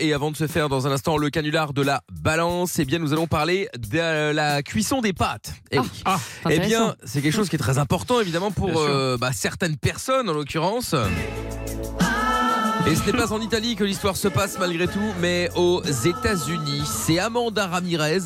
Et avant de se faire dans un instant le canular de la balance, eh bien nous allons parler de euh, la cuisson des pâtes. Eh oui. Ah, eh intéressant. bien, c'est quelque chose qui est très important évidemment pour euh, bah, certaines personnes en l'occurrence. Et ce n'est pas en Italie que l'histoire se passe malgré tout, mais aux États-Unis. C'est Amanda Ramirez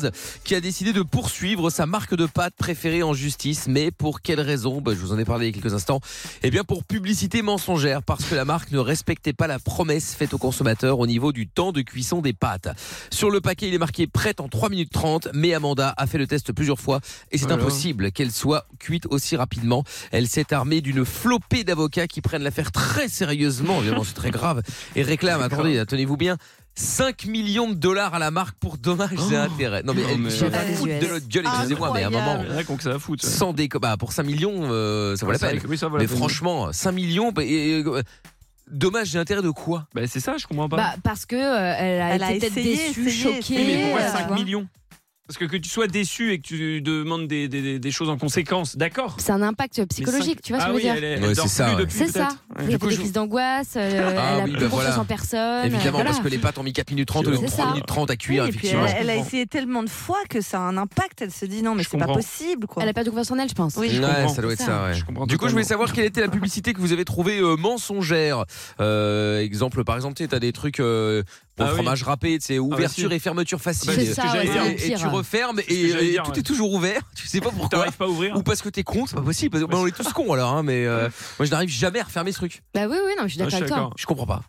qui a décidé de poursuivre sa marque de pâtes préférée en justice. Mais pour quelle raison Bah, Je vous en ai parlé il y a quelques instants. Eh bien, pour publicité mensongère, parce que la marque ne respectait pas la promesse faite aux consommateurs au niveau du temps de cuisson des pâtes. Sur le paquet, il est marqué prête en 3 minutes 30, mais Amanda a fait le test plusieurs fois et c'est Alors impossible qu'elle soit cuite aussi rapidement. Elle s'est armée d'une flopée d'avocats qui prennent l'affaire très sérieusement, évidemment c'est très grave, et réclament, attendez, tenez-vous bien, 5 millions de dollars à la marque pour dommages et intérêts. Non mais, Oh. Non, elle mais- se fout Ah, les US. de notre gueule, excusez-moi, mais à un moment, Incroyable. C'est vrai qu'on que ça va foutre. ouais. sans déco- bah, pour 5 millions, euh, ça vaut la C'est vrai peine. que- oui, ça vaut la Mais peine. franchement, 5 millions, bah, et, euh, dommages et intérêts de quoi Bah, c'est ça, je comprends pas. Bah, parce que euh, elle a Elle a été peut-être essayé, déçue, essayé, choquée. oui, mais pourquoi euh, 5 tu vois. millions Parce que que tu sois déçu et que tu demandes des, des- des- des choses en conséquence, d'accord. Ah C'est un impact Mais psychologique, cinq- tu vois ce ah que oui, je veux Elle, dire elle Ouais, dort c'est ça, plus ouais. depuis, C'est ça. peut-être. Ouais. Elle Du a coup, des je- crises d'angoisse, euh, Ah elle a oui, plus bah confiance voilà. en personne. Évidemment, voilà. parce que les pâtes ont mis 4 minutes 30 au lieu de C'est 3 ça. minutes 30 à cuire, Oui, et puis elle, effectivement. elle a Je comprends. essayé tellement de fois que ça a un impact. Elle se dit non, mais Je c'est pas comprends. possible, quoi. Elle a perdu confiance en elle, je pense. Oui, je Ouais, comprends. ça doit être C'est ça, ça. ouais. Je comprends Du coup, je voulais totalement. savoir quelle était la publicité que vous avez trouvée euh, mensongère. Euh, exemple, par exemple, tu sais, t'as des trucs euh, pour Ah oui. fromage râpé, c'est bah ouverture si. et fermeture facile. Bah, C'est ce ça, que ouais, j'allais et, dire. c'est le et tu pire. refermes C'est ce que et, euh, j'allais et dire, tout ouais. est toujours ouvert. Tu sais pas pourquoi. T'arrives pas à ouvrir Ou parce que t'es con, c'est pas possible. parce que- Ouais, bah, on est tous cons alors, hein, mais euh, moi je n'arrive jamais à refermer ce truc. Bah oui, oui, non, mais je suis Non, d'accord avec toi. Je comprends pas.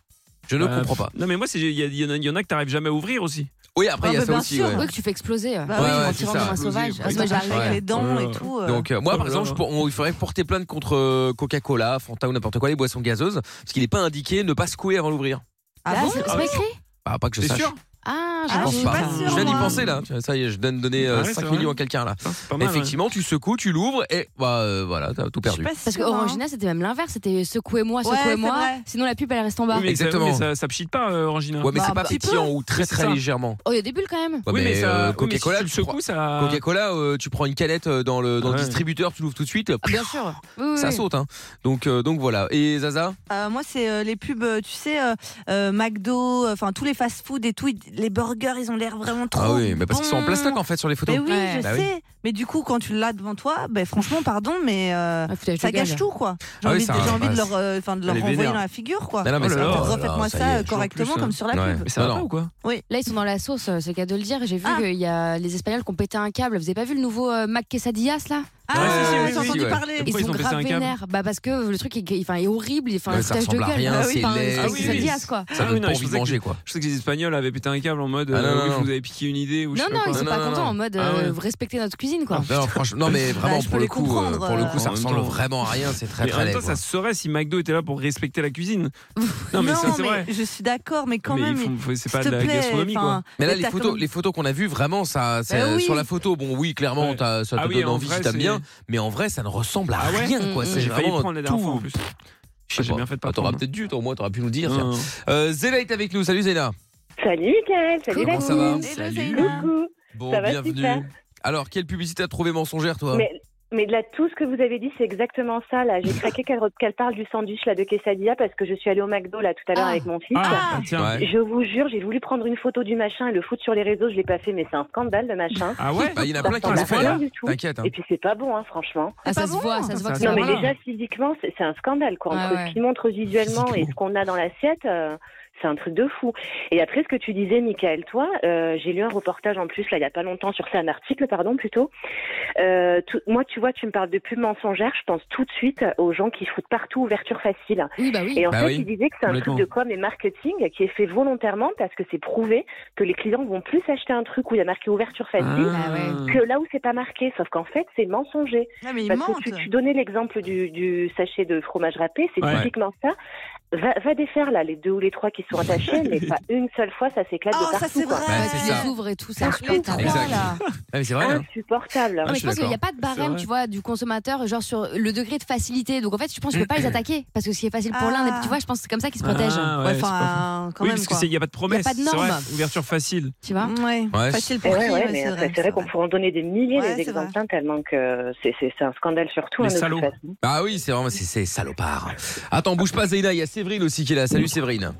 Je ne Bah, comprends pas. Non, mais moi, c'est- il y, a- il y en a- il y en a que t'arrives jamais à ouvrir aussi. Oui, après il Ah, y a bah, ça bien aussi. sûr. ouais. Oui, que tu fais exploser. euh, Bah oui, en ouais, tirant c'est ça. comme un sauvage. Exploser, Ah, ouais. moi, Avec j'arrive. Ouais. les dents Ouais. et tout. euh. Donc euh, moi Oh par là exemple, là. je pour- on- il faudrait porter plainte contre euh, Coca-Cola, Fanta ou n'importe quoi les boissons gazeuses, parce qu'il n'est pas indiqué ne pas secouer avant d'ouvrir. Ah Là, bon c'est c'est Ah pas oui. écrit Bah, pas que je T'es sache. sûr Ah, Ah, Je je pense suis pas. pas sûre, je viens d'y moi. penser là. Tu vois, Ça y est, je donne donner euh, Ah ouais, 5 c'est millions vrai. à quelqu'un là. Putain, C'est pas mal. ouais. Effectivement, tu secoues, tu l'ouvres et bah euh, voilà, t'as tout Je suis perdu. pas Parce que sûre, hein. Orangina, c'était même l'inverse. C'était euh, secouez-moi, Ouais, secouez-moi. c'est vrai. Sinon, la pub, elle reste en bas. Oui, mais ça- Exactement. mais ça, ça pchite pas, euh, Orangina. Ouais, mais Bah, c'est pas un petit pétillant ou très Mais c'est très ça. légèrement. Oh, il y a des bulles quand même. Ouais, Oui, mais euh, ça. oui, mais si Coca-Cola, tu le tu prends- secoues, ça. Coca-Cola, euh, tu prends une canette euh, dans le, dans le Ouais. distributeur, tu l'ouvres tout de suite, Ah, Bien sûr. Oui, oui, ça oui. saute. Hein. Donc, euh, donc voilà. Et Zaza Euh, moi, c'est euh, les pubs, euh, tu sais, euh, euh, McDo, euh, enfin tous les fast-food et tout. ils- Les burgers, ils ont l'air vraiment trop. Ah oui, mais parce qu'ils sont en bons. plastique en fait sur les photos. Mais oui, Ouais. je Bah oui. sais. Mais du coup, quand tu l'as devant toi, ben franchement, pardon, mais euh, Ah, foutage de ça gueule. gâche tout, quoi. J'ai Ah oui, envie, ça de- j'ai envie de ramasse. leur, euh, enfin, de leur Elle est renvoyer vénère. dans la figure, quoi. Bah Ah, Non, non, mais Oh c'est là là. important. Refaites-moi ça y ça est. hein. euh, correctement, Toujours plus, comme sur la Ouais. pub. Mais ça va Non, pas non. ou quoi Là, ils sont dans la sauce, euh, c'est le cas de le dire. J'ai vu Ah. qu'il y a les Espagnols qui ont pété un câble. Vous avez pas vu le nouveau euh, Mac Quesadillas là Ah, Ouais, si, si, oui, j'ai oui, entendu ouais. parler. Pourquoi Ils ils sont ont pété grave un câble vénères. Bah, parce que le truc est, enfin, est horrible. Enfin, Ouais, un ça foutage de ressemble à gueule. rien, Bah oui, c'est enfin, laid, Mac c'est- Quesadillas quoi. Ça Ah donne oui, non, pas je envie de pensais que- manger quoi. Je sais que les Espagnols avaient pété un câble en mode. Ah, euh, non, oui, non, vous avez piqué une idée ou je Non, sais non, euh, pas ils quoi. sont Non, pas non, contents non. Ah, en mode Ah ouais. euh, respectez notre cuisine quoi. Non, franchement, non mais vraiment Ah, Bah, je peux pour le les coup, euh, comprendre, pour le euh. coup, ça En même ressemble temps- vraiment à rien. C'est très Mais en très même laid. temps, quoi. ça se saurait si McDo était là pour respecter la cuisine. Non, Non, mais mais, ça, c'est vrai. je suis d'accord, mais quand mais même, il faut- faut- c'est s'il pas te de la plaît, gastronomie, quoi. enfin, Mais là, mais les t'as photos, comme- les photos qu'on a vues, vraiment, ça, ça- Bah oui. sur la photo, bon, oui, clairement, Ouais. t'as- ça te Ah oui, donne en envie vrai, si t'aimes c'est- bien, mais en vrai, ça ne ressemble à Ah ouais rien, quoi. Mm, mm. C'est J'ai failli vraiment prendre la dernière fois en tout. plus. Je sais J'ai pas. bien fait de pas Ah, T'auras prendre. peut-être dû, toi, au moins, t'aurais pu nous dire. Non, non, non. Euh, Zéla est avec nous. Salut Zéla. Salut Mickaël, salut Coucou. la ça va Hello, Salut. Zaina. Hein, Coucou. Bon, Ça va bienvenue. super. Alors, quelle publicité t'as trouvé mensongère, toi Mais, mais de là, tout ce que vous avez dit, c'est exactement ça. Là, j'ai craqué qu'elle re- qu'elle parle du sandwich là de quesadilla parce que je suis allée au McDo là tout à l'heure Ah. avec mon fils. Ah, bah, tiens. Ouais. Je vous jure, j'ai voulu prendre une photo du machin et le foutre sur les réseaux. Je l'ai pas fait, mais c'est un scandale le machin. Ah ouais Bah, il y en a Ça plein qui ressemble l'ont à fait rien là. du tout. T'inquiète. hein. Et puis c'est pas bon, hein, franchement. Ah, ça pas se bon. voit, hein. ça se voit que Ça, c'est va Non mais pas. normal. déjà physiquement, c'est c'est un scandale quoi. Ah Entre ouais. ce qu'il montre visuellement et ce qu'on a dans l'assiette, euh, c'est un truc de fou. Et après ce que tu disais, Michael, toi, euh, j'ai lu un reportage en plus là il y a pas longtemps sur ça, un article pardon plutôt. Euh, tout- moi tu vois, tu me parles de pub mensongère, je pense tout de suite aux gens qui foutent partout ouverture facile. Oui, bah oui. Et en Bah fait, oui, ils disaient que c'est un complètement. truc de com et marketing qui est fait volontairement parce que c'est prouvé que les clients vont plus acheter un truc où il y a marqué ouverture facile. Ah. Que là où c'est pas marqué, sauf qu'en fait c'est mensonger. Non, Ah, mais ils Parce que tu, mentent. tu donnais l'exemple du, du sachet de fromage râpé, c'est Ouais. typiquement ça. Va, va défaire là les deux ou les trois qui sont attachés, mais pas une seule fois ça s'éclate Oh, de ça, partout. c'est quoi. vrai. Bah, Bah, c'est tu ça. les ouvres et tout, ça. Les trois, Exact. là. Ah, mais c'est vrai. hein. Insupportable. Ah, Non, je mais suis je pense qu'il n'y a d'accord. pas de barème, vrai. tu vois, du consommateur, genre sur le degré de facilité. Donc en fait, je pense que je peux pas les attaquer parce que ce qui est facile pour Ah. l'un, tu vois, je pense que c'est comme ça qu'ils se protègent. Ah, ouais, Ouais, c'est pas enfin, fou. quand Oui, même, parce quoi. qu'il n'y a pas de promesse. pas de c'est vrai. norme. Ouverture facile. Tu vois Ouais. Ouais. Facile Eh pour ouais, qui, ouais, ouais, mais c'est après, vrai, c'est vrai c'est qu'on vrai. pourrait en donner des milliers Ouais, des c'est vrai. exemples hein, tellement que euh, c'est c'est- c'est un scandale sur tout. Les hein, de toute salauds. façon. Oh. Ah oui, c'est vraiment c'est c'est salopard. Attends, bouge pas Zéna. Il y a Séverine aussi qui est là. Salut Séverine.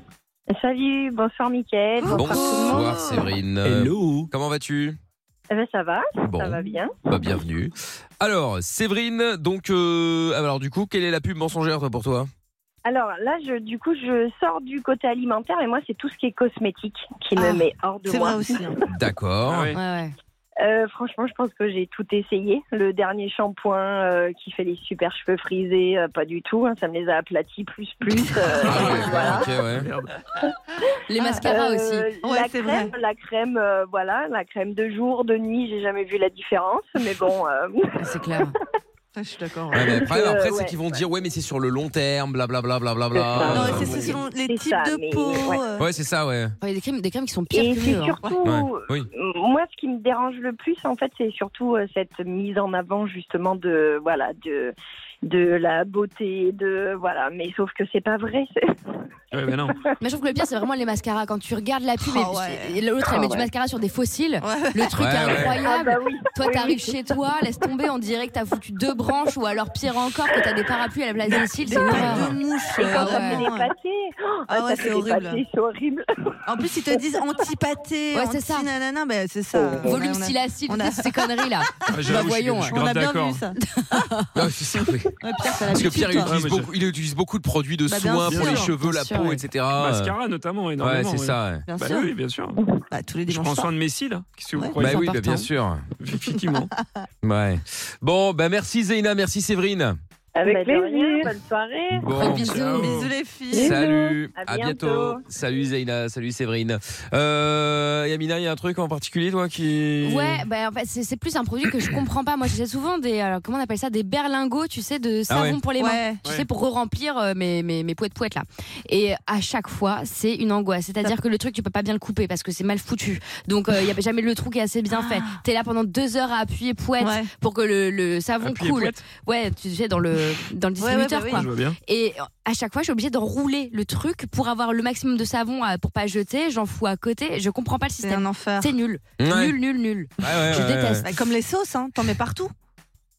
Salut, bonsoir Mickaël. Bonsoir. Bonsoir Séverine. Hello. Comment vas-tu Eh ben, ça va, Bon, ça va bien. bah, bienvenue. Alors Séverine, donc euh, alors du coup, quelle est la pub mensongère toi, pour toi Alors là, je, du coup, je sors du côté alimentaire et moi, c'est tout ce qui est cosmétique qui me Ah, met hors de C'est moi. vrai aussi. hein. D'accord. Ah ouais. Ouais, ouais. Euh, franchement, je pense que j'ai tout essayé. Le dernier shampoing euh, qui fait les super cheveux frisés, euh, pas du tout. hein, ça me les a aplatis plus plus. euh, Ah ouais, voilà. d'accord, ok, ouais. Les mascaras Euh, aussi. Ouais, la c'est crème, la crème, euh, voilà, la crème de jour, de nuit, j'ai jamais vu la différence, mais bon, euh, Ah, C'est clair. Ça, Je suis d'accord. Ouais, Ah, mais après, après, Euh, c'est ouais, qu'ils vont dire ouais mais c'est sur le long terme, blablabla blablabla. C'est ça. Non, c'est Euh, ce selon les C'est types ça, mais- de peau. ouais. euh, Ouais c'est ça ouais. Enfin, Il y a des crèmes, des crèmes qui sont Et pires que c'est mieux. hein. surtout, Ouais, oui. m- moi, ce qui me dérange le plus, en fait, c'est surtout euh, cette mise en avant, justement, de, voilà, de, de la beauté, de, voilà, mais sauf que c'est pas vrai. c'est- Ouais, mais non. Mais je trouve que le pire, c'est vraiment les mascaras. Quand tu regardes la pub et- Oh, ouais. et l'autre, elle Ah, met du ouais. mascara sur des fossiles. ouais. Le truc Ouais, ouais. Ah incroyable. bah oui. Toi, t'arrives chez toi, laisse tomber, on dirait que t'as foutu deux branches ou alors pire encore que t'as des parapluies à la place des cils, Des c'est une horreur. pailles de mouche. Et euh, quand ça ouais. fait des pâtés, oh, Ah ouais, ça c'est fait des horrible. pâtés, c'est horrible. En plus, ils te disent anti-pâté, Ouais, c'est ça. anti-nanana. Ben, c'est ça. Oh. Ouais, Volume on a- silacile, on a- Bah, toutes ces conneries là. Ah, j'avoue, je suis- voyons, Je suis On grave a bien d'accord. vu ça. Ah, c'est ça, oui. Ouais, Pierre, t'as Parce que l'habitude, Pierre il toi. Ouais, utilise, mais beaucoup, il utilise beaucoup de produits de Bah, bien soins pour sûr. les cheveux, la Bien sûr, peau, ouais. etc. Mascara notamment, ouais énormément. c'est ouais. ça. ouais. Bien Bah sûr. oui, bien sûr. Bah, tous les Je dimanches. prends soirs. soin de mes cils. hein. Qu'est-ce que vous Ouais. croyez Bah oui, bah, important. bien sûr. Effectivement. Ouais. Bon, bah merci Zeyna, merci Séverine. Avec Bah, plaisir. bonne soirée. Bon, bisous. ciao. Bisous les filles. salut, À à bientôt. bientôt. Salut Zeyna, salut Séverine. Euh, Yamina, il y a un truc en particulier, toi, qui. Ouais, bah, en fait, c'est c'est plus un produit que je comprends pas. Moi, j'ai souvent des, alors, comment on appelle ça, des berlingots, tu sais, de savon ouais. pour les mains. Ouais. Tu Ah Ouais. sais, pour re-remplir euh, mes, mes, mes poètes poètes là. Et à chaque fois, c'est une angoisse. C'est-à-dire que le truc, tu peux pas bien le couper parce que c'est mal foutu. Donc, il n'y a jamais le trou qui est assez bien fait. T'es là pendant deux heures à appuyer poète Ah. Ouais. pour que le, le savon Appuyez coule. poète. Ouais, tu sais, dans le, dans le Ouais, ouais, bah distributeur oui. quoi. Je vois bien. Et à chaque fois, je suis obligée d'enrouler le truc pour avoir le maximum de savon à- pour pas jeter. J'en fous à côté. Je comprends pas le C'est système. un enfer. C'est nul. Mmh. Ouais. Nul, nul, nul. Ouais, ouais, Je ouais, ouais. déteste. Bah, comme les sauces, hein, t'en mets partout.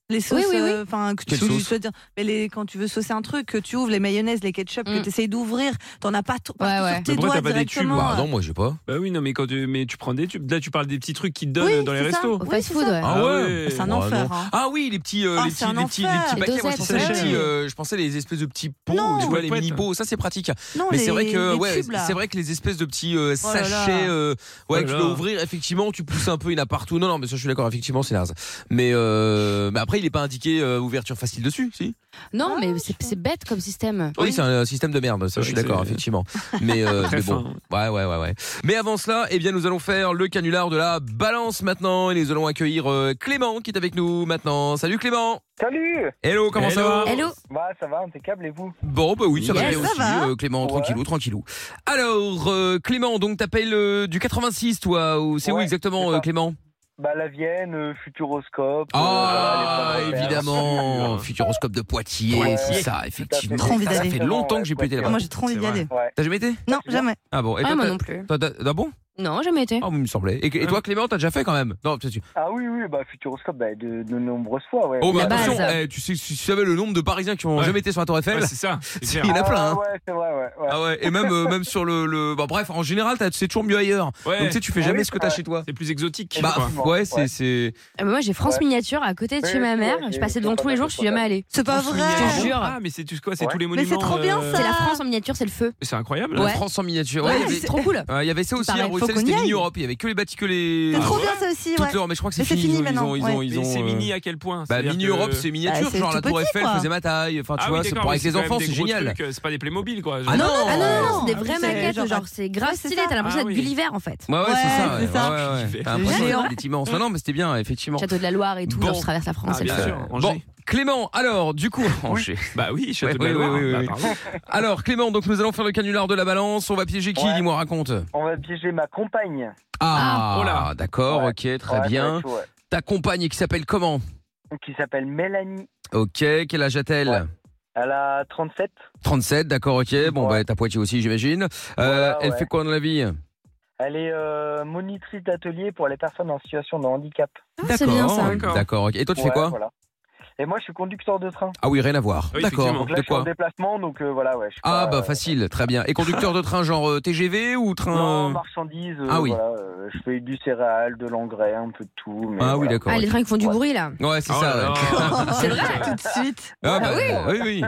Les sauces, Oui, oui, oui. euh, enfin, que tu, Quelles sauces tu veux dire- mais les- quand tu veux saucer un truc, que tu ouvres les mayonnaises, les ketchup, que Mm. tu essayes d'ouvrir, t'en as pas tout. Ouais, partout ouais. sur Mais Tes pourquoi doigts t'as pas des directement. euh, Bah non, moi j'ai pas. Bah oui, non, mais quand tu, mais tu prends des tubes. Là, tu parles des petits trucs qu'ils te donnent Oui, dans les c'est ça. restos. Au Oui, fast c'est food, ça. ouais. Ah ouais. C'est un Oh, enfer. non. hein. Ah oui, les petits, euh, Ah, les c'est petits, un les petits, les enfer. petits Les paquets. Moi, je dosettes, pensais, les ouais. petits, euh, je pensais les espèces de petits pots, Non. tu vois, les Ouais, mini ouais. pots. Ça, c'est pratique. Non, Mais les- c'est vrai que les ouais, tubes, là. c'est vrai que les espèces de petits euh, Oh là là. sachets, euh, ouais, Oh là que tu peux là. ouvrir. Effectivement, tu pousses un peu, il y en a partout. Non, non, mais ça, je suis d'accord. Effectivement, c'est naze. Mais, euh, mais après, il est pas indiqué euh, ouverture facile dessus, si. Non, Ah, mais je c'est sais c'est bête comme système. Oui, c'est un euh, système de merde. Ça, Ouais, je suis c'est- d'accord, effectivement. Mais, euh, Très mais bon, fin. ouais, ouais, ouais, ouais. Mais avant cela, eh bien, nous allons faire le canular de la balance maintenant, et nous allons accueillir euh, Clément qui est avec nous maintenant. Salut Clément. Salut Hello, comment ça Hello. va Hello Bah ça va, impeccable et vous Bon, bah oui, ça va Yes, bien ça aussi, va. euh, Clément, Ouais. tranquillou, tranquillou. Alors, euh, Clément, donc t'appelles euh, du 86, toi, ou c'est où Ouais, exactement, c'est ça. euh, Clément Bah la Vienne, euh, Futuroscope. euh, Ah, voilà, les points de repère. évidemment, Futuroscope de Poitiers, Ouais, c'est ouais. ça, effectivement. Trop envie Ça, ça d'aller. fait longtemps que j'ai pas été Ouais. là-bas. Moi, j'ai trop envie C'est d'y vrai. aller. Ouais. T'as jamais été Non, jamais. Ah bon, et Ah, toi, moi t'as- non plus. toi, t'as- ah bon Non, jamais été. Ah, il me semblait. Et, et toi, Clément, t'as déjà fait quand même Non, peut-être tu- Ah oui, oui, bah Futuroscope, bah, de, de nombreuses fois, ouais. Oh, mais La attention, base. eh, tu sais, si tu savais le nombre de Parisiens qui ont Ouais. jamais été sur la Tour Eiffel Ouais, c'est ça. c'est clair. Il y en a Ah, plein, hein. Ouais, c'est vrai, ouais. ouais. Ah ouais, et même, euh, même sur le. le- bah, bref, en général, t'as- c'est toujours mieux ailleurs. Donc, Ouais. tu sais, tu fais Ah jamais oui, ce que t'as ouais. chez toi. C'est plus exotique. Bah, quoi. ouais, c'est. c'est- Ah bah moi, j'ai France Ouais. Miniature à côté de Oui, chez ma oui, mère. oui, Je oui, passais oui, devant c'est tous les pas jours, mal, je suis jamais allée. C'est pas vrai. Je te jure. Ah, mais c'est tout quoi C'est Ouais. tous les Mais monuments. c'est trop bien euh, ça. C'est la France en miniature, c'est le feu. C'est incroyable. La Ouais. France en miniature. Ouais, Ouais, il y avait- c'est trop cool. euh, il y avait ça aussi Pareil, à faut Bruxelles, qu'on y c'était aille. mini Europe. Il y avait que les bâtis, que les. C'est Ah trop ouais bien ça aussi, Toutes ouais. leurs- mais je crois que c'est Mais c'est fini. fini ils ont- maintenant, ils ont, ouais. ils Mais ont, c'est euh, mini à quel point Bah, C'est-à-dire mini que- Europe, c'est miniature. Bah, c'est genre la tout Tour petit, Eiffel quoi. faisait ma taille. Enfin, tu Ah oui, vois, c'est d'accord, pour mais avec les quand même enfants, des c'est gros génial. trucs, euh, C'est pas des Playmobil quoi. Ah non, Ah non, non, c'est des Ah, vraies c'est maquettes. genre- Genre, c'est Ouais, grave c'est stylé. ça. T'as l'impression Ah d'être oui. Gulliver en fait. Ouais, ouais, Ouais, c'est ça. c'est ouais, ça. ouais, ouais. J'ai T'as l'impression géant. d'être- d'être immense. Non, non, mais c'était bien, effectivement. Château de la Loire et tout, Bon. genre, je traverse la France. Ah, et bien tout. sûr, Angers. Bon, Clément, alors, du coup, Angers. Bah oui, Château de Ouais, la oui, Loire. oui, oui, bah, oui. pardon. Alors, Clément, donc nous allons faire le canular de la balance. On va piéger qui Ouais. Dis-moi, raconte. On va piéger ma compagne. Ah, oh là. d'accord, Ouais. ok, Ouais, très ça va bien. et tout, ouais. Hein Ta compagne qui s'appelle comment Qui s'appelle Mélanie. Ok, quel âge a-t-elle Ouais. Elle a 37. 37, d'accord, ok. Bon, Ouais. bah, t'as Poitiers aussi, j'imagine. Euh, Voilà, elle ouais. fait quoi dans la vie Elle est euh, monitrice d'atelier pour les personnes en situation de handicap. Ah, C'est bien ça. D'accord, ok. Et toi, tu Ouais, fais quoi voilà. Et moi, je suis conducteur de train. Ah oui, rien à voir. Oui, effectivement. D'accord. Donc là, De je suis en quoi déplacement, donc euh, voilà, ouais. je suis Ah pas, bah euh, facile, très bien. Et conducteur de train genre euh, TGV ou Non, train marchandises, euh, Ah oui. voilà, euh, je fais du céréal, de l'engrais, un peu de tout. Mais Ah oui, voilà. d'accord. Ah, les trains qui font du Ouais. bruit là. Ouais, c'est Oh ça. là ouais. là. C'est vrai, tout de suite. Ah bah, oui, oui.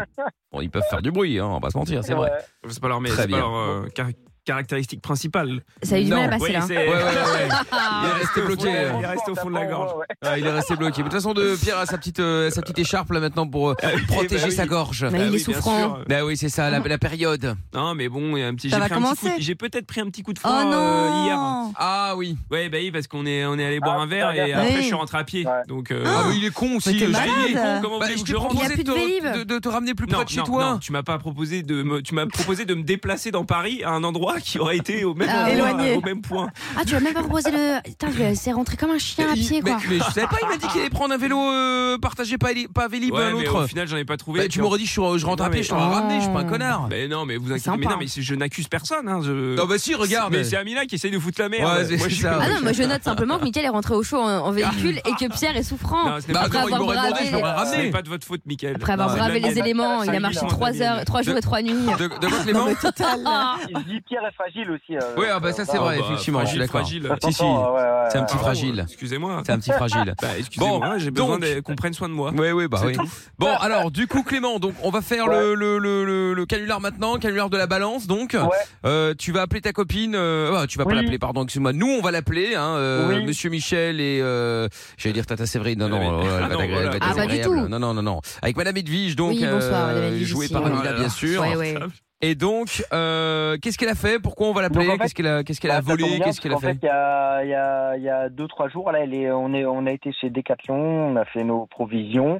Bon, ils peuvent faire du bruit, hein, on va pas se mentir, c'est vrai. Ouais. C'est pas leur, mais Très c'est pas bien. leur euh, car- caractéristique principale. Ça a eu du Non. mal à passer Oui, là. hein. c'est- Ouais, ouais, ouais, ouais. Il est resté au fond bloqué. de la- euh. Il reste au fond de la gorge. Ouais, Ah, il est resté bloqué. Mais de toute façon, de Pierre a sa petite, euh, sa petite écharpe là maintenant pour euh, protéger bah oui. sa gorge. Mais Ah il est oui, bien souffrant. sûr. Bah oui, c'est ça, la, la période. Non, mais bon, il y a un petit. Ça j'ai va pris un petit coup- commencer. J'ai peut-être pris un petit coup de Oh froid euh, non hier. Ah oui. Ouais, bah oui, parce qu'on est, on est allé boire Ah, un verre putain, et gaffe. après Oui. je suis rentré à pied. Ouais. Donc, euh, Ah, mais il est con aussi. Mais t'es le malade. génie. Euh, comment Bah, voulez-vous je que t'ai je rentre Il y a proposé de plus de Vélib. te, de- de te ramener plus près de chez toi. non, tu m'as pas proposé de me, tu m'as proposé de me déplacer dans Paris à un endroit qui aurait été au même, Ah, endroit, éloigné. au même point. Ah, tu as même pas proposé le. Putain, je- c'est rentré comme un chien à Il- pied mais, quoi. mais je savais pas, il m'a dit qu'il allait prendre un vélo euh, partagé, pas, pas Vélib, Ouais, un mais autre. au final, j'en ai pas trouvé. Bah, tu Puis en- m'aurais dit, je, suis- je rentre à Non, mais- pied, ah. je t'en ai ramené, je suis pas un Oh. connard. Mais non, mais vous inquiétez Sympa. mais non, mais c'est- je n'accuse personne. Hein, je... Non, bah si, regarde. Mais c'est Amina qui essaye de foutre la merde. Ouais, c'est Moi, je suis- ça. Ah non, moi je note simplement que Mickaël est rentré au chaud en, en véhicule et que Pierre est souffrant. Non, ce n'est Bah, pas, Après comment il avoir m'aurait demandé, bravé- je l'aurais ce n'est ramené. pas de votre faute, Michael. Après avoir Non, bravé c'est la les mienne. éléments, il C'est a la marché mienne. 3 heures, 3 jours et 3 nuits. De, de quoi, Clément Ah, ouais. Je dis Pierre est fragile aussi. euh, Ouais, ah bah, ça, c'est euh, vrai. effectivement, je suis d'accord. Fragile. on Si, si. s'entend, ouais, ouais, C'est un ouais. petit Pardon, fragile. Excusez-moi. C'est un petit fragile. Bah, excusez-moi, Bon, j'ai besoin donc- de- qu'on prenne soin de Hein moi. Oui, oui, bah C'est oui. tout. Bon, alors, du coup, Clément, donc, on va faire le, le, le, le, le canular maintenant, canular de la balance, donc. Ouais. Euh, tu vas appeler ta copine, euh, ah, tu vas pas Oui. l'appeler, pardon, excuse-moi. Nous, on va l'appeler, hein, euh, Oui. Monsieur Michel et, euh, j'allais dire Tata Séverine, non, non, Ah, mais- elle va ah, non, être agré- elle va être voilà. Ah, pas du désagréable. tout. Non, non, non, non. Avec Madame Edwige, donc, Oui, bonsoir, Madame euh, Edwige jouée ici, par oui. Amina, bien sûr. Ouais, ouais. Et donc, euh, qu'est-ce qu'elle a fait Pourquoi on va l'appeler Donc, en fait, Qu'est-ce qu'elle a, qu'est-ce qu'elle Bah, a ça tombe volé bien, Qu'est-ce qu'elle a parce qu'en fait fait, il y a, il y, a, il y a deux, trois jours, là, elle est, on, est, on a été chez Decathlon, on a fait nos provisions,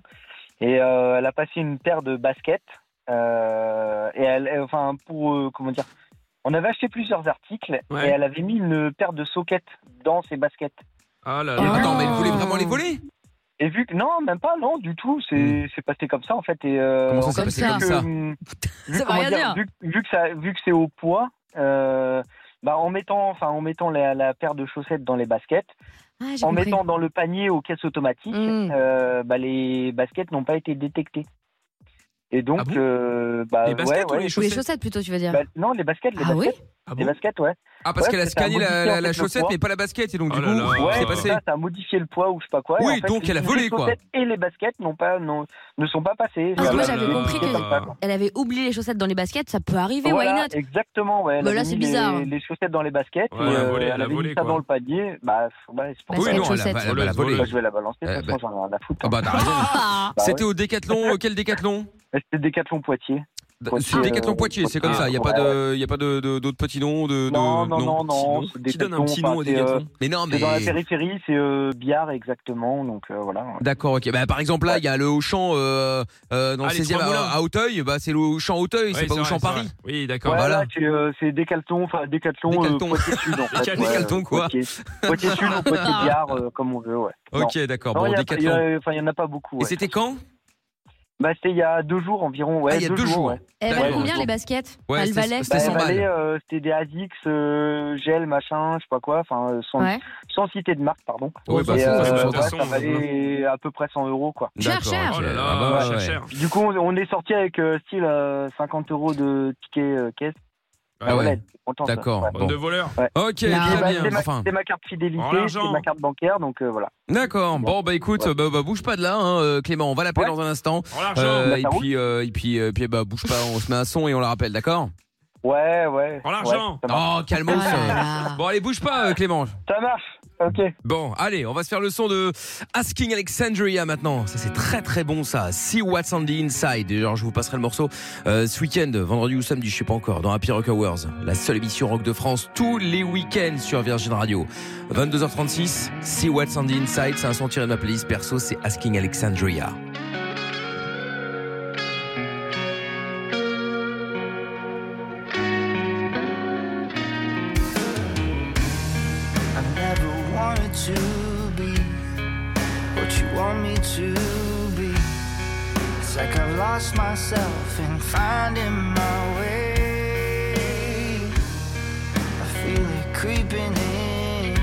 et euh, elle a passé une paire de baskets. euh, et elle, elle- enfin, pour, euh, comment dire, on avait acheté plusieurs articles, Ouais. et elle avait mis une paire de soquettes dans ses baskets. Ah là Ah. là. Attends, mais elle voulait vraiment les voler Et vu que, non, même pas, non, du tout, c'est Hmm. c'est passé comme ça, en fait. Et, euh, Comment ça s'est Comme passé ça. comme ça hum, vu, Ça veut comment rien dire. vu, vu que ça, vu que c'est au poids, euh, bah, en mettant, enfin, en mettant la, la paire de chaussettes dans les baskets, Ah, j'ai en compris. mettant dans le panier aux caisses automatiques, Mm. euh, bah, les baskets n'ont pas été détectées. Et donc, Ah bon euh, bah, Les baskets ouais, ou ouais. les Ou les chaussettes chaussettes plutôt, tu veux dire. Bah, non, les baskets, les Ah oui baskets, Ah les bon baskets, ouais. Ah, parce Ouais, qu'elle a parce que ça a scanné la, modifié, la- en fait, la le chaussette, poids. mais pas la basket, et donc Oh du là coup, là. qu'est-ce qui s'est Ouais, passé Ça, ça a modifié le poids ou je sais pas quoi. Oui, et en fait, donc elle a les volé, quoi. chaussettes Et les baskets n'ont pas, n'ont- ne sont pas passées. Ah, Ça moi, a j'avais été compris détecté que- comme ça, quoi. Elle avait oublié les chaussettes dans les baskets, ça peut arriver, why Voilà, not exactement, ouais. Elle Bah, là, avait c'est mis les- bizarre. Les, chaussettes dans les baskets. Ouais, et, euh, elle a volé, elle elle a avait mis volé, ça quoi. dans le panier. Bah, ouais, c'est pour Bah, ça. Oui, Basket, non, elle a- chaussettes. elle a- elle a volé. Bah, je vais la hein. balancer. Euh, franchement, j'en ai rien à foutre. Ah bah, t'as raison. Ah Bah, C'était au Décathlon, euh, quel Décathlon ouais. C'était Décathlon Poitiers. Poitiers, C'est Décathlon euh, Poitiers, c'est comme Poitiers. ça, il n'y a pas de il y a pas de de- d'autres petits noms de, de- Non, non, non, non. Sinon, c'est Qui donne un Décathlon, petit enfin, nom au c'est, euh, Décathlon Mais non, C'est dans la mais périphérie, c'est euh, Biard exactement, donc euh, voilà. ouais. D'accord, OK. Bah, par exemple là, il y a le Auchan euh, euh, dans le Ah, les 16e Trois Moulins. à, à Auteuil, bah c'est le Auchan Auteuil, c'est Ouais, pas vrai, Auchan c'est vrai. Paris. Oui, d'accord. Ouais, voilà. là, c'est, euh, c'est Décathlon, enfin Décathlon, euh, Décathlon. Poitiers Sud en fait. ouais, Décathlon, quoi. Poitiers, Poitiers Sud ou Poitiers Biard, euh, comme on veut, ouais. Non. OK, d'accord. Non, Bon, il y a- il y Décathlon. a- enfin, il y en a pas beaucoup. Et ouais. c'était quand Bah, c'était il y a deux jours environ. Ouais, Ah, il y a deux jours. ouais. Elle valait Ouais, Eh ben, combien bon. les baskets Ouais, Elle c'était- valait c'était Bah, 100 elle balles. valait, euh, c'était des Adix, euh, gel, machin, je sais pas quoi, enfin, euh, sans, Ouais. sans citer de marque, pardon. Ouais, bah, Et, c'est- euh, c'est- de toute ouais, façon, ça valait à peu près 100 euros, quoi. Cher, D'accord, cher. ok. Oh là hein. Ah bah, là, ouais, cher, ouais. cher. Du coup, on, on est sorti avec euh, style euh, 50 euros de ticket euh, caisse. Ah ouais. Voilà, content, ça. D'accord. Ouais. Bande Bon. de voleurs. OK, Là. Et bah, très c'est bien. ma, Enfin, c'est ma carte fidélité, Oh, c'est l'argent. ma carte bancaire, donc euh, voilà. d'accord. Bon, bah écoute, Ouais. bah, bah, bouge pas de là hein, euh, Clément, on va l'appeler Ouais. dans un instant. Oh l'argent. Euh, Bah, et ça roule. puis euh, et puis euh, puis bah bouge pas, on se met un son et on la rappelle, d'accord Ouais, ouais. Oh, l'argent. ouais, ça, marche. Oh, calmos. Ah. Bon allez, bouge pas euh, Clément. Ça marche, ok. Bon, allez, on va se faire le son de Asking Alexandria maintenant. Ça, c'est très très bon, ça. See What's on the Inside. Et Genre, je vous passerai le morceau euh, ce week-end, vendredi ou samedi, je sais pas encore, dans Happy Rock Hours. La seule émission rock de France tous les week-ends sur Virgin Radio. 22h36, See What's on the Inside. C'est un son tiré de ma playlist perso, c'est Asking Alexandria. I never wanted to be what you want me to be. It's like I've lost myself in finding my way. I feel it creeping in.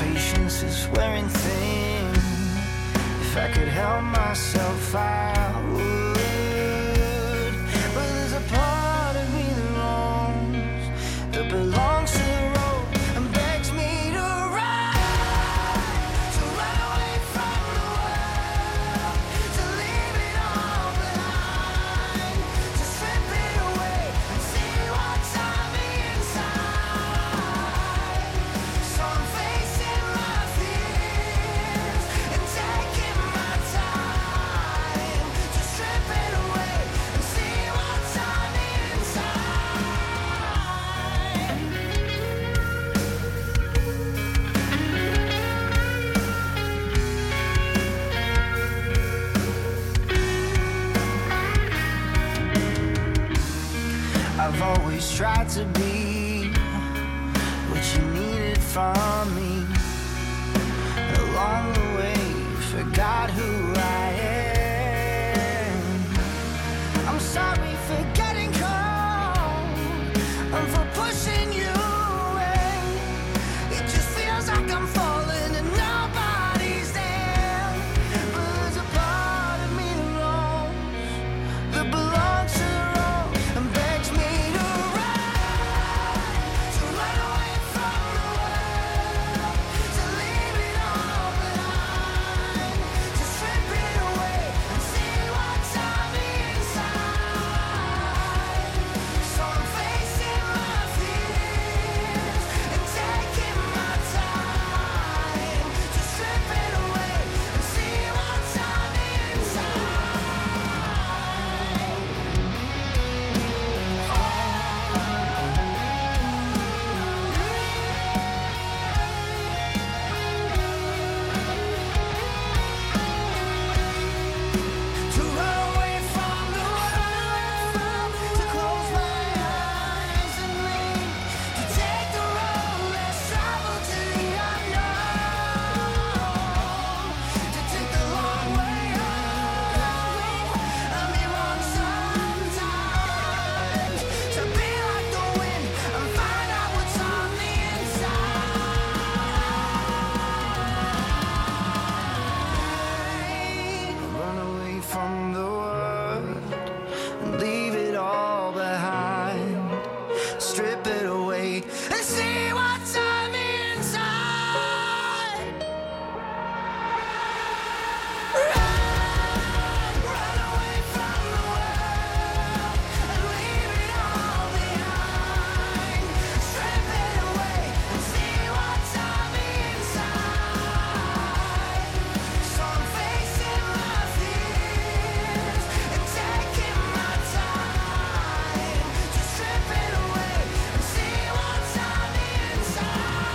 Patience is wearing thin. If If I could help myself, I would. But there's a part of me that longs, that belongs to the road and begs me to ride, to run away from the world, to leave it all behind, to strip it away and see what's on the inside. So I'm facing my fears and taking my time to strip it away and see what's on the inside. I've always tried to be what you needed from me. Along the way, forgot who I am. I'm sorry for getting cold and for pushing you away. It just feels like I'm falling and nobody's there. But there's a part of me that longs that belongs to the road and begs me to ride, to run away from the world, to leave it all behind, to strip it away and see what's on the inside. So I'm facing my fears and taking my time to strip it away and see what's on the inside. To run away from the world, to close my eyes and leave, to take the road less traveled to the unknown, to take the long way home. I'm wrong sometimes. To be like the wind and find out what's on the inside. Run away from the world and leave it all behind. Strip it away and see what's on the inside. Run, run away from the world and leave it all behind. Strip it away and see what's on the inside. So I'm facing my fears and taking my time to strip it away and see what's on the inside.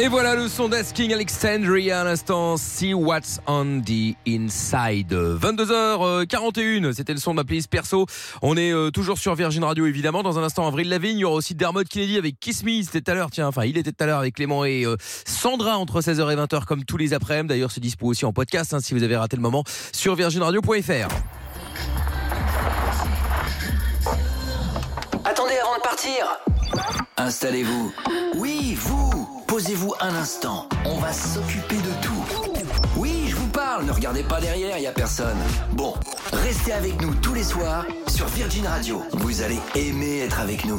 Et voilà le son d'Asking Alexandria à l'instant. See what's on the inside. 22h41, c'était le son de ma playlist perso. On est euh, toujours sur Virgin Radio évidemment. Dans un instant, Avril Lavigne, il y aura aussi Dermot Kennedy avec Kiss Me. C'était tout à l'heure, tiens, enfin il était tout à l'heure avec Clément et euh, Sandra entre 16h et 20h comme tous les après-midi. D'ailleurs, c'est dispo aussi en podcast hein, si vous avez raté le moment sur virginradio.fr. Attendez avant de partir. Installez-vous. Oui, vous. Posez-vous un instant. On va s'occuper de tout. Oui, je vous parle. Ne regardez pas derrière, il y a personne. Bon, restez avec nous tous les soirs sur Virgin Radio. Vous allez aimer être avec nous.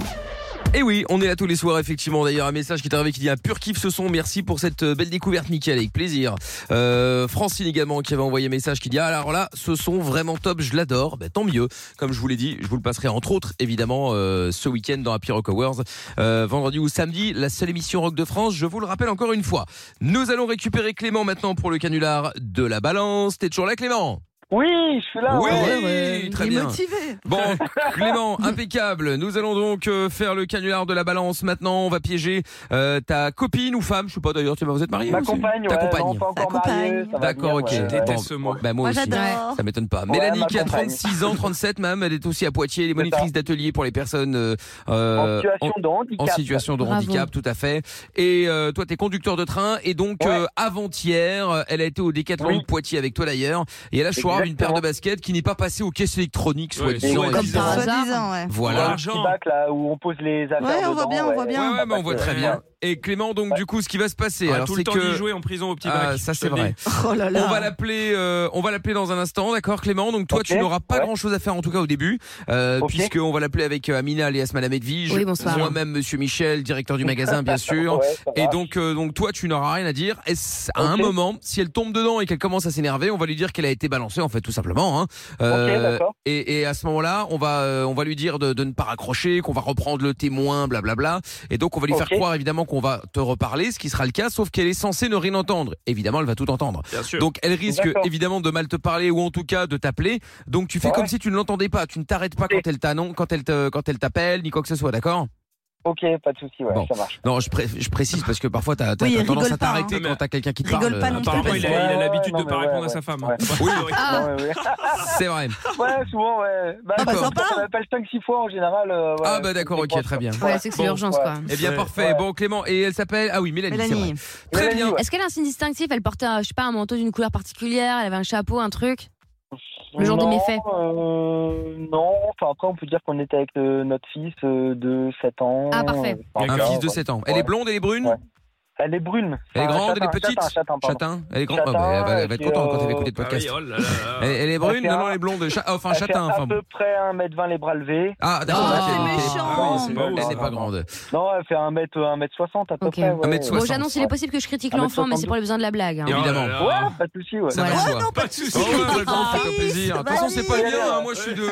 Et oui, on est là tous les soirs, effectivement. D'ailleurs, un message qui est arrivé qui dit un pur kiff ce son. Merci pour cette euh, belle découverte, Mickaël, avec plaisir. Euh, Francine également qui avait envoyé un message qui dit ah, alors là, ce son vraiment top, je l'adore. Ben, tant mieux. Comme je vous l'ai dit, je vous le passerai entre autres, évidemment, euh, ce week-end dans Happy Rock Awards, euh, vendredi ou samedi, la seule émission rock de France. Je vous le rappelle encore une fois. Nous allons récupérer Clément maintenant pour le canular de la balance. T'es toujours là, Clément Oui, je suis là. Ah. hein. Oui, ouais. très Il est bien. motivé. Bon, Clément, impeccable. Nous allons donc euh, faire le canular de la balance. Maintenant, on va piéger euh, ta copine ou femme, je sais pas d'ailleurs, tu vous êtes marié Ma ou c'est- compagne, Ta ouais, compagne. non, pas encore Ta mariée, compagne. ça va D'accord, venir, ok. ouais, ouais. déteste ce mot. Bah, moi Moi, aussi. j'adore. Ça m'étonne pas. Ouais, Mélanie ma qui a compagne. 36 ans, 37 même, elle est aussi à Poitiers, elle est C'est monitrice ça. d'atelier pour les personnes euh, En euh, situation de en handicap. situation de Bravo. handicap, tout à fait. Et euh, toi, t'es conducteur de train. Et donc, Ouais. euh, avant-hier, euh, elle a été au Décathlon Oui. de Poitiers avec toi d'ailleurs. Et elle a choisi une Exactement. paire de baskets qui n'est pas passée aux caisses électroniques, Ouais, soi-disant. ouais, et comme disant- par hasard. Soi-disant, ouais. Voilà. Petit bac, là où on pose les affaires. Ouais, on voit dedans, bien, on voit bien. Ouais, ouais, mais on voit très Ouais. bien. Et Clément, donc, Ouais. du coup, ce qui va se passer, Ah, alors tout c'est le temps que d'y jouer en prison au petit ah, bac. ça je te c'est le vrai. dis. Oh là là. On va l'appeler, euh, on va l'appeler dans un instant, d'accord, Clément. Donc toi, Ok, tu n'auras pas ouais. grand chose à faire en tout cas au début, euh, Ok. puisque on va l'appeler avec euh, Amina alias Madame Edwige, Oui, bonsoir. moi-même Monsieur Michel, directeur du magasin, bien sûr. Ouais, ça Et va. donc, euh, donc toi, tu n'auras rien à dire. Est-ce- à un Ok. moment, si elle tombe dedans et qu'elle commence à s'énerver, on va lui dire qu'elle a été balancée, en fait, tout simplement. Hein. Ok, d'accord. et, et à ce moment-là, on va, euh, on va lui dire de, de ne pas raccrocher, qu'on va reprendre le témoin, blablabla. Et donc, on va lui Ok. faire croire évidemment qu'on va te reparler, ce qui sera le cas, sauf qu'elle est censée ne rien entendre. Évidemment, elle va tout entendre. Bien sûr. Donc elle risque D'accord. évidemment de mal te parler ou en tout cas de t'appeler. Donc tu fais Ouais. comme si tu ne l'entendais pas, tu ne t'arrêtes pas quand elle t'annonce, quand elle te- quand elle t'appelle, ni quoi que ce soit, d'accord Ok, pas de souci, ouais, Bon. ça marche. Non, je, pré- je précise parce que parfois t'as t'as- Oui, t'as rigole tendance à pas, t'arrêter hein. quand t'as quelqu'un qui te Rigole parle. pas non euh, plus, par Apparemment, rapport- il Ouais, a il a ouais, l'habitude non, de mais pas ouais, répondre à ouais. sa femme. hein. Ouais. Oui, Ah. Ouais, ouais. c'est vrai. Ouais, souvent, ouais. Bah, Ah, bah, quand sympa. On m'appelle 5-6 fois en général. euh, ouais, Ah bah d'accord, c'est ok, bon. très bien. Ouais, c'est que c'est Bon, l'urgence ouais. quoi. Eh bien Ouais. parfait. Bon Clément et elle s'appelle ah oui Mélanie, c'est vrai. Mélanie. Très Mélanie, bien. ouais. Est-ce qu'elle a un signe distinctif Elle portait, un- je sais pas, un manteau d'une couleur particulière, elle avait un chapeau, un truc. Le jour des Non, méfaits. euh, Non, enfin après, on peut dire qu'on était avec euh, notre fils euh, de 7 ans. Ah, parfait. euh, enfin, Un D'accord. fils de 7 ans. Elle Ouais. est blonde, elle est brune, Ouais. Elle est brune. elle est Enfin, grande, elle est châtain, petite, Châtain, châtain, pardon. Chatin, elle est grande. Ah, bah, Châtain, elle va- elle va être et puis, contente quand elle va euh, écouter le Ah podcast. oui, oh là là. Elle elle est brune, Elle fait non, non, elle est blonde, cha- ah, enfin Elle fait châtain, à enfin bon. peu près 1m20 les bras levés. Ah d'accord. Ah, ok, c'est ok. méchant. Ah oui, c'est Bah oui, elle c'est n'est pas pas grande. Non, elle fait 1m, 1m60 à peu Ok. près. Ouais. 1m60. Bon, j'annonce, il est possible que je critique Ah, mais l'enfant, mais c'est 72. pour les besoins de la blague. hein. Et oh là Évidemment. là. Ouais, pas de souci, ouais. Ça va de soi. Pas de soucis. Oh, ouais, ouais, bon, fais-toi Fils, plaisir. De toute façon, bah, c'est pas le mien. hein. Moi, je suis, de,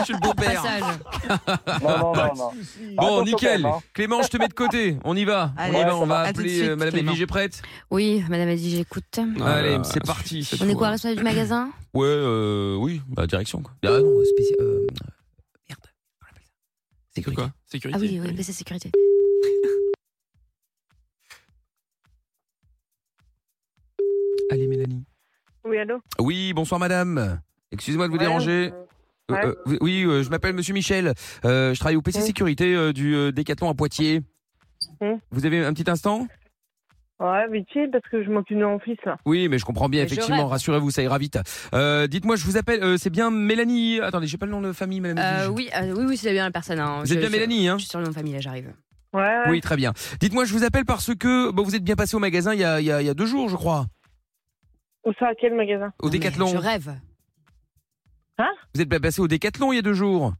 je suis le beau-père. Passage. Non, non, non, non. Bon, Attention nickel. quand même, hein. Clément, je te mets de côté. On y va. Allez, on y va. ça On va va. À tout de appeler suite, euh, Madame Clément. Edwige est prête. Oui, madame a dit j'écoute. Euh, Allez, c'est parti. On est quoi, responsable du magasin Ouais, euh, oui, bah, direction quoi. Ah non, spécial. Euh, merde. Comment on appelle ça Sécurité. Quoi Sécurité. Ah oui, oui, PC sécurité. Allez, Mélanie. Oui, allô Oui, bonsoir, madame. Excusez-moi de vous Ouais, déranger. euh, ouais. Euh, euh, oui, euh, je m'appelle Monsieur Michel. Euh, je travaille au PC Oui. Sécurité euh, du euh, Décathlon à Poitiers. Oui. Vous avez un petit instant Hein Ouais, vite fait, parce que je m'occupe de mon fils, là. Oui, mais je comprends bien, Mais je effectivement. rêve. Rassurez-vous, ça ira vite. Euh, Dites-moi, je vous appelle. euh, c'est bien Mélanie. Attendez, j'ai pas le nom de famille, Madame. Euh, Edwige. oui, euh, oui, oui, c'est bien la personne. hein. Vous Je- êtes bien je- Mélanie, hein Je suis sur le nom de famille, là, j'arrive. Ouais, ouais. Oui, très bien. Dites-moi, je vous appelle parce que bon, vous êtes bien passé au magasin il y a, il y a- il y a deux jours, je crois, Où ça, à quel magasin au Décathlon. Je rêve. Hein Vous êtes bien passé au Décathlon il y a deux jours.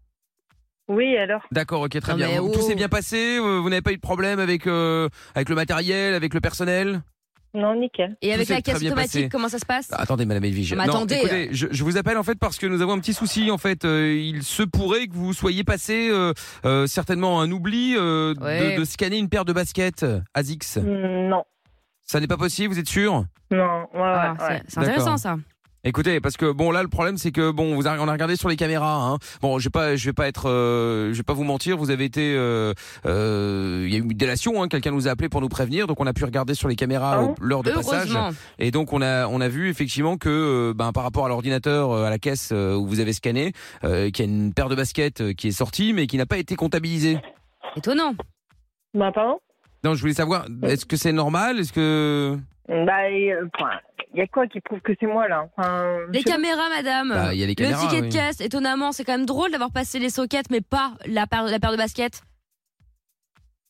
Oui, alors D'accord, ok, très Non, bien. mais Vous- oh. Tout s'est bien passé. euh, Vous n'avez pas eu de problème avec euh, avec le matériel, avec le personnel. Non, nickel. Et Tout avec s'est la caisse très bien passé. automatique, comment ça se passe Ah, Attendez, Madame Edwige. Mais Non, attendez. euh. écoutez, je, je vous appelle en fait parce que nous avons un petit souci. En fait, Euh, il se pourrait que vous soyez passé euh, euh, certainement un oubli euh, de- Ouais. de, scanner une paire de baskets euh, Asics. Mm, Non, Ça n'est pas possible, vous êtes sûr non, ouais, Ah, ouais, ouais. c'est- C'est intéressant D'accord. ça. Écoutez, parce que bon là le problème c'est que bon vous a- on a regardé sur les caméras. Hein. Bon, je vais pas, je vais pas être, euh, je vais pas vous mentir. Vous avez été, euh, euh, il y a eu une délation. Hein, Quelqu'un nous a appelé pour nous prévenir, donc on a pu regarder sur les caméras Ah au- l'heure de passage. Heureusement. Et donc on a on a vu effectivement que euh, ben, par rapport à l'ordinateur euh, à la caisse euh, où vous avez scanné, euh, qu'il y a une paire de baskets euh, qui est sortie mais qui n'a pas été comptabilisée. Étonnant. Bah, pardon Non, je voulais savoir est-ce que c'est normal Est-ce que Bah, il y a quoi qui prouve que c'est moi, là Enfin, je Les sais pas. caméras, madame. Bah, il y a les caméras, le ticket oui. de caisse, étonnamment, c'est quand même drôle d'avoir passé les sockets, mais pas la paire, la paire de baskets.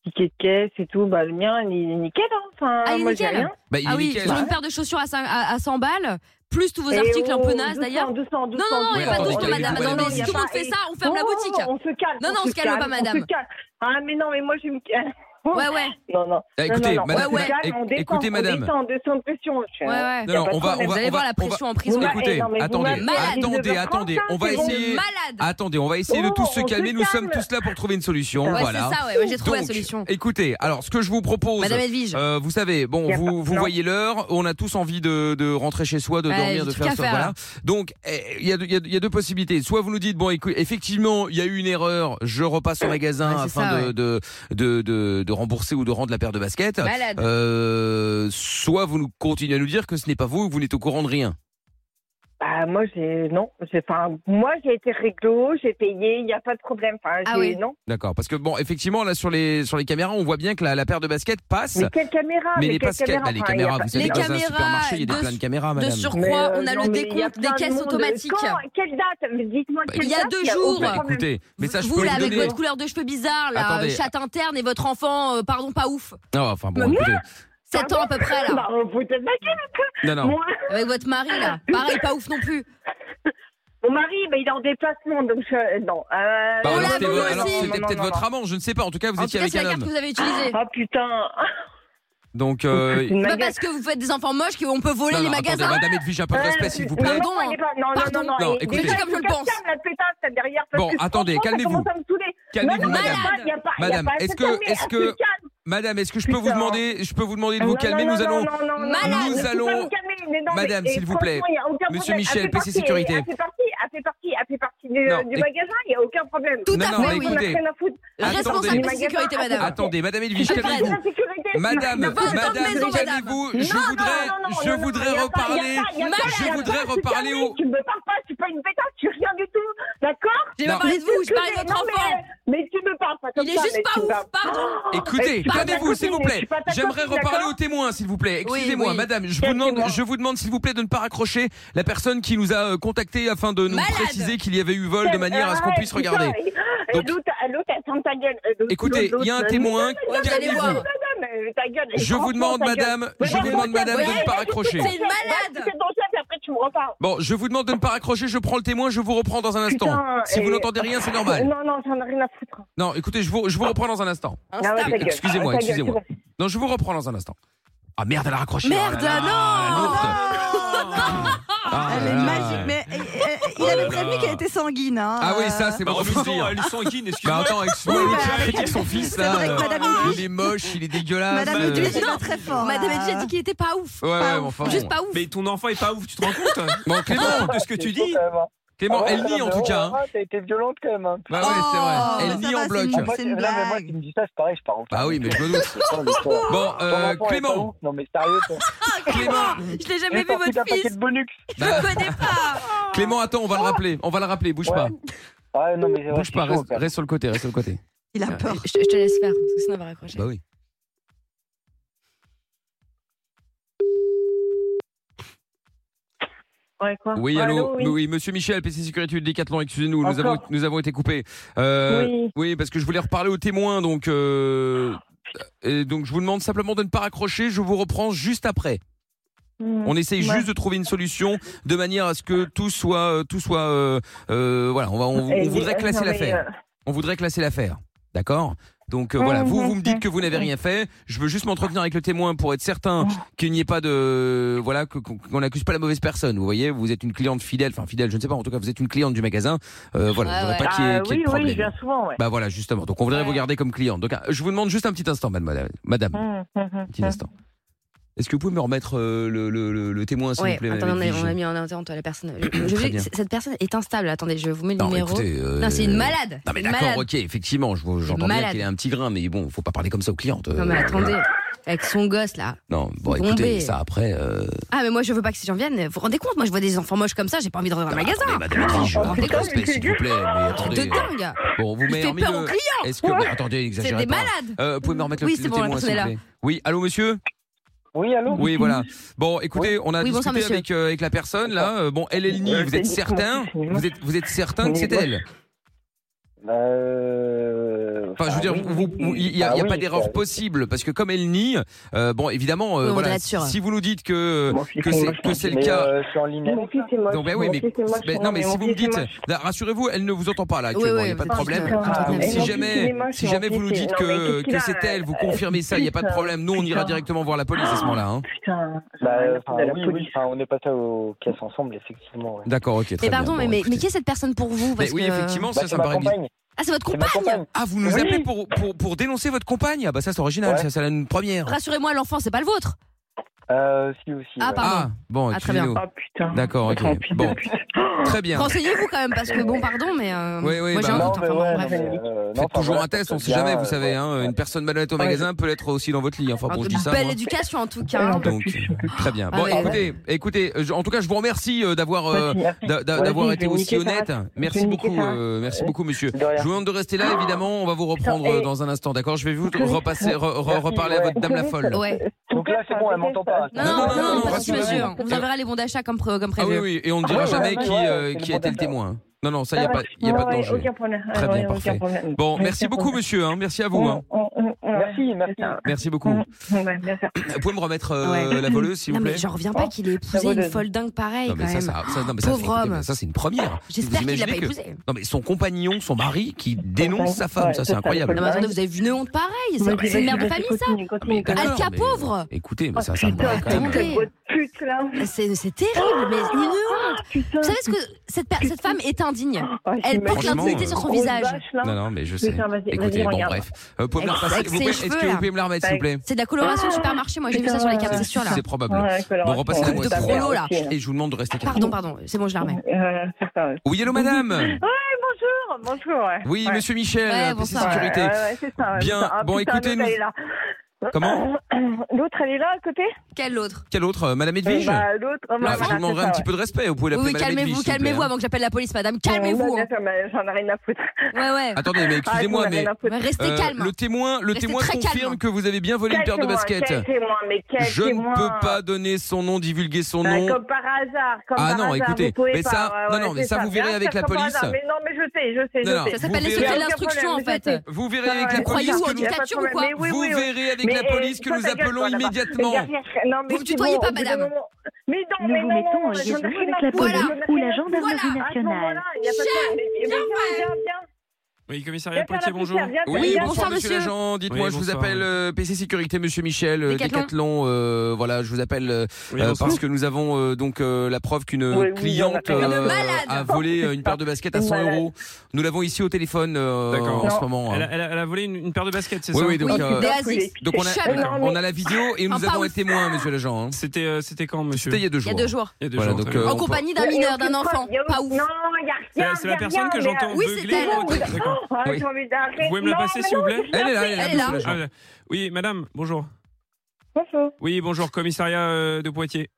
ticket de caisse et tout, bah, le mien, il est nickel, hein. Enfin, Ah, il est moi, j'ai nickel. rien. Bah, il ah est oui, nickel. sur une paire de chaussures à, cin- à- à 100 balles, plus tous vos Et articles un oh, peu nazes 200, d'ailleurs. 200, 200, Non, non, non, il n'y a pas de Ouais, douche, attendez, Oh, madame. attendez, Attendez, attendez, si tout le monde fait ça, on ferme la Non, non, boutique. non, on se calme. Non, non, on se calme pas, madame. on se calme. Ah, mais non, mais moi, je vais me. Ouais, ouais. Non, non. Ah, Non, écoutez, non, non, madame- on se ouais, calme, on éc- descend, écoutez, madame. On descend, on descend de pression. je suis- euh, Ouais, ouais. Y a Non, pas de on va, problème. on Vous va, allez on voir va- la on va- pression en prison. Vous m'avez- Écoutez, Eh non, mais vous attendez, Ah. m'avez- attendez, attendez. On va Ils demeurent essayer. Malade. Attendez, on va essayer de Oh, tous se on se calmer. Nous sommes calme. tous là pour trouver une solution. Ouais, Ouais, voilà. c'est ça, ouais. Moi, J'ai trouvé la Donc, solution. Écoutez, alors ce que je vous propose, Madame Edwige. euh, vous savez, bon, Y a vous, pas- vous non. voyez l'heure, on a tous envie de, de rentrer chez soi, de Ouais, dormir, j'ai tout de faire qu'à ça. faire, Voilà. là. Donc, eh, il y a, deux- il y a deux- il y a deux possibilités. Soit vous nous dites, bon, écoute, effectivement, il y a eu une erreur, je repasse au magasin Ouais, c'est afin ça, de, ouais. de, de, de- de rembourser ou de rendre la paire de baskets. Malade. Euh, soit vous nous continuez à nous dire que ce n'est pas vous, que vous n'êtes au courant de rien. Bah, moi, j'ai. Non. j'ai- Enfin, moi, j'ai été réglo, j'ai payé, il n'y a pas de problème. Enfin, Ah j'ai- oui. Non. D'accord, parce que bon, effectivement, là sur les sur les caméras, on voit bien que la, la paire de baskets passe. Mais quelle caméra Mais, les quelle baskets, caméra bah, les Enfin, caméras, y a pas- vous savez, Les dans un caméras, supermarché, il y a des de plein de su- caméras, De madame. Mais, surcroît, euh, on a non, le mais y a décompte des plein de caisses monde. automatiques. Quand Quelle date Mais Dites-moi Bah, quelle il y a date, deux y aucun jours. Bah, problème. écoutez, mais ça, je vous peux là vous avec donner. votre couleur de cheveux bizarre, là, Attendez. euh, chatte interne et votre enfant, euh, pardon, pas ouf. Non, enfin bon, écoutez. 7 ans à peu près Bah, là, on vous donne la gueule, Non, non. moi. avec votre mari là, pareil, pas ouf non plus. Mon mari, mais il est en déplacement, donc je... non. Euh... Bah, On alors, l'a c'était abandonné vo- alors, aussi. c'était peut-être votre amant, je ne sais pas. En tout cas, vous En tout étiez cas, avec c'est la un carte que homme. vous avez utilisée. Ah putain. Donc, euh, C'est Une pas magasin. Bah, parce que vous faites des enfants moches qu'on peut voler non, les non, attendez, magasins. madame Edwige, un peu de respect, s'il vous plaît. Pardon, Non, elle est pas- non, pardon. non, non, hein. Non, non. écoutez. c'est Comme je le pense. la pétasse, là, derrière. parce Bon, que attendez, franchement, ça calmez-vous. commence à me saouler. Calmez-vous, Non, non, madame. y a pas- y a Madame, pas à se est-ce que- calmer, est-ce à se que- calmer. Madame, est-ce que je peux vous Putain. demander, je peux vous demander de Non, vous non, calmer non, Nous non, allons, non, non, non, Malade. non, non, Nous non, allons- faut pas me calmer, mais non, mais- Madame, et s'il vous plaît. franchement, y a aucun Monsieur problème. Michel, Elle fait PC partie- Sécurité. Elle fait partie, elle fait partie, elle fait partie du, Non, du éc- magasin, il n'y a aucun problème. Tout à Non, fait, non, mais oui. On a écoutez. rien à foutre. Attendez. Responsable de Mais- sécurité, madame. Attendez, madame Edwige, Attendez. calmez-vous. La sécurité, Madame, pas autant de madame, maisons, madame. calmez-vous. Non, Je non, non, voudrais, non, je non, non, y voudrais a pas- y reparler. a pas- y a pas- y Je a voudrais pas- reparler tu te calmes, au. Tu me parles pas, je suis pas une pétasse, je suis rien du tout, d'accord J'ai Non. pas parlé de vous, je parlais de Non, votre mais- enfant. Mais tu me parles pas comme Il est ça, juste mais pas tu me ouf, parles- pardon. Écoutez, Bah, calmez-vous, écoute, s'il vous mais je plaît. suis pas ta J'aimerais copine, reparler d'accord au témoin, s'il vous plaît. Oui, Excusez-moi, oui. madame. Je vous demande, je vous demande, s'il vous plaît, de ne pas raccrocher la personne qui nous a euh, contacté afin de nous Malade. préciser qu'il y avait eu vol de manière à ce qu'on Ouais, puisse putain, regarder. et- et Donc- l'autre, l'autre, elle ferme ta gueule. Et l'autre, Écoutez, l'autre, il y a un l'autre, témoin. l'autre, Ouais, vous allez Calmez-vous. voir. l'autre, ta gueule, et Je vous franchement, demande, ta gueule. madame, Ouais, je ouais, vous ouais, demande, ouais, madame, de ouais, ne pas ouais, raccrocher. ouais, ouais, malade. C'est ton chef, et après tu me reparles. Bon, je vous demande de ne pas raccrocher. Je prends le témoin. Je vous reprends dans un instant. Putain, si vous et- n'entendez rien, c'est normal. Non, non, j'en ai rien à foutre. Non, écoutez, je vous, je vous reprends dans un instant. Ah ouais, ta gueule. Excusez-moi, Ta gueule, excusez-moi. c'est bon. Non, je vous reprends dans un instant. Ah merde, elle a raccroché. Merde, Oh là là, non, la lourde. Ah Elle là est là. Oh magique, mais eh, eh, il avait prévenu qu'elle était sanguine. hein. Ah oui, ça, c'est Bah, bon. en même temps, dire. elle est sanguine, Bah excuse-moi. attends, excuse-moi, Oui, l'autre bah, critique son fils là. vrai que euh, Madame il est moche, il est dégueulasse. Madame euh, Edwige, il Non, va très fort. Madame là. Edge a dit qu'il était pas ouf. Ouais, ouais, Pas bon, ouf. enfin. Juste bon. pas ouf. Mais ton enfant est pas ouf, tu te rends compte hein Ah, Bon, Clément, de ce que tu dis Clément, Ah ouais, elle nie en mais tout oh, cas. hein. ah, T'as été violente quand même. hein. Bah ouais, c'est Oh, vrai. ça Elle nie va, en c'est bloc. une Moi, C'est une là, mais moi, blague. tu me dis ça, c'est pareil, je pars en Bah oui, mais je me doute. Putain, mais toi, Bon, ton euh, enfant est pas Clément, ouf. Non, mais sérieux, toi. Clément, Ah, Je l'ai jamais J'ai vu, sorti d'un votre paquet fils. de bonux. Je le connais pas. Clément, attends, on va le rappeler. On va le rappeler, bouge pas. Ouais, non, mais c'est vrai, Bouge c'est pas, chaud, reste, quand même. reste sur le côté, reste sur le côté. Il a peur. Je, je te laisse faire, parce que sinon on va raccrocher. Ah. Bah oui. Ouais, quoi Oui, allô, oui. oui. monsieur Michel, PC Sécurité du Décathlon, excusez-nous, nous Encore avons, nous avons été coupés. Euh, Oui. parce que je voulais reparler aux témoins, donc, euh, et donc je vous demande simplement de ne pas raccrocher, je vous reprends juste après. hein. On essaye Ouais. juste de trouver une solution de manière à ce que tout soit, euh, tout soit, euh, euh, voilà, on va, on, on Et- voudrait euh, classer non, mais, l'affaire. euh, On voudrait classer l'affaire, d'accord donc euh, Ouais, voilà, vous ouais, vous me dites que vous n'avez rien fait. Je veux juste m'entretenir avec le témoin pour être certain qu'il n'y ait pas de voilà que- qu'on qu'on n'accuse pas la mauvaise personne. Vous voyez, vous êtes une cliente fidèle, enfin fidèle, je ne sais pas. En tout cas, vous êtes une cliente du magasin. Euh, voilà, Ouais, je voudrais ouais. pas qu'il y ait, ah, qu'il y ait oui, de oui, problème. je viens souvent, ouais. bah voilà, justement. Donc on voudrait vous Ouais. garder comme cliente. Donc euh, je vous demande juste un petit instant, mademoiselle, madame, Hum, hum, hum, un petit hum. instant. Est-ce que vous pouvez me remettre euh, le, le- le- le témoin s'il Ouais, vous plaît attendez, on madame a, on a Edwige mis en interrompt la personne. Je- je- Très je- bien. cette personne est instable. Attendez, je vous mets le Non, numéro. écoutez, euh, Non, c'est une malade. Non mais Une d'accord, malade. ok, effectivement, je vous- j'entends bien Malade. qu'il y a un petit grain, mais bon, faut pas parler comme ça aux clientes. Non, mais euh, attendez. Avec son gosse, là. Non, bon, Bombé. écoutez, ça après. euh, Ah, mais moi, je veux pas que ces gens viennent. Vous vous rendez compte Moi, je vois des enfants moches comme ça, j'ai pas envie de rentrer dans un non, magasin. attendez, Ah, madame Edwige, un peu de putain, respect, s'il vous plaît. mais Oh, De attendez. dingue Bon, on vous Il mettez fait en peur aux milieu. clients Est-ce que. mais attendez, C'est n'exagérez des pas. malades Euh, vous pouvez me remettre Oui, le, c'est le bon, la témoin, personne s'il est vous là. plaît. Oui, allô, monsieur Oui, allô Oui, voilà. Bon, écoutez, on a Oui, bonsoir, monsieur. discuté avec, euh, avec la personne, là. Euh, Bon, elle, elle nie. Euh, Vous c'est êtes dit, certain excusez-moi. Vous êtes, vous êtes certain que c'est Oui, elle Euh, Enfin, je veux dire, oui, vous- oui, vous- il n'y a, ah il y a oui, pas d'erreur c'est- possible parce que comme elle nie, euh, bon, évidemment, Oui, on euh, doit voilà, être sûr. si vous nous dites que Mon fils euh, que est c'est moche, que c'est le mais, cas. euh, je suis en ligne avec- Mon fils est moche. Donc, ben oui, mon mais, fils est moche, mais- non, mais si vous me dites, là, rassurez-vous, elle ne vous entend pas là Oui, actuellement, il oui, n'y a pas de parce problème. que- Ah, Donc, mais si mon jamais, si jamais vous nous dites que, que c'est elle, vous confirmez ça, il n'y a pas de problème. Nous, on ira directement voir la police à ce moment-là. hein. Putain, j'en ai Bah, rien à enfin, foutre de la oui, oui, police. enfin, on est passé aux caisses ensemble, effectivement. ouais. D'accord, ok. Mais très Eh, pardon, bien. mais, Bon, mais, mais écoutez. qui est cette personne pour vous Mais Parce oui, que- effectivement, Bah, ça, c'est ça me ma paraît bizarre. compagne. Ah, c'est votre C'est ma compagne compagne. Ah, vous nous Oui. appelez pour, pour, pour dénoncer votre compagne Ah, bah ça, c'est original, Ouais. ça, c'est la première. Rassurez-moi, l'enfant, c'est pas le vôtre. Euh, si aussi. Ah, ouais. pardon. Ah, bon, Ah, très bien. excusez-nous. Oh putain. D'accord, ok. Attends, putain, Bon. putain. Très bien. Renseignez-vous quand même, parce que bon, pardon, mais euh, Oui, oui, moi j'ai bah, un Non, doute. mais enfin, bon, ouais, bref. non, mais, euh, non, Faites enfin, toujours voilà, un test, on sait bien, jamais, euh, vous savez. ouais. hein, Une personne malhonnête au magasin peut l'être aussi dans votre lit. Enfin bon, je dis ça. hein. belle moi. éducation en tout cas. hein. Donc, euh, très bien. Bon, Ah ouais. écoutez, écoutez, je- en tout cas, je vous remercie euh, d'avoir euh, Merci. d'a- d'a- Vas-y, d'avoir je été vais aussi niquer ta honnête. race. Je Merci vais beaucoup, niquer ta race. euh, merci beaucoup, monsieur. De rien. Je vous demande de rester là, évidemment. On va vous reprendre Putain, euh, et- dans un instant, d'accord Je vais vous Clovis, repasser, re- re- merci, reparler à ouais. votre dame la folle. Ouais. Donc là, c'est bon, elle m'entend pas. Non, non, non, non, non, pas de soucis, rassurez-vous. monsieur. On vous enverra les bons d'achat comme, pré- comme Ah prévu. oui, oui, et on ne dira Ah ouais, jamais ouais, qui, ouais, euh, c'est qui le était le protecteur. témoin. Non, non, ça, il n'y a, pas- y a pas de danger. Très bien, parfait. Bon, merci beaucoup, monsieur. hein, Merci à vous. hein. Merci, merci. Merci beaucoup. Ouais, bien sûr. Vous pouvez me remettre euh, la voleuse, s'il Non, vous plaît mais j'en reviens Oh, pas qu'il ait épousé Ah, une voilà. folle dingue pareille Non, quand mais ça, même. ça, ça- non, mais ça, Pauvre c'est- écoutez, homme. Ah, mais ça, c'est une première. J'espère Vous qu'il l'a pas imaginez que- épousé. Non, mais son compagnon, son mari, qui dénonce sa femme, Ouais, ça, c'est c'est ça. incroyable. Non, mais attendez, vous avez vu une honte pareille. C'est c'est une mère de famille, ça. Continue, D'accord, Al Capone, mais, euh, pauvre Écoutez, mais Oh, ça, ça me putain, paraît Bah, quand même. attendez. Cette pute là. Ah, C'est c'est terrible, mais une honte. Putain. Ah, Vous savez ce que cette, per- cette femme est indigne. Elle porte Franchement, l'indignité euh, sur son Grosse visage. vache, là. Non, non, mais je sais. Putain, vas-y, Écoutez, vas-y, bon, regarde. bref. Euh, vous pouvez me la repasser- Avec vous ses pouvez- Est-ce cheveux, que vous là. pouvez me la remettre, s'il vous plaît C'est de la coloration supermarché, moi j'ai vu ça sur les cartes, c'est sûr là. C'est probable. Ouais, Bon, coloration, repassez la ouais, moi. de ta prolo, mère là. aussi. Et je vous demande de rester calme. Pardon, pardon, c'est bon, je la remets. Euh, c'est ça, ouais. Oui, allô, madame Bonjour, bonjour. ouais. Oui, Ouais. monsieur Michel, Ouais, PC bonsoir. Sécurité. Ouais, ouais, c'est ça, ouais, Bien, putain. Ah, bon, putain, écoutez, l'autre, nous- elle est là. Comment L'autre, elle est là à côté Quelle autre Quel autre euh, Madame Edwige Bah, l'autre, Là, voilà, je vous demanderai c'est un ça, petit peu de respect. Vous pouvez Oui, l'appeler oui, Madame calmez-vous, Edwige, s'il vous plaît, calmez-vous hein. avant que j'appelle la police, madame. ouais. Calmez-vous. Ouais, hein. bien sûr, mais J'en ai rien à foutre. Ouais, ouais. Attendez, mais excusez-moi, Ah, j'en ai mais rien à foutre. Ouais, Restez Euh, calme. Le témoin, le Restez témoin très confirme calme. que vous avez bien volé une Quel paire de témoin, baskets. Quel témoin, mais quel Je témoin ne peux pas donner son nom, divulguer son Bah, nom. Comme par hasard, comme Ah par non, hasard, écoutez, vous pouvez mais pas, ça- ouais, non, ouais, non, mais c'est ça, vous verrez Bien avec sûr, la comme par police. hasard. Mais non, mais je sais, je sais, Non, non, je sais. Ça s'appelle Vous les secrets verrez- de Aucun l'instruction en problème, fait. je sais. Vous verrez avec Ouais, la vous croyez police où, en que nous... dictature Dictature ou quoi mais oui, vous oui, oui. verrez avec Mais, la euh, police que toi, nous ta gueule, appelons toi, là-bas. immédiatement. Mais derrière- euh, non, mais Vous me c'est tutoyez bon, pas, au bout d'un madame. moment- Mais non, Nous mais vous non, mettons non, j'en en ai liaison rien à avec la foutre. police J'en ai rien ou à la foutre. À gendarmerie ce nationale. moment-là, il y a pas de problème. Mais- mais Viens, viens, viens. Oui, commissariat Viens de faire Poitiers, la bonjour. poussière, viens, Oui, viens. bonsoir, Bonsoir, monsieur monsieur. l'agent. Dites-moi, Oui, je vous bonsoir. appelle euh, PC Sécurité, monsieur Michel, euh, Décathlon. Décathlon. euh, voilà, je vous appelle euh, Oui, euh, bonsoir. parce que nous avons euh, donc euh, la preuve qu'une Oui, oui, cliente on a- euh, Une malade. a volé euh, une paire de baskets à Une 100 malade. euros. Nous l'avons ici au téléphone euh, D'accord. en Non. ce moment. Elle hein. a, elle a- elle a volé une, une paire de baskets, c'est Oui, ça oui, donc, Oui, euh, des Asics. donc on a, Chef. on a la vidéo et nous Enfin, avons pas un témoin, monsieur l'agent. hein. C'était, euh, c'était quand, monsieur C'était il y a deux Il y jours. a deux jours. Il y a deux Voilà, jours, donc, très bien. euh, En on peut- compagnie d'un Il y a mineur, aucune d'un enfant. preuve, il y a Pas aucune- ouf. Non, il n'y a rien. C'est- c'est il y la a personne rien, que mais- euh, j'entends Oui, beugler. c'était elle. au très, très grand. Oh, Oui. j'ai envie d'arrêter. Vous pouvez me la Non, passer, mais s'il vous non, plaît je- Elle est là, elle est là, Elle est là. monsieur l'agent. Ah, là. oui, madame, bonjour. Bonjour. Oui, bonjour, commissariat euh, de Poitiers.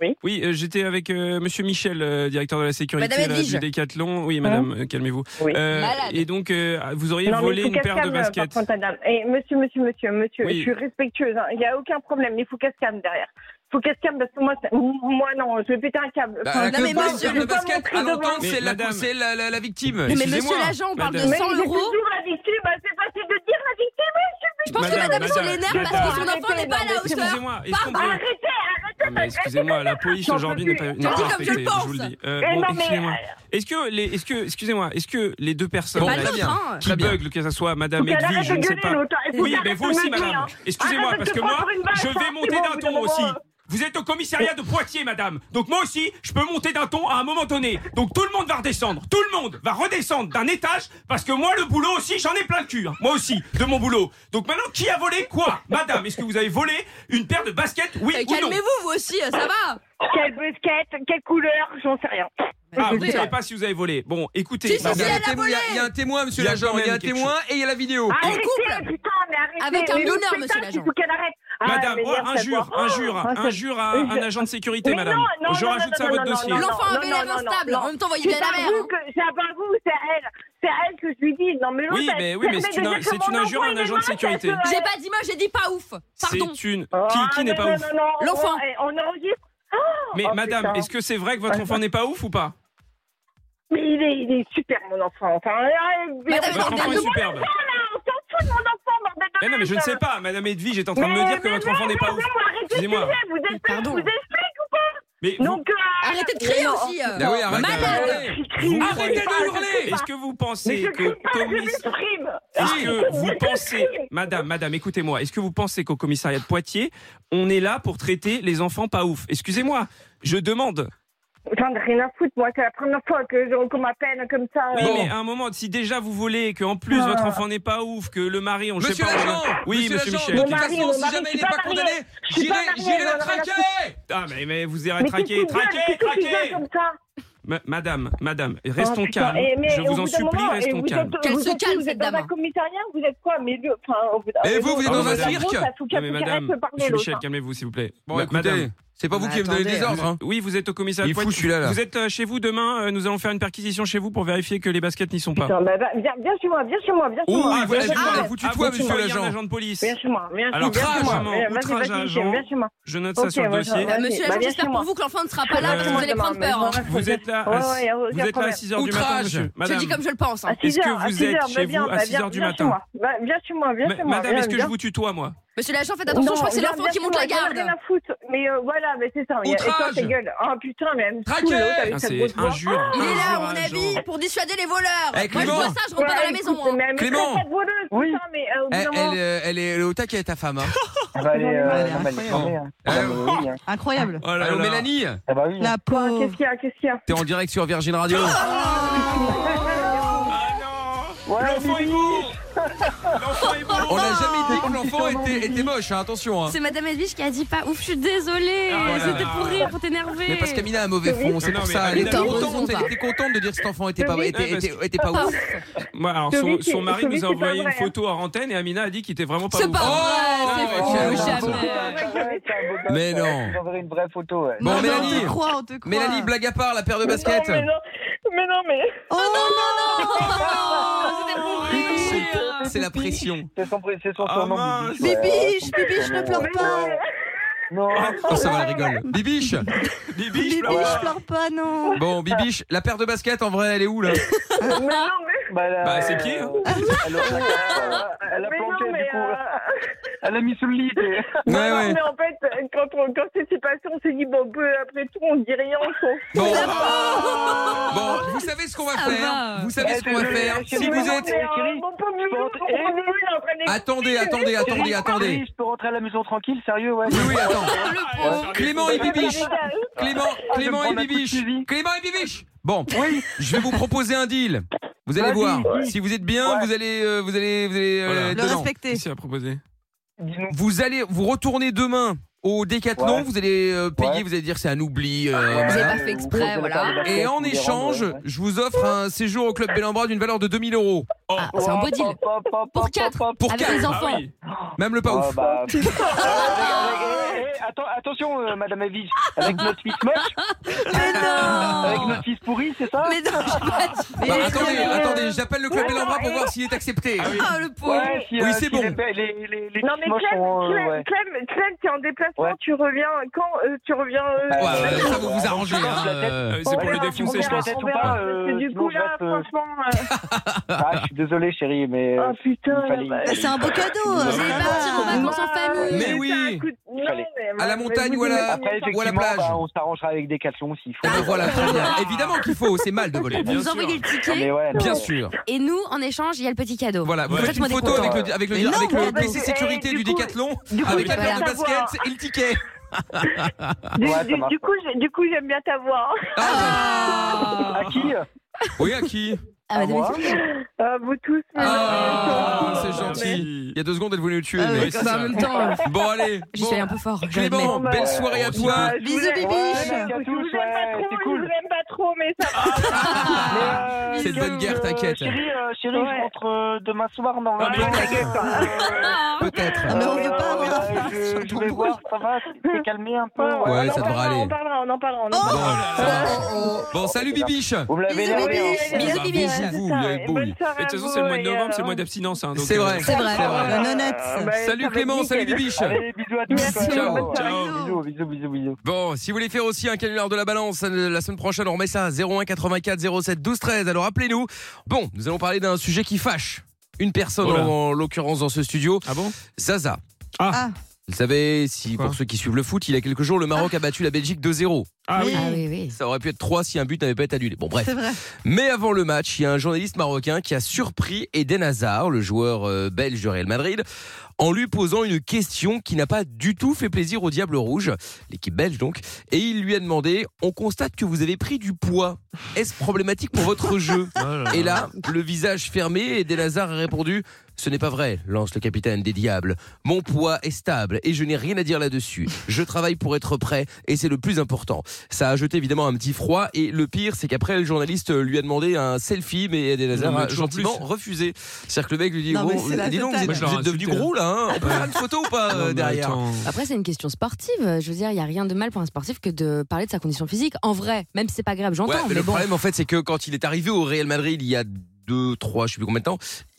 Oui. Oui, euh, j'étais avec euh, monsieur Michel, euh, directeur de la sécurité Madame là, Edwige. du Décathlon. Oui, madame, euh, calmez-vous. Hein Oui. Euh, Malade. et donc, euh, vous auriez Non, mais volé il faut une qu'elle paire se de calme, baskets. par contre, madame. Eh, monsieur, monsieur, monsieur, monsieur, Oui. je suis respectueuse. hein. Il n'y a aucun problème, mais il faut qu'elle se calme derrière. Il faut qu'elle se calme parce que moi, ça- moi non, je vais péter un câble. Bah, Enfin, la non, mais queue moi, de monsieur, sur je le vais pas basket montrer à devant. l'entente, Mais c'est la, madame- c'est la, la- la victime. Mais Excusez-moi. monsieur l'agent, on parle de Madame. 100 Mais c'est euros. toujours la victime, bah, c'est facile de dire la victime. Je pense que Madame, madame est sur madame, les nerfs madame. parce que son enfant n'est pas à la hauteur. Excusez-moi, est-ce qu'on peut- Arrêtez, arrêtez. Non, mais excusez-moi, la police J'en aujourd'hui peux n'est pas, plus. n'est pas Je le dis comme je le respectée, je vous le pense. dis. Euh, Eh bon, non, mais- excusez-moi. Est-ce que les, est-ce que, excusez-moi, est-ce que les deux personnes Bon, Pas très là, l'autre, bien. hein. qui Très bien. bugle, que ça soit madame Faut qu'elle Edwige, arrête je de ne sais gueuler, pas. l'autre. Il faut Oui, qu'elle mais vous arrête de aussi, me dire, madame. hein. Excusez-moi, Arrête de parce te que prendre moi, pour une vache, je vais hein, monter c'est bon, d'un au bout ton d'un aussi. moment, hein. Vous êtes au commissariat de Poitiers, madame. Donc moi aussi, je peux monter d'un ton à un moment donné. Donc tout le monde va redescendre. Tout le monde va redescendre d'un étage parce que moi, le boulot aussi, j'en ai plein le cul. hein. Moi aussi, de mon boulot. Donc maintenant, qui a volé quoi Madame, est-ce que vous avez volé une paire de baskets Oui Eh, ou non Calmez-vous, vous aussi, ça va. Quelle basket, quelle couleur, j'en sais rien. Ah, vous Écoutez. ne savez pas si vous avez volé. Bon, écoutez. Si, si, Non, madame, mais Il y, elle a a un témoin- il y a- il y a un témoin, monsieur Il y a l'agent. quand Il y a un même quelque témoin et il y a la vidéo. Arrêtez, couple. putain, mais arrêtez. Avec un Mais mineur, le monsieur spectacle, l'agent. Il faut qu'elle arrête. Ah, Madame, mais oh, merde, injure, ça- injure, Ah, ça- injure à Mais un je- agent de sécurité, Mais madame. non, non, je non, rajoute non, ça à non, votre non, dossier. non, L'enfant avait non, l'air non, non, instable. non. En même temps, voyez C'est bien la pas mère. vous que c'est pas vous, c'est elle. C'est elle que je lui dis. Non mais l'autre, Oui, elle mais se oui, mais permet c'est de une, dire que c'est mon une injure à un enfant, agent il de est sécurité. malade, J'ai pas d'image, j'ai dit pas ouf. Pardon. C'est une. Ah, Qui, qui n'est non, pas non, ouf non, non, oh, on- L'enfant. eh, On enregistre. Mais Oh, madame, putain. est-ce que c'est vrai que votre enfant n'est pas ouf ou pas Mais il est, il est super, mon enfant. Enfin, euh, euh, Madame euh, Votre enfant est mon superbe. enfant, là, on s'en fout de mon enfant, bordel de Mais non, mais je ne merde. sais pas, Madame Edwige est en train de me Mais- dire que mais votre enfant non, n'est pas non, ouf. non, arrêtez de Excusez-moi. crier, Vous êtes Pardon. vous explique ou pas Mais vous- Donc, euh, Arrêtez de crier mais non. aussi. euh. Bah oui, arrête Malade. de hurler. Je crie, vous je arrêtez crie pas, de je hurler crie pas. Est-ce que vous Mais pensez je que crie pas, je commis- m'exprime. Ah, Est-ce que vous Je pensez, crie. madame, madame, écoutez-moi, est-ce que vous pensez qu'au commissariat de Poitiers, on est là pour traiter les enfants pas ouf Excusez-moi, je demande. J'en ai rien à foutre, moi, c'est la première fois que je- qu'on m'appelle comme ça. Euh, Oui, Ah Bon. mais à un moment, si déjà vous volez, que en plus Ah. votre enfant n'est pas ouf, que le mari, on ne sait Monsieur pas. l'agent Oui, monsieur l'agent, Michel. De toute Mon mari, façon, mon si mari, jamais je il suis n'est pas pas mariée. condamné, Je suis j'irai pas mariée, j'irai la j'en ai rien à traquer Ah, mais, mais vous irez Mais traquer, qu'est-ce que tu gueules, traquer, qu'est-ce que tu gueules traquer comme ça Ma- Madame, madame, restons Oh, putain, calmes. eh, mais Je au vous bout en d'un supplie, moment, eh, restons vous calmes. êtes- Qu'elle vous se êtes où calme, Vous cette êtes dans dame. un commissariat, vous êtes quoi Mais le- enfin, au bout d'un- Et au vous, bout vous êtes d'un dans moment, un la cirque grosse, elle Non, fout quatre mais cigarettes, madame, peut parler, monsieur l'autre, Michel, hein. calmez-vous, s'il vous plaît. Bon, Ma- écoutez, c'est pas vous qui Mais me donnez attendez, des ordres. hein. Oui, vous êtes au commissariat. Il est de fou, Poitiers. celui-là, là. Vous êtes euh, chez vous demain. euh, nous allons faire une perquisition chez vous pour vérifier que les baskets n'y sont pas. Putain, bah, bah, viens, viens chez moi, viens chez moi, viens chez Ouh, moi. il va Viens la chez moi. jouer, elle vous tutoie, vous tutoyez monsieur l'agent. un agent de police. Viens chez moi, viens chez Alors, moi. viens chez moi. outrage, Viens, Vas-y, outrage vas-y, à Michel, agent. viens chez moi. Je note Ok, ça sur le moi, je- dossier. ouais. Euh, Monsieur Bah, l'agent, viens j'espère chez pour moi. vous que l'enfant ne sera pas là Ouais. parce que vous allez prendre Ouais, peur. hein. ouais, Vous êtes là. à- Ouais, ouais, ouais, vous aucun êtes là à problème. 6h du matin, Outrage. monsieur. Je le Madame. dis comme je le pense. hein. À 6 Est-ce que heures, à vous six êtes heures, chez bah, vous viens, à bah, 6 heures viens, du viens matin chez moi. Bah, Viens chez moi, viens Ma- chez moi. Madame, est-ce que je viens. vous tutoie, moi Monsieur l'agent, faites attention, je Non, crois que c'est viens, l'enfant viens qui chez monte moi, la j'en ai garde. rien à foutre. Mais euh, voilà, mais c'est ça. Et- Et toi, Outrage. ta gueule. Ah putain, mais elle me Traqué. saoule, l'autre, avec Ah, sa C'est grosse voix. injure. Il est là, à injure, mon agent. avis, pour dissuader les voleurs. Eh, Moi, je Clément. vois ça, je rentre pas dans la Ouais, maison. écoute, hein. mais elle me Clément. traite pas de voleuse, Oui. putain, mais euh, au bout Elle, d'un moment- elle, euh, elle est, elle est au taquet, ta femme. Hein. Elle va aller, euh, Elle est elle va aller incroyable. crever, hein. Euh, Ah bah oui, hein. Incroyable. Oh là Allô, là. Mélanie Ah bah oui. La Quoi, pauvre. Qu'est-ce qu'il y a Qu'est-ce qu'il y a T'es en direct sur Virgin Radio. Ah non Ouais, L'enfant est beau L'enfant est beau On n'a jamais dit que l'enfant était, était moche, hein, attention. Hein. Ah. C'est Madame Edwige qui a dit pas ouf, je suis désolée. Ah, voilà. C'était pour rire, pour t'énerver. Mais parce qu'Amina a un mauvais fond, c'est Non, pour mais ça. Elle était Amina- contente, T'as elle raison, était contente de dire que cet enfant était pas, Oui, était, parce était- était pas Pas ouf. ouf. Moi, alors, son, Celui qui- son mari celui nous a qui est pas envoyé une vrai, hein. photo à antenne et Amina a dit qu'il était vraiment pas C'est ouf. pas Oh, vrai, c'est quel faux, jamais. Ouais, c'est un beau gosse, Mais ouais. non. Je t'enverrai une vraie photo. ouais. Bon, Non, mais on Mélanie. te croit, on te croit. Mélanie, blague à part, la paire de baskets. Non, mais non, mais non, mais. Oh non, non, Oh, C'était pour rire. C'est la pression. C'est son, pré- c'est son Ah, surnom. mince. Bibiche, ouais, ouais, Bibiche, son petit Bibiche, ne surnom, pleure ouais. pas. Non. Oh, ça va, elle rigole. Bibiche Bibi, je Bibi, pleure je pas. pleure pas, non. Bon, Bibiche, la paire de baskets, en vrai, elle est où là Mais non, mais. Bah, elle a- Bah, c'est pied, hein. Elle a, elle a mais planté, non, mais, du coup. euh, Elle a mis sous le lit. t'es- Ouais, non, ouais. mais en fait, quand, on, quand c'est c'est passé, on s'est dit, bon, peu après tout, on dit rien, on s'en Bon. Bon, vous savez ce qu'on va Ça faire. va. Vous savez ce Eh, qu'on va faire. Si vous êtes. Mon pauvre Mimi, mon pauvre Eh Mimi, il est en train d'écouter. Attendez, attendez, attendez, attendez. Je peux rentrer à la maison tranquille, sérieux, ouais. Oui, oui, attends. Le Ah, pauvre. ça Clément et arrive. Bibiche. Ah, Clément, Clément prends un et coup de Bibiche. fusil. Clément et Bibiche. Bon, je vais vous proposer un deal. Vous allez Vas-y, voir. vas-y. Si vous êtes bien, Ouais. vous allez, euh, vous allez, vous allez. euh, Voilà. être Le dedans. respecter. Qu'est-ce qu'il a proposé Dis-nous. Vous allez, vous retournez demain au Décathlon. Ouais. Vous allez euh, payer. Ouais. Vous allez dire c'est un oubli. euh, Ouais, voilà. avez pas fait exprès, vous faites voilà. la carte de Et basket, en vous les échange, rendez, ouais. je vous offre un séjour au club Bellambra d'une valeur de 2000 euros. Ah, c'est un beau deal. Hop, hop, hop, hop, Pour hop, quatre. hop. Oh. Pour Avec quatre. les Ah enfants. oui Même le pas Ah, ouf. bah, putain. Euh, eh, eh, eh, attends, attention, euh, Madame Evige, avec notre fils moche, Mais avec non. notre fils pourri, c'est ça Mais non, j'ai pas dit. Mais Bah, les attendez, gars, attendez, j'appelle le club Ouais, Bellambra non, pour et- voir s'il est accepté. Ah, le pauvre. Ouais, si, Oui, euh, c'est si bon. Les, les, les, les Non, petits mais moches Clem, sont, euh, Clem, ouais. Clem, Clem, t'es en déplacement, Ouais. tu reviens. Quand euh, tu reviens euh, Ouais, Ah, ouais, ça vous vous Je arrangez. hein, lance la tête. euh. Euh, C'est on pour le verra, défoncer, on je verra, pense. tête ou on verra, pas, parce euh, que du sinon coup, je reste, là, euh, franchement. euh, Ah, je suis désolé, chérie, mais. euh, Ah putain. il fallait- bah, Bah, C'est un beau cadeau. Vous Vous allez ça partir en va. vacances en famille. Mais oui. ça coûte- non, Fallait. mais À la mais montagne vous ou à la- imaginez Après, pas. Ou à la effectivement, plage. bah, on s'arrangera avec des caleçons s'il faut. Ah, voilà, très bien. Évidemment qu'il faut, c'est mal de voler. Bien Vous sûr. envoyez le Ah, ticket mais ouais, non. Bien sûr. et nous, en échange, il y a le petit cadeau. Voilà, vous Ouais. faites une Faites-moi des photo avec photos. le, avec le, Mais non, avec le mais attends. PC sécurité Eh, du du coup- Décathlon, du coup, avec la j'aime paire de bien savoir. baskets et le ticket. Du, Ouais, ça du- marche du coup, j'ai- du coup, j'aime bien ta voix. hein. Ah, Ah, À qui bah, oui, à qui Ah, Madame moi Edwige. Ah, vous tous. mais- Ah, Ah, c'est gentil. merci. Il y a deux secondes, elle voulait le tuer. Ah mais- ouais, c'est ça. En même temps, Bon, allez. j'y Bon, suis allée un peu fort. je l'admets. Clément, Bon, bah, belle soirée à oh, toi. Ah, je vous Bisous, aime- Bibiche. merci à Je tous, vous aime ouais, pas trop, c'est je cool. vous aime pas trop, mais ça va. Mais, euh, C'est de bonne guerre, euh, t'inquiète. Chérie, euh, chérie Ouais. je rentre euh, demain soir dans la Ah, mais maison. t'inquiète Euh, Peut-être. Ah, mais on veut euh, pas avoir un euh, flash je- sur Je ton vais bout. voir, ça va, t'es calmé un peu. Bon, Ouais, Hum. on ça en devrait parlera, aller. On en parlera, on en parlera. On en Oh Bon, parlera. Bon, salut Bibiche. Vous me l'avez Bisous, énervé, bisous. hein. allez, Bisous, allez, Bibi. allez, c'est Vous, vous, ça, les et boules. bonne soirée Mais De toute à façon, c'est le mois de vous, et novembre, c'est le alors mois d'abstinence. hein, donc, C'est euh, vrai. C'est vrai. C'est vrai. La nonnette. Ah, Euh, bah, ça Salut va Clément, être salut nickel. Bibiche. Allez, bisous à tous. Merci, Ciao. bonne soirée. Ciao. Bisous, bisous, bisous, bisous. Bon, si vous voulez faire aussi un canular de la balance euh, la semaine prochaine, on remet Gardez ça 01 84 07 12 13. Alors appelez-nous. Bon, nous allons parler d'un sujet qui fâche une personne Oh là. en, en l'occurrence dans ce studio. Ah bon Zaza. Ah. Vous savez, si pour ceux qui suivent le foot, il y a quelques jours, le Maroc a battu la Belgique 2-0. Ah oui. Ah oui, Ça aurait pu être 3 si un but n'avait pas été annulé. Bon, bref. C'est vrai. Mais avant le match, il y a un journaliste marocain qui a surpris Eden Hazard, le joueur euh, belge du Real Madrid, en lui posant une question qui n'a pas du tout fait plaisir au Diable Rouge, l'équipe belge donc, et il lui a demandé On constate que vous avez pris du poids. Est-ce problématique pour votre jeu Et Oh là, le visage fermé, Eden Hazard a répondu ce n'est pas vrai, lance le capitaine des diables. Mon poids est stable et je n'ai rien à dire là-dessus. Je travaille pour être prêt et c'est le plus important. Ça a jeté évidemment un petit froid et le pire c'est qu'après le journaliste lui a demandé un selfie mais Eden Hazard Non, mais a toujours plus. gentiment refusé. C'est-à-dire que le mec lui dit Non, mais Bon, c'est la dis donc totale. vous Moi, êtes, je l'aurais vous êtes devenu insulté. gros là, hein on peut faire une photo ou pas euh, derrière Après, c'est une question sportive. Je veux dire, il n'y a rien de mal pour un sportif que de parler de sa condition physique. En vrai, même si c'est pas grave, Ouais, j'entends. mais mais le bon. problème en fait c'est que quand il est arrivé au Real Madrid il y a deux, trois, je sais plus combien de temps,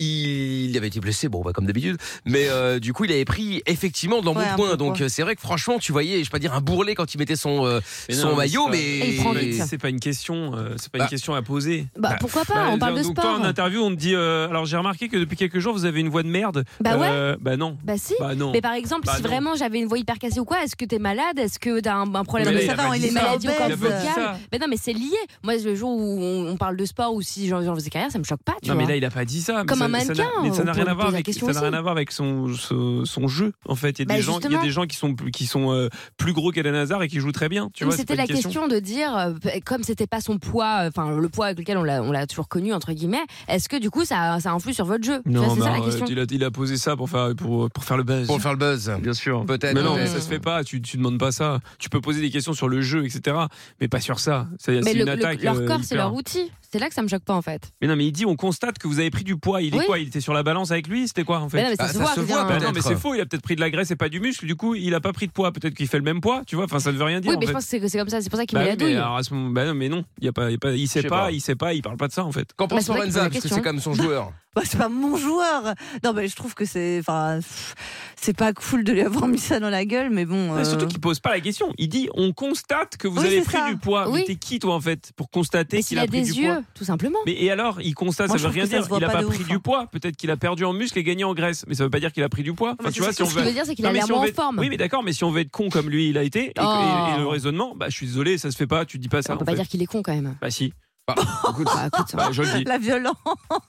il avait été blessé, bon bah comme d'habitude, mais euh, du coup il avait pris effectivement dans mon Ouais, un peu point. de Donc poids. euh, c'est vrai que franchement tu voyais, je vais pas dire un bourrelet quand il mettait son euh, Mais son non, mais maillot, c'est mais, pas- Et il prend vite. C'est pas une question, euh, c'est pas Bah. une question à poser. Bah, pourquoi pas Bah, On parle de donc, Toi, sport. en interview, on te dit. euh, alors, j'ai remarqué que depuis quelques jours, vous avez une voix de merde. Bah ouais. Euh, bah non. Bah si. ah Bah non. Mais par exemple, Bah si non. vraiment j'avais une voix hyper cassée ou quoi, est-ce que t'es malade Est-ce que t'as un, un problème Mais là, de il ça a va, on pas est dit mal ça. maladie au obèse. Il corps a pas dit vocal ça. Mais non, mais c'est lié. Moi, le jour où on, on parle de sport ou si j'en j'en faisais carrière, ça me choque pas, tu Non, vois. mais là, il a pas dit ça. mais Comme ça- un ça n'a- mannequin, mais on ça n'a peut rien à lui voir poser la avec question ça n'a aussi. rien à voir avec son son, son jeu. En fait, il y a Bah, des gens, il y a justement. des gens qui sont plus- qui sont euh, plus gros qu'Eden Hazard et qui jouent très bien. Tu Mais vois, c'est c'était pas la une question. de dire, euh, p- comme c'était pas son poids, euh, enfin le poids avec lequel on l'a on l'a toujours connu entre guillemets, est-ce que du coup ça, ça influe sur votre jeu Tu vois, Non, c'est ça bah, la euh, question. il, a, il a posé ça pour faire pour pour faire le buzz. pour faire le buzz. Bien sûr. Peut-être, euh, Mais non, peut-être. mais ça se fait pas. Tu, tu demandes pas ça. Tu peux poser des questions sur le jeu, etc. Mais pas sur ça. C'est mais c'est le- une le- attaque. leur euh, corps, c'est hyper- leur outil. C'est là que ça me choque pas en fait. Mais non, mais il dit on constate que vous avez pris du poids. Il est Oui. quoi Il était sur la balance avec lui C'était quoi en fait Mais non, mais ça Ah, se ça voit. se je veux voit, dire, Bah peut-être. non, mais c'est faux. Il a peut-être pris de la graisse et pas du muscle. Du coup, il a pas pris de poids. Peut-être qu'il fait le même poids. Tu vois Enfin, ça ne veut rien dire. Oui, en mais je fait. pense que c'est- que c'est comme ça. C'est pour ça qu'il Bah met oui, la mais douille. alors, à ce moment- bah non, mais non, il y a pas, il y a pas, il sait Je sais pas, pas. il sait pas, il parle pas de ça en fait. Qu'en pense c'est vrai que c'est Lorenza la Parce que question. c'est quand même son joueur. Bah, c'est pas mon joueur. Non, mais je trouve que c'est, enfin, pff, c'est pas cool de lui avoir mis ça dans la gueule, mais bon. Mais Surtout euh, qu'il pose pas la question. Il dit on constate que vous Oui, avez c'est pris ça. du poids. Oui. Mais t'es qui toi en fait pour constater Mais qu'il s'il a, a pris des du poids yeux, tout simplement. Mais et alors, il constate, Moi, ça je veut trouve rien que ça dire. se voit il a pas pas de pris ouf, du hein. poids. Peut-être qu'il a perdu en muscle et gagné en graisse. Mais ça veut pas dire qu'il a pris du poids. Enfin, mais tu c'est vois, ça si on Ce qui veut. veut dire, c'est qu'il Non, a mais l'air si on moins en veut- forme. Oui, mais d'accord, mais si on veut être con comme lui, il a été, et, que- et- Oh. et le raisonnement, bah, je suis désolé, ça se fait pas, tu dis pas ça. On peut en pas fait. dire qu'il est con quand même. Bah, si. Bah, écoute, Bah, je le dis. La violence.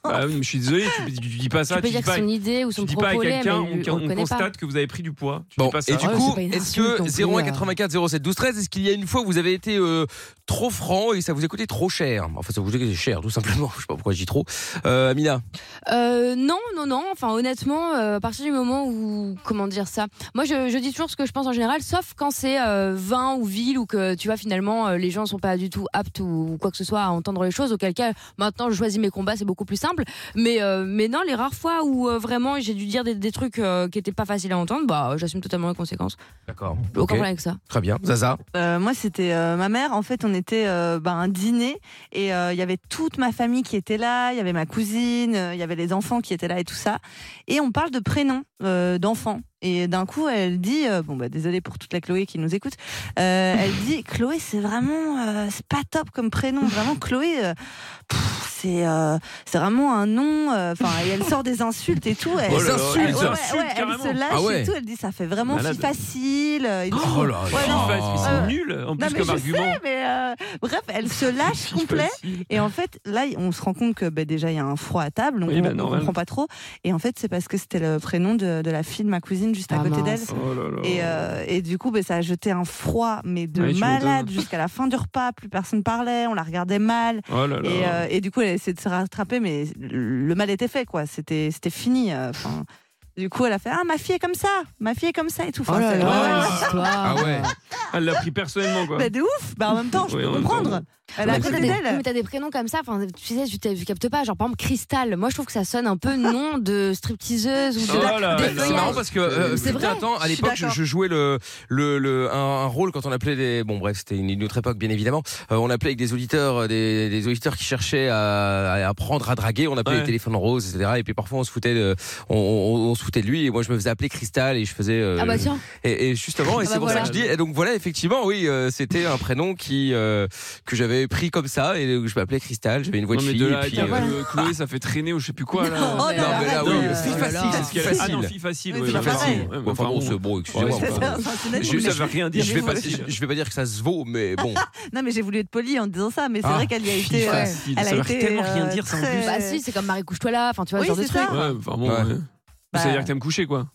Bah, oui, mais je suis désolé, tu, tu dis pas ça, tu peux tu dis dire que pas. son idée ou Tu son dis pas à propos l'est, mais quelqu'un, on, on on connaît pas. constate que vous avez pris du poids. Tu Bon, dis pas ça. et du Ouais, coup, c'est pas une est-ce insulte que non plus, euh. hein. 01 84 07 12 13, est-ce qu'il y a une fois où vous avez été euh, trop franc et ça vous a coûté trop cher Enfin, ça vous a coûté cher, tout simplement. Je sais pas pourquoi je dis trop. Euh, Amina, Euh, non, non, non. Enfin, honnêtement, euh, à partir du moment où, comment dire ça Moi, je, je dis toujours ce que je pense en général, sauf quand c'est euh, vin ou ville ou que tu vois finalement euh, les gens sont pas du tout aptes ou, ou quoi que ce soit à entendre les choses. Auquel cas, maintenant, je choisis mes combats, c'est beaucoup plus simple. Mais, euh, mais non, les rares fois où euh, vraiment j'ai dû dire des, des trucs euh, qui étaient pas faciles à entendre, bah, euh, j'assume totalement les conséquences. d'accord. Aucun Ok, problème avec ça. très bien. Zaza, Euh, moi, c'était euh, ma mère. En fait, on était euh, bah, un dîner et euh, il y avait toute ma famille qui était là. Il y avait ma cousine, euh, il y avait les enfants qui étaient là et tout ça. Et on parle de prénoms euh, d'enfants. Et d'un coup, elle dit, euh, bon bah désolée pour toute la Chloé qui nous écoute. Euh, elle dit, Chloé, c'est vraiment, euh, c'est pas top comme prénom. Vraiment, Chloé, euh, pff, c'est, euh, c'est vraiment un nom. euh, Enfin, et elle sort des insultes et tout. Elle, Oh là là, insulte, elle, des insultes, elle carrément. se lâche Ah ouais. et tout. Elle dit, ça fait vraiment Malade. fille facile. euh, et tout. Oh là là. Ouais, non, Face, mais Euh, c'est nul en non, plus mais comme je argument. mais euh, bref, elle se lâche complet. Et en fait, là, on se rend compte que bah, déjà, il y a un froid à table, donc Oui, bah, on ne normal. comprend pas trop. Et en fait, c'est parce que c'était le prénom de, de la fille de ma cousine juste à Ah, côté d'elle. mince. Oh là là. Et, euh, et du coup, bah, ça a jeté un froid, mais de Ouais, tu malade m'étonnes. jusqu'à la fin du repas. Plus personne parlait, on la regardait mal. Oh là là. Et, euh, et du coup, elle a essayé de se rattraper, mais le mal était fait, quoi. C'était c'était fini. euh, enfin. du coup, elle a fait Ah, ma fille est comme ça, ma fille est comme ça et tout. Enfin, c'est- Oh là. ouais, ouais. Ah ouais. Elle l'a pris personnellement quoi. Bah, de ouf Bah, en même temps, je Oui, peux en même temps, comprendre. Elle est à Bah, Après, t'as côté des, d'elle. oui, Ah, mais t'as des prénoms comme ça, enfin, tu sais, tu, t'as- tu captes pas. Genre, par exemple, Cristal. Moi, je trouve que ça sonne un peu nom de stripteaseuse ou de. Oh là là. des Bah, c'est feuillages. marrant parce que euh, C'est putain, vrai. attends, Je à suis l'époque je, d'accord. je jouais le, le, le- un, un rôle quand on appelait des bon bref c'était une, une autre époque bien évidemment Euh, on appelait avec des auditeurs euh, des, des auditeurs qui cherchaient à, à apprendre à draguer on appelait Ouais. les téléphones roses etc et puis parfois on se foutait de, on, on- on se foutait de lui et moi je me faisais appeler Cristal et je faisais euh, Ah bah tiens. et, et justement et Ah c'est bah pour ça voilà. que je dis et donc voilà effectivement oui euh, c'était un prénom qui euh, que j'avais m'avait pris comme ça et je m'appelais Cristal, j'avais une voix de Non, mais fille. de là, et puis, à dire, euh, Ah, euh, Chloé, ça fait traîner ou je sais plus quoi. Là. Non, Oh là non, là, mais là, arrête, oui, euh, fille oh là facile, là. c'est ce qu'elle- Ah non, fille facile. Oui, oui, c'est bah, pas oui, facile. pareil. Ouais, mais Bon, enfin bon, bon. c'est bon, excusez-moi. Ouais, C'est enfin, ça, bon. c'est net, Je- mais- ça veut rien dire. Je vais, pas, c'est facile. je- je vais pas dire que ça se vaut, mais bon. Non, mais j'ai voulu être polie en disant ça, mais c'est Ah, vrai qu'elle y a fille été. euh, facile, elle ça a veut été, tellement rien euh, dire, ça, en très- plus. Bah si, c'est comme Marie couche-toi là, enfin tu vois, Oui, ce genre de c'est truc. ça. Ouais, enfin bon. Ouais. ouais. Bah, Ça veut dire que t'aimes coucher, quoi.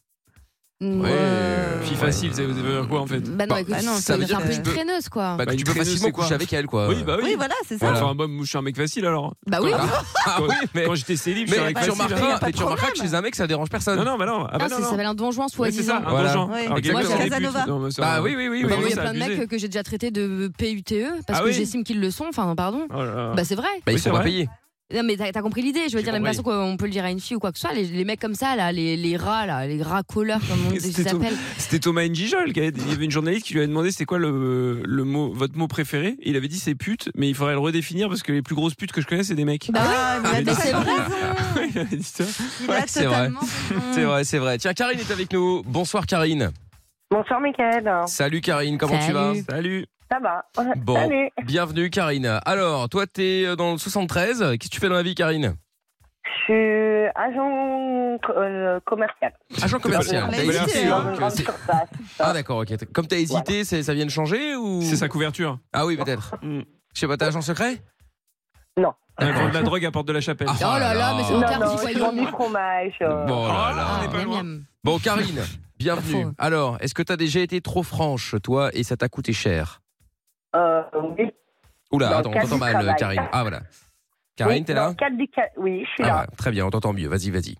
Mm, Ouais, euh, Fille Ouais. facile, ça veut dire quoi, en fait Bah non, Bah, écoute, bah non, ça veut dire un que peu tu une peux- traîneuse quoi. Ah, Bah, que Bah, tu une peux traîneuse, facilement c'est quoi coucher avec elle, quoi. Oui, bah oui. Oui, voilà, c'est ça. Voilà. Enfin, moi, je suis un mec facile, alors. Bah oui, Quand- Ah oui, mais, Quand j'étais célib, je mais suis un mec tu, facile. remarques- remarqueras, pas de mais tu remarqueras que problème. chez un mec, ça dérange personne. Non, non, bah non. Ah, bah Putain, non, ça non. s'appelle un donjon Ouais, c'est ça, soi-disant. un Voilà. donjon. Oui. Alors, Moi, quelqu'un, je ça suis débute. Casanova. Non, mais ça- Ah, Bah oui, oui, Mais oui. oui. Bah, non, moi, il y c'est a plein de abusé. mecs que j'ai déjà traité de PUTE E parce Ah que oui j'estime qu'ils le sont, enfin pardon. Oh là là. Bah c'est vrai. Bah, ils Oui, sont c'est pas vrai. payés. Non mais t'as t'as compris l'idée, je veux J'ai dire la même compris. façon qu'on peut le dire à une fille ou quoi que ce soit, les, les mecs comme ça là, les, les rats là, les rats colleurs comme on les C'était tout. appelle. C'était Thomas N'Gijol. qui avait- Il y avait une journaliste qui lui avait demandé c'était quoi le, le mot, votre mot préféré. Et il avait dit c'est pute, mais il faudrait le redéfinir parce que les plus grosses putes que je connais, c'est des mecs. Bah Ah, mais Mais il a c'est totalement vrai. raison. il avait dit ça. Il Ouais, a c'est vrai. totalement raison. C'est vrai, c'est vrai. Tiens, Karine est avec nous. Bonsoir, Karine. Bonsoir, Michael. Salut, Karine, comment tu vas Salut. Salut. Ça va Bon. Salut. Bienvenue, Karine. Alors, toi, t'es euh, dans le 73. Qu'est-ce que tu fais dans la vie, Karine Je suis agent euh, commercial. Agent Ah. commercial. T'as T'as hésité, hésité, hein. hein, Dans une que grande c'est- surface. Ah, d'accord, ok. T'as- Comme t'as hésité, c'est- ça vient de changer ou C'est sa couverture. Ah oui, peut-être. Mm. Je sais pas, t'es agent secret Ah, Quand de la drogue à porte de la chapelle. Ah, Oh là là, mais c'est Non, en Non, termes non, d'y je vends du voyons. fromage. euh. Bon, là, là. Ah, on est pas miam, loin. miam. Bon, Karine, bienvenue. Parfois. Alors, est-ce que t'as déjà été trop franche, toi, et ça t'a coûté cher Euh, oui. Dans Oula, le attends, on cadre t'entend du mal, travail. Karine. Ah, voilà. Oui, Karine, t'es dans là le cadre du ca- Oui, je suis Ah, là. voilà, Très bien, on t'entend mieux. Vas-y, vas-y.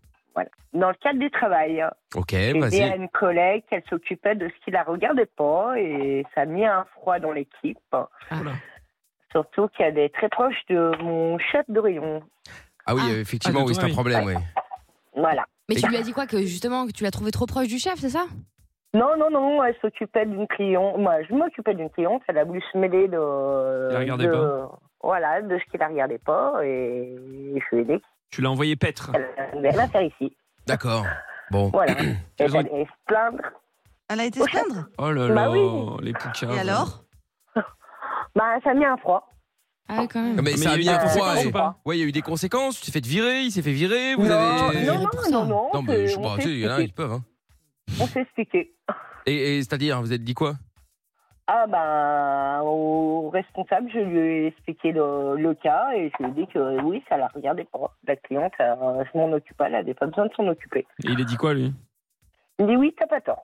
Dans le cadre du travail, Ok, j'ai aidé à vas-y. une collègue qu'elle s'occupait de ce qui la regardait pas et ça a mis un froid dans l'équipe. Ah. Oula. Surtout qu'elle est très proche de mon chef de rayon. Ah oui, Ah. effectivement, Ah, oui, c'est un oui. problème, oui. Voilà. Mais tu lui as dit quoi que justement que tu l'as trouvé trop proche Euh, du chef, c'est ça Non, non, non, elle s'occupait d'une cliente. Moi, je m'occupais d'une cliente, elle a voulu se mêler de. Elle la regardait de- Voilà, de ce qui la regardait pas et je lui ai dit Tu l'as envoyé paître. qu'elle avait rien à faire ici. D'accord. Bon. Voilà. Elles elle ont- allait se plaindre. Elle a été se plaindre Oh là Bah là, oui. les poucas. Et alors Bah, ça a mis un froid. Ah ouais, quand même. Mais, Mais ça a il mis y a eu un des froid. conséquences et- Ah, ou pas Ouais, il y a eu des conséquences. Tu t'es fait virer, il s'est fait virer. Vous Non, avez. non, non, non, Non, mais je sais on pas, s'est tu sais, il y en a, ils expliqué. peuvent. Hein. On s'est expliqué. Et, et c'est-à-dire, vous êtes dit quoi Ah ben, au responsable, je lui ai expliqué le, le cas et je lui ai dit que oui, ça la regardait pas. La cliente, euh, je m'en occupe pas, elle n'avait pas besoin de s'en occuper. Et il a dit quoi, lui Il dit oui, t'as pas tort.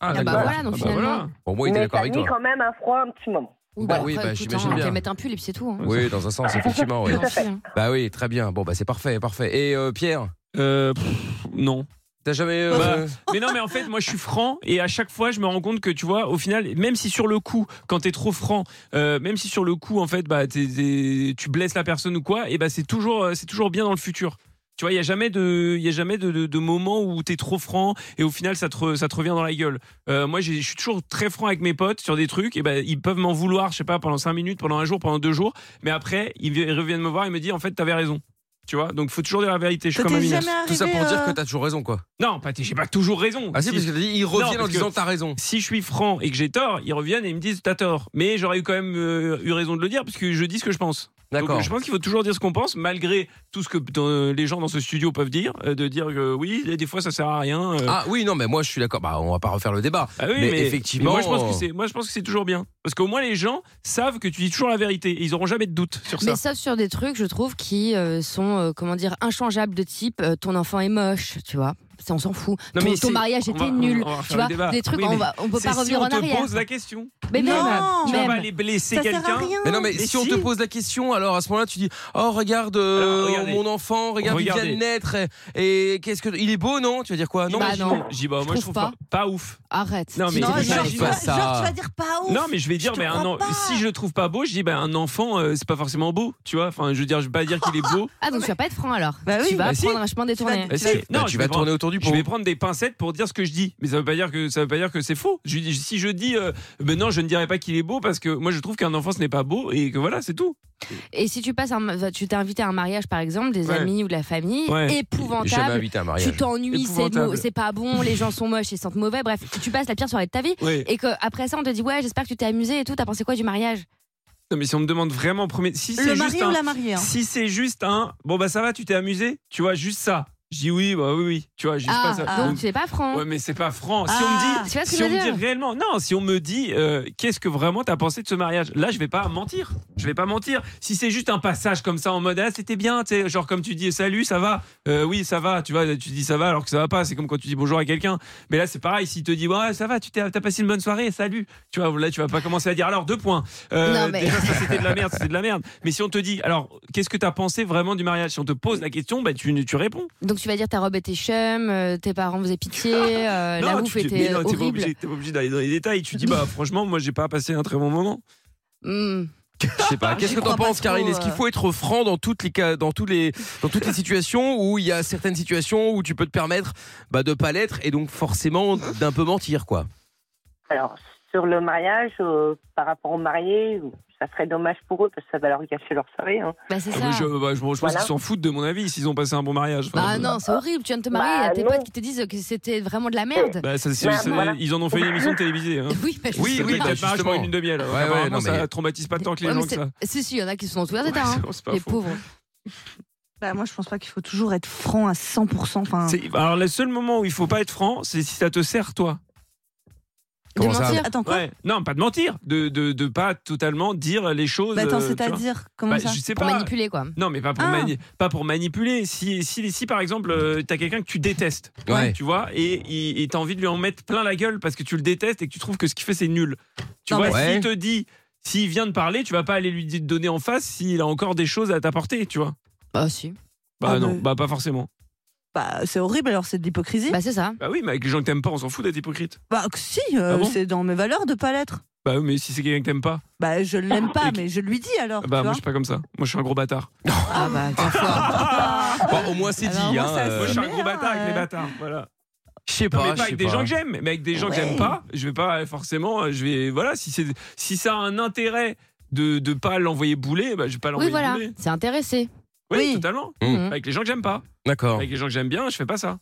Ah, bah d'accord. voilà, donc Ah bah finalement. voilà. Au moins, il était Mais d'accord ça a avec mis toi. quand même un froid un petit moment. Ou Bah oui, bah, j'imagine bien. Qu'elle mette un pull et puis c'est tout. hein. Oui, dans un sens, effectivement. ouais. Tant pis, hein. Bah oui, très bien. Bon, bah c'est parfait, parfait. Et euh, Pierre, Euh, pff, Non. t'as jamais. Bah, euh, Mais non, mais en fait, moi, je suis franc et à chaque fois, je me rends compte que, tu vois, au final, même si sur le coup, quand t'es trop franc, euh, même si sur le coup, en fait, bah, t'es- t'es- tu blesses la personne ou quoi, et bah, c'est toujours, euh, c'est toujours bien dans le futur. Tu vois, il y a jamais de, il y a jamais de, de, de moment où t'es trop franc et au final, ça te, re- ça te revient dans la gueule. Euh, moi, j'ai- je suis toujours très franc avec mes potes sur des trucs, et ben ils peuvent m'en vouloir, je sais pas, pendant 5 minutes, pendant un jour, pendant deux jours, mais après, ils vi- reviennent me voir et me disent, en fait, t'avais raison. Tu vois, donc faut toujours dire la vérité. Je Ça suis comme un t'est mineur. jamais arrivé Tout ça pour dire euh, que t'as toujours raison, quoi. Non, pas, t'es- j'ai pas toujours raison. Ah si, Si- parce que t'as dit, ils reviennent en parce que- disant t'as raison. si je suis franc et que j'ai tort, ils reviennent et ils me disent t'as tort. Mais j'aurais eu quand même euh, eu raison de le dire parce que je dis ce que je pense. D'accord. Donc je pense qu'il faut toujours dire ce qu'on pense malgré tout ce que euh, les gens dans ce studio peuvent dire, euh, de dire que oui, et des fois ça sert à rien. euh. Ah oui, non, mais moi je suis d'accord. Bah, on va pas refaire le débat. Ah oui, mais effectivement, mais moi je pense euh, que c'est moi je pense que c'est toujours bien parce qu'au moins les gens savent que tu dis toujours la vérité et ils auront jamais de doute sur ça. Mais sauf sur des trucs, je trouve, qui euh, sont, euh, comment dire, inchangeables de type euh, ton enfant est moche, tu vois. Ça, on s'en fout. Non, ton, mais ton c'est- mariage on était va- nul. on va refaire Tu le vois, débat. des trucs, Oui, on, mais va, on peut c'est pas si revenir on en te arrière. pose la question. Mais Non, même, Tu vas même. pas aller blesser Ça sert à quelqu'un. rien. Mais non, mais, Mais si, on si. te pose la question, alors à ce moment-là, tu dis Oh, regarde euh, Alors, regardez. mon enfant, regarde, il Regardez. vient de naître. Et, et qu'est-ce que. Il est beau, non Tu vas dire quoi Non, Bah, mais je dis non. Je dis, bah, moi je trouve pas, pas ouf. Arrête. Non, mais- Non, C'est genre, pas tu vas- ça. genre, tu vas dire pas Ah, ouf. Non, mais je vais dire, te mais un crois en- pas. si je le trouve pas beau, je dis, bah, un enfant, euh, c'est pas forcément beau, tu vois. Enfin, je veux dire, je vais pas dire qu'il est beau. Ah, donc tu vas pas être franc alors. Bah oui. Tu vas Bah, si. prendre un chemin détourné. Bah, Tu vas- si. tu- bah, Non, tu je vas vais tourner autour du Je pot. vais prendre des pincettes pour dire ce que je dis, mais ça veut pas dire que ça veut pas dire que c'est faux. Je dis- si je dis, euh, ben non, je ne dirais pas qu'il est beau parce que moi je trouve qu'un enfant ce n'est pas beau et que voilà, c'est tout. Et si tu passes un, tu t'es invité à un mariage par exemple, des Ouais. amis ou de la famille, Ouais. J'ai jamais épouvantable. invité à un Tu mariage. t'ennuies, c'est Épouvantable. mo- c'est pas bon, les gens sont moches, ils sentent mauvais. Bref, tu passes la pire soirée de ta vie. Ouais. Et que après ça, on te dit ouais, j'espère que tu t'es amusé et tout. T'as pensé quoi du mariage Non, mais si on me demande vraiment en premier. Si Le c'est mari juste ou un. la mariée hein. Si c'est juste un. Bon, bah ça va, tu t'es amusé Tu vois, juste ça. Je dis oui, bah oui, oui. Tu vois, juste Ah, pas ça. donc Donc, c'est pas franc. Ouais, mais c'est pas franc. Si on Ah, me dit. tu vois ce que si je on veux me dit dire réellement, non, si on me dit euh, qu'est-ce que vraiment t'as pensé de ce mariage, là je vais pas mentir, je vais pas mentir. Si c'est juste un passage comme ça en mode ah c'était bien, tu sais, genre comme tu dis salut ça va, Euh, oui ça va, tu vois, tu dis ça va alors que ça va pas, c'est comme quand tu dis bonjour à quelqu'un. Mais là c'est pareil, s'il te dit ouais ça va, tu t'es- t'as passé une bonne soirée, salut, tu vois là tu vas pas commencer à dire alors deux points. Euh, Non, mais- Déjà ça c'était de la merde, c'était de la merde. Mais si on te dit alors qu'est-ce que t'as pensé vraiment du mariage, si on te pose la question, bah tu tu réponds. Donc tu vas dire ta robe était chum, euh, tes parents faisaient pitié, euh, la Non, bouffe tu dis- mais était non, t'es pas horrible. obligé, t'es pas obligé d'aller dans les détails. Tu dis, bah, franchement, moi, j'ai pas passé un très bon moment. Hmm. Je sais pas. Qu'est-ce J'y que t'en crois pas penses, trop, Karine Est-ce qu'il euh. faut être franc dans toutes les cas, dans tous les, dans toutes les situations où il y a certaines situations où tu peux te permettre bah, de pas l'être et donc forcément d'un peu mentir, quoi. Alors, sur le mariage, euh, par rapport aux mariés, ça serait dommage pour eux parce que ça va leur gâcher leur soirée. hein. Bah c'est Ah ça. oui, je, bah, je- je pense Voilà. qu'ils s'en foutent de mon avis s'ils ont passé un bon mariage. Enfin, Bah non, c'est horrible. Tu viens de te marier, il y a Bah tes non. potes qui te disent que c'était vraiment de la merde. bah, ça, c'est- Bah, c'est- voilà. Ils en ont fait une émission télévisée. hein. Oui, bah, je Oui, sais. oui, bah, peut-être mariage pour justement. une lune de miel. ouais, Apparemment, non, mais- ça traumatise pas tant que les Ouais, gens mais que ça. c'est- Si, si, il y en a qui sont entourés, c'est Ouais, hein. c'est- c'est pas Les faux. pauvres. Bah, moi, je pense pas qu'il faut toujours être franc à 100%. Enfin, C'est- Alors, le seul moment où il faut pas être franc, c'est si ça te sert, toi. Comment de ça mentir. Attends, quoi Ouais. Non, pas de mentir. De, de, de pas totalement dire les choses. Bah, euh, Attends, tu vois. c'est-à-dire Comment Bah, ça Je sais Pour pas. manipuler, quoi. Non, mais pas pour, Ah. mani- pas pour manipuler. Si, si, si par exemple, euh, t'as quelqu'un que tu détestes, Ouais. tu vois, et- et et t'as envie de lui en mettre plein la gueule parce que tu le détestes et que tu trouves que ce qu'il fait, c'est nul. Tu Non, vois, mais- s'il te dit, s'il vient de parler, tu vas pas aller lui di- donner en face s'il a encore des choses à t'apporter, tu vois. Bah si. Bah Ah, non, mais- bah pas forcément. Bah, c'est horrible, alors c'est de l'hypocrisie. Bah, Bah c'est ça. Bah oui, mais avec les gens que t'aimes pas, on s'en fout d'être hypocrite. que si, euh, Ah bon c'est dans mes valeurs de pas l'être. Bah oui, mais si c'est quelqu'un que t'aimes pas, Bah, je l'aime pas, mais je lui dis alors. bah Ah, tu moi vois je suis pas comme ça. Moi je suis un gros bâtard. Ah bah bien fort. Bon, au moins c'est Alors, dit. Ah, bah, au moins, hein, ça, euh, moi je suis un merde, gros bâtard avec les euh. bâtards, voilà. Je sais Non, pas. mais pas je sais avec des pas. gens que j'aime, mais avec des gens que Ouais. j'aime pas, je vais pas euh, forcément, euh, je vais voilà, si c'est si ça a un intérêt de de pas l'envoyer bouler, bah je vais pas l'envoyer Oui, voilà. bouler. C'est intéressé. Oui, Oui. totalement. Mhm. Avec les gens que j'aime pas, Mmh. D'accord, avec les gens que j'aime bien, je fais pas ça.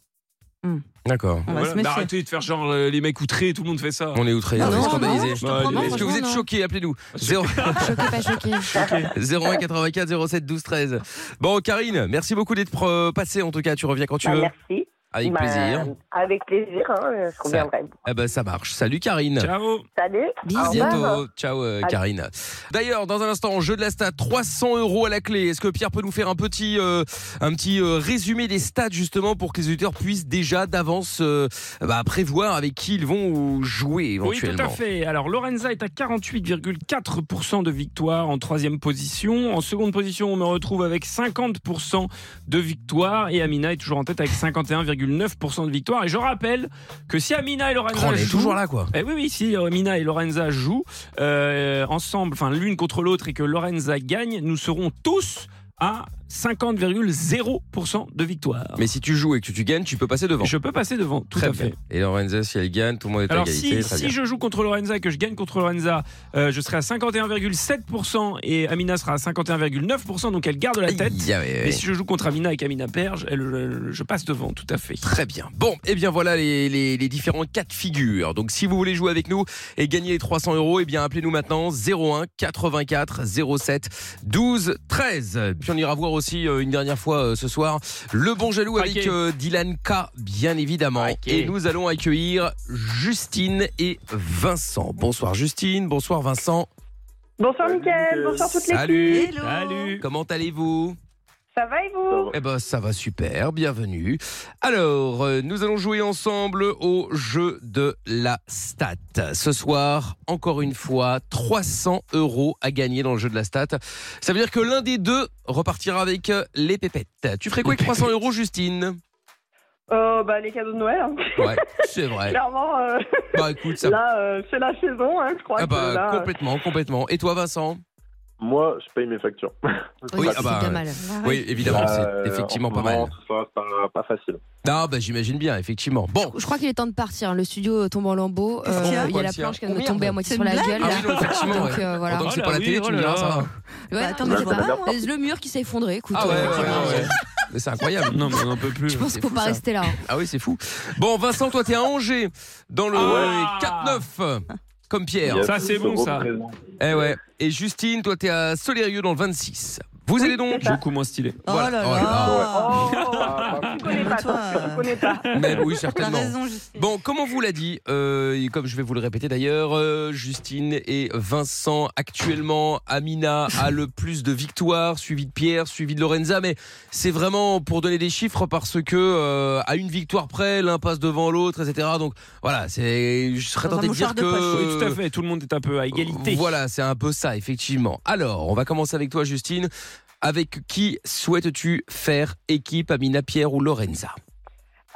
d'accord. On va Voilà. se méfier. Bah, arrêtez de faire genre euh, les mecs outrés, tout le monde fait ça. On est outré, Ah on est non, scandalisé. non, je te Bah, promets, Est-ce que vous êtes franchement, non. choqués Appelez-nous. Zéro- Choqué, pas choqué. 01 84 07 12 13. Bon, Karine, merci beaucoup d'être euh, passée. En tout cas, tu reviens quand tu Bah, veux. merci. Avec Bah, plaisir. Avec plaisir, euh, hein, je reviendrai. Ah bah ça marche. Salut Karine. Ciao. Salut. Bisous. Au À revoir. bientôt. Ciao euh, Allez. Karine. D'ailleurs, dans un instant, jeu de la stat, 300 euros à la clé. Est-ce que Pierre peut nous faire un petit, euh, un petit euh, résumé des stats justement pour que les auditeurs puissent déjà d'avance euh, bah, prévoir avec qui ils vont Oui, jouer tout à éventuellement fait. Alors, Lorenza est à 48,4% de victoire en troisième position. En seconde position, on me retrouve avec 50% de victoire. Et Amina est toujours en tête avec 51,9% de victoire. Et je rappelle que si Amina et Lorenza Oh, On est jouent- toujours là quoi. Eh oui, oui, si euh, Mina et Lorenza jouent euh, ensemble, enfin l'une contre l'autre, et que Lorenza gagne, nous serons tous à 50,0% de victoire. Mais si tu joues et que tu gagnes, tu peux passer devant. Je peux passer devant, tout Très à bien. fait. Et Lorenza, si elle gagne, tout le monde est Alors à égalité. si, très si bien. je joue contre Lorenza et que je gagne contre Lorenza, euh, je serai à 51,7% et Amina sera à 51,9%, donc elle garde la tête. Aïe, aïe, aïe. Et si je joue contre Amina et qu'Amina perd, je, elle- je- je passe devant, tout à fait. Très bien. Bon, et bien voilà les, les, les différents cas de figure. Donc si vous voulez jouer avec nous et gagner les 300 euros, et bien appelez-nous maintenant 01 84 07 12 13. Puis on ira voir aussi euh, une dernière fois euh, ce soir le bon jaloux avec Ok. euh, Dylan K, bien évidemment. Ok. Et nous allons accueillir Justine et Vincent. Bonsoir Justine, bonsoir Vincent. Bonsoir, Mickaël. Bonsoir, toutes les Salut. Hello. Salut Comment allez-vous Ça va et vous Eh ben ça va super, bienvenue. Alors, euh, nous allons jouer ensemble au jeu de la stat. Ce soir, encore une fois, 300 euros à gagner dans le jeu de la stat. Ça veut dire que l'un des deux repartira avec euh, les pépettes. Tu ferais quoi avec 300 euros, Justine Euh, bah, les cadeaux de Noël, hein. Ouais, c'est vrai. clairement, euh, Bah écoute, ça... là, euh, c'est la saison, hein, je crois. Ah que bah là, euh, complètement, complètement. Et toi, Vincent Moi, je paye mes factures. Oui, Oui, ah bah, euh, c'est bien mal. Oui, évidemment, Euh, c'est effectivement en ce pas mal. moment, ce soir, c'est pas, pas facile. Non, bah j'imagine bien, effectivement. Bon. Je crois qu'il est temps de partir. hein. Le studio tombe en lambeaux. Qu'est-ce qu'il y a Euh, Il y a la Qu'est-ce qu'il y a planche qui Oh, vient de merde. tomber à moitié C'est sur la une blague gueule. Ah oui, non, effectivement, Donc, ouais. euh, voilà. Tant que c'est Oh pas là la oui, télé, tu oh me là diras, là. ça va. Ouais, Bah, attends, attends, mais je mais vois c'est pas. pas Le mur qui s'est effondré, écoute. Ah ouais, euh, ouais, ouais, ouais. Mais C'est incroyable. Non, mais on n'en peut plus. Je pense qu'il C'est faut fou, pas ça. rester là. hein. Ah oui, c'est fou. Bon, Vincent, toi, t'es à Angers, dans le Ah ouais. 4-9. comme Pierre. Ça, c'est bon, ça. Eh ouais. Et Justine, toi, t'es à Solérieux dans le 26. Vous allez donc beaucoup moins stylé. Voilà. Oh là Mais oui, certainement. Bon, comme on vous l'a dit, euh, et comme je vais vous le répéter d'ailleurs, euh, Justine et Vincent, actuellement, Amina a le plus de victoires, suivi de Pierre, suivi de Lorenza, mais c'est vraiment pour donner des chiffres parce que euh, à une victoire près, l'un passe devant l'autre, etc. Donc voilà, c'est, je serais Dans un tenté de dire mouchoir de que. poche. Oui, tout à fait, tout le monde est un peu à égalité. Voilà, c'est un peu ça, effectivement. Alors, on va commencer avec toi, Justine. Avec qui souhaites-tu faire équipe, Amina, Pierre ou Lorenza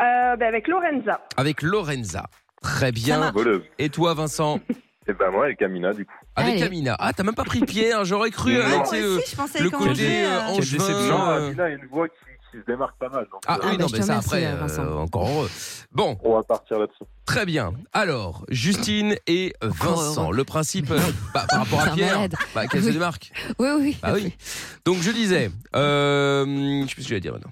Euh, ben, avec Lorenza. Avec Lorenza. Très bien. Voleuse. Et toi, Vincent Et ben moi, avec Amina, du coup. Avec Allez. Amina. Ah, t'as même pas pris Pierre, j'aurais cru. Non, euh, moi tu sais, aussi, euh, je pensais le qu'en côté Angers, euh, euh, angevin, Non, euh, Amina a une voix qui, qui se démarque pas mal. donc, Ah euh, oui, non, mais ça après, euh, encore heureux. Bon. On va partir là-dessus. Très bien. Alors, Justine et Vincent. heureux. Le principe, euh, bah, par rapport C'est à un Pierre, malade. bah, qu'elle se Oui. démarque. Oui, oui. Bah oui. Donc, je disais, euh, je sais plus ce que j'allais dire maintenant.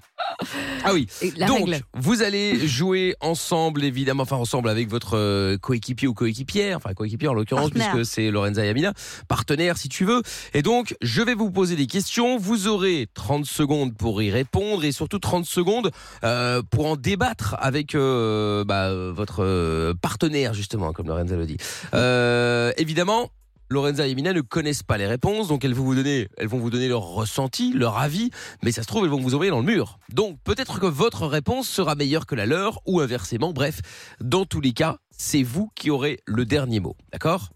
Ah oui. Et la Donc, règle. vous allez jouer ensemble, évidemment, enfin ensemble avec votre euh, coéquipier ou coéquipière, enfin coéquipier en l'occurrence, Partenaire. puisque c'est Lorenza et Amina, partenaire si tu veux. Et donc, je vais vous poser des questions. Vous aurez 30 secondes pour y répondre et surtout 30 secondes euh, pour en débattre avec euh, bah, euh, votre euh, partenaire, justement, comme Lorenza le dit. Euh, évidemment. Lorenza et Amina ne connaissent pas les réponses, donc elles vont vous donner, elles vont vous donner leur ressenti, leur avis, mais ça se trouve elles vont vous envoyer dans le mur. Donc peut-être que votre réponse sera meilleure que la leur ou inversement. Bref, dans tous les cas, c'est vous qui aurez le dernier mot, d'accord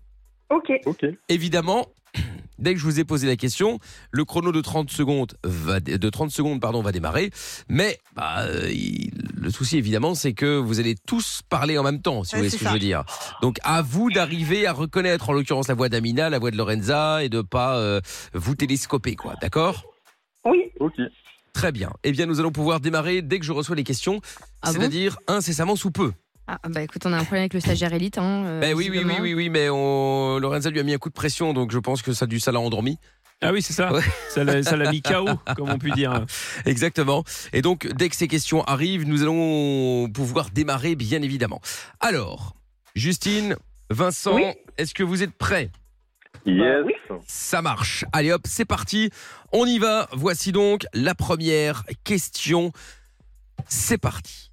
Ok. Ok. Évidemment, dès que je vous ai posé la question, le chrono de 30 secondes va, de 30 secondes pardon, va démarrer. Mais bah, euh, il- le souci, évidemment, c'est que vous allez tous parler en même temps, si vous Ouais, voyez ce c'est que je ça. veux dire. Donc à vous d'arriver à reconnaître, en l'occurrence, la voix d'Amina, la voix de Lorenza, et de pas euh, vous télescoper, quoi. D'accord Oui. Ok. Très bien. Eh bien, nous allons pouvoir démarrer dès que je reçois les questions, Ah bon c'est-à-dire incessamment sous peu. Ah, bah écoute, on a un problème avec le stagiaire élite. Hein, euh, Ben oui, oui, oui, visiblement. oui, oui, mais on... Lorenza lui a mis un coup de pression, donc je pense que ça, du- ça l'a endormi. Ah oui, c'est ça. Ça l'a- ça l'a mis KO, comme on peut dire. Exactement. Et donc, dès que ces questions arrivent, nous allons pouvoir démarrer, bien évidemment. Alors, Justine, Vincent, est-ce que vous êtes prêts Bah Yes. Ça marche. Allez hop, c'est parti. On y va. Voici donc la première question. C'est parti.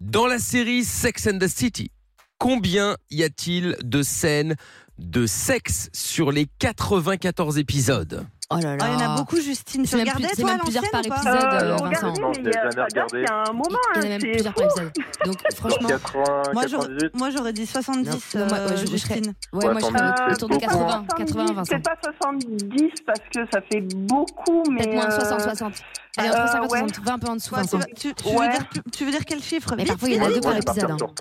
Dans la série Sex and the City, combien y a-t-il de scènes de sexe sur les 94 épisodes Oh là là. il y en a beaucoup, Justine. Tu C'est même plus- regardais, c'est toi, même à plusieurs par l'ancienne ou pas épisode, euh, Non, Vincent. je l'ai jamais regardé. il y a un moment, Il y en a hein, même c'est plusieurs par épisode. Donc, franchement. 80, Moi, j'aurais- 98. moi, j'aurais dit 70, Non, moi, ouais, euh, je- je serais- Justine. Ouais, moi, je serais Euh, autour hein. de 80, 80, Vincent. C'est pas 70 parce que ça fait beaucoup, mais. Peut-être moins euh, 60, 60. Allez, entre euh, 50 ouais. 60, 20 un peu en dessous, Ouais, Vincent. tu, tu veux Ouais. dire, plus- tu veux dire quel chiffre Mais Vite, parfois, il y en a vite, deux vite. par épisode. hein. 50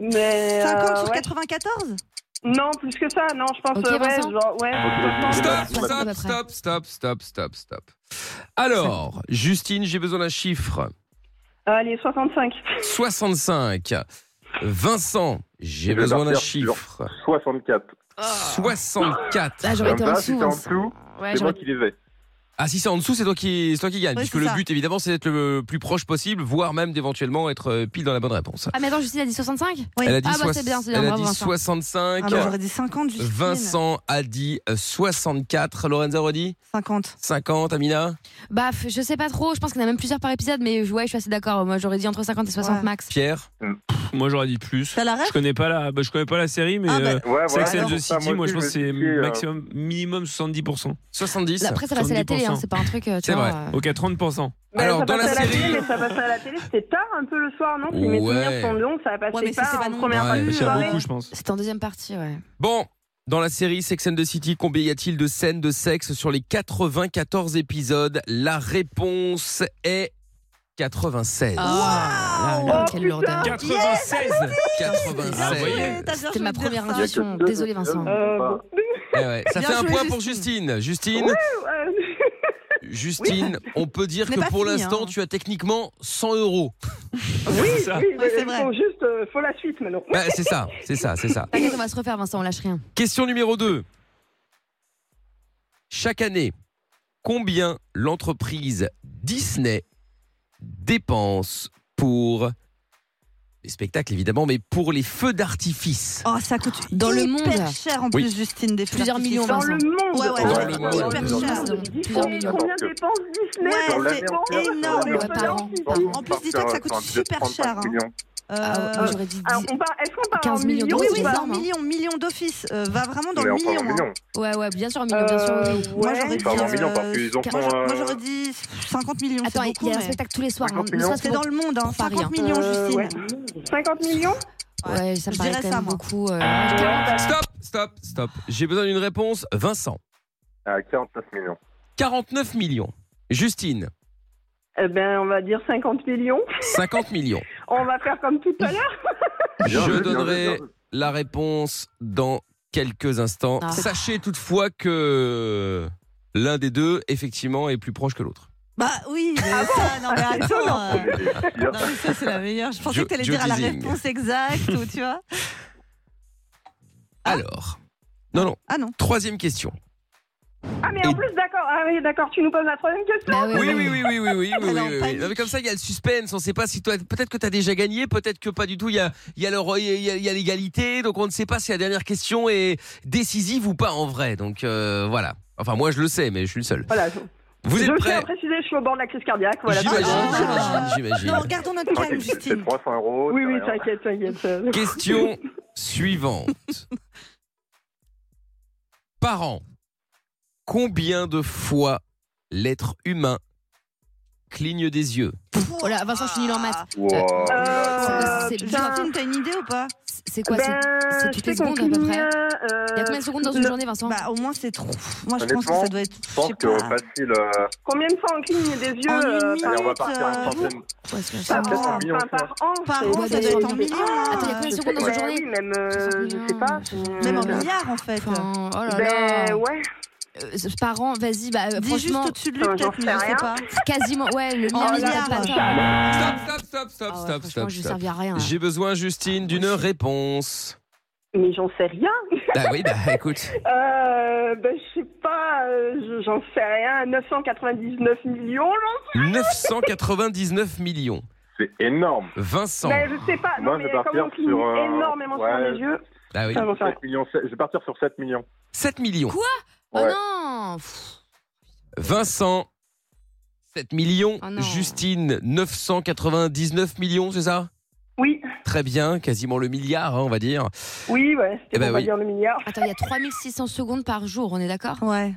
Mais, 50 euh, sur ouais. 94 Non, plus que ça, non, je pense. Ok, euh, ouais, Vincent genre, ouais. Stop, Ouais. stop, stop, stop, stop, stop, stop. Alors, Justine, j'ai besoin d'un chiffre. Euh, Allez, 65. 65. Vincent, j'ai Je vais besoin d'un partir sur chiffre. 64. Oh. 64. Ah, j'aurais été en Comme ça, dessous, si t'es Vincent. Ouais, c'est moi j'aurais- qui les vais. Ah si c'est en dessous, c'est toi qui, c'est toi qui gagne. Ouais, puisque c'est le ça. but évidemment, c'est d'être le plus proche possible, voire même d'éventuellement être euh, pile dans la bonne réponse. Ah, mais attends, Justine a dit 65 Elle a dit, Ah, bah, soix- c'est bien, c'est bien. elle a bravo, dit Vincent. bah, 65. Ah, moi, j'aurais dit 50, Justine. Vincent a dit euh, 64. Lorenza aurait dit 50. 50, Amina Bah, f- je sais pas trop, je pense qu'il y en a même plusieurs par épisode, mais je- ouais, je suis assez d'accord. Moi, j'aurais dit entre 50 et 60 max. Pierre Mm. Moi j'aurais dit plus. T'as la ref je connais pas la, bah, je connais pas la série, mais Ah, bah. euh, Ouais, voilà, Sex and alors, the ça, City, moi moi je aussi, pense que je c'est me suis dit, euh, maximum minimum 70%. 70. Après, ça passe à la télé, hein, c'est pas un truc. euh, Tu C'est vois, vrai. euh, Ok, 30%. Mais ça passait à la télé, mais ça passait à la télé, c'était tard un peu le soir, non Si mes Ouais. souvenirs sont longs, ça passait Ouais, mais ça, tard c'est pas en non première plus, partie de euh, soirée. beaucoup, je pense. C'est en deuxième partie, ouais. Bon, dans la série Sex and the City, combien y a-t-il de scènes de sexe sur les 94 épisodes La réponse est 96. Ah, là, quelle lourdeur. 96 Ah, vous voyez. C'était ma première ça. intuition. Désolé, Vincent. Eh ouais, Ça Bien fait un joué, point pour Justine. Justine, Justine, on peut dire Mais que pas pour fini, l'instant, hein. tu as techniquement 100 euros. Oui, C'est oui, ça. mais il faut juste, euh, faut la suite maintenant. Bah, c'est ça, c'est ça, c'est ça. T'inquiète, on va se refaire, Vincent, on lâche rien. Question numéro 2. Chaque année, combien l'entreprise Disney dépense pour Les spectacles, évidemment, mais pour les feux d'artifice. Oh, ça coûte Dans le monde. hyper cher en Oui. plus, Justine, des fleurs Plusieurs qui millions, sont- Vincent. Ouais, ouais, Dans ouais, le c'est monde. hyper cher. Plusieurs millions. Combien dépense Disney Ouais, Dans c'est l'année entière, énorme. Ouais, par an. En plus, dis-toi que ça coûte super cher. hein. Ah, Euh, ouais, J'aurais dit Alors, on part- Est-ce qu'on part 15 en millions millions d'euros, oui, c'est oui, ou pas c'est énorme, en hein. millions, millions d'office. Euh, va vraiment dans On le est encore million. en hein. million. dix- Ouais, ouais, bien sûr, un million, bien sûr. Euh, oui. ouais. Moi, j'aurais On part en dit, million parce euh, qu'ils en font, moi, j'aurais- moi, euh, j'aurais dit 50 millions. Attends, c'est il beaucoup, y a un mais- spectacle tous les soirs. hein, 50 ne millions, serait-ce que C'est dans le monde, hein, pour Paris, 50 hein. millions, Euh, Justine. ouais. 50 millions Ah. Ouais, ça me Je paraît dirais quand ça, même moi. beaucoup. euh, Stop, stop, stop. J'ai besoin d'une réponse. Vincent, À 49 millions. 49 millions. Justine, Eh ben, on va dire 50 millions. 50 millions. On va faire comme tout à l'heure. Bien Je vu, bien donnerai vu, bien vu. la réponse dans quelques instants. Ah. Sachez toutefois que l'un des deux, effectivement, est plus proche que l'autre. Bah oui, Ah mais ça, non, mais attends. euh, Il y a- non, mais ça, c'est la meilleure. Ah, Je pensais Joe- que t'allais Joe dire à la Dizing. réponse exacte, ou tu vois. Ah. Alors, non, non, Ah non. troisième question. Ah, mais en Et- plus, d'accord. Ah oui, d'accord, tu nous poses la troisième question. Ah, Bah ouais, Oui, ouais. oui, oui, oui, oui, oui, oui, Alors, oui, oui. panique. Non, mais comme ça, il y a le suspense. On ne sait pas si toi, peut-être que tu as déjà gagné, peut-être que pas du tout. Il y a, il y a le- il y a- il y a l'égalité, donc on ne sait pas si la dernière question est décisive ou pas en vrai. Donc euh, voilà. Enfin, moi, je le sais, mais je suis le seul. Voilà. Vous je êtes tiens à prêts préciser, je suis au bord de la crise cardiaque. Voilà. J'imagine, Ah. j'imagine, j'imagine. Non, gardons notre calme, T'inquiète, C'est Justine. 300 euros. Oui, c'est oui, rien. t'inquiète, t'inquiète. euh, Question suivante. Par an, combien de fois l'être humain cligne des yeux Oh là, Vincent, je finis leur maths. Wow. Oh, Euh, C'est- putain. Justine, t'as une idée ou pas C'est quoi c'est- Ben, C'est toutes je les sais qu'on secondes, à peu cligne, près. euh, Il y a combien de secondes dans une le- journée, Vincent Bah au moins c'est trop. Moi je pense que Honnêtement, ça doit être. Je je pense sais que pas. facile. euh, Combien de fois on cligne des yeux En euh, une Allez, par- on va minute, partir à euh, une centaine. Ouais, c'est bien ça. par, Peut-être en par- millions, par- par an Par c'est- an, bah, ça doit être en millions. hein. Attends, il y a combien de secondes dans une Ben journée oui, même, euh, je sais pas. Même en euh, milliards en fait. Enfin, oh là là. Ben ouais, Euh, c'est- par an, vas-y, bah, euh, Dis juste franchement, au-dessus de lui euh, peut-être, j'en mais sais je sais rien. pas. Oh quasiment, ouais, le En milliard, c'est milliards. pas tort. Stop, stop, stop, Ah stop, ouais, stop, franchement, stop, je stop. servirai à rien. là. J'ai besoin, Justine, Ah, d'une réponse. mais j'en sais rien. Bah oui, bah écoute. Euh, ben je sais pas, euh, je- j'en sais rien. 999 millions, genre 999 millions. C'est énorme. Vincent. Ben je sais pas. Non, Moi, je mais vais partir comme on cligne sur, euh, énormément sur ouais. les yeux, Bah oui. ça j'en sais rien. 7 millions, sept- je vais partir sur 7 millions. 7 millions. Oh Ouais. non Pff, Vincent. 7 millions. Oh Ah non. Justine, 999 millions, c'est ça Oui, Très bien, quasiment le milliard, hein, on va dire. oui, ouais, Eh c'était ben pour pas oui. dire le milliard. Attends, il y a 3600 secondes par jour, on est d'accord Ouais.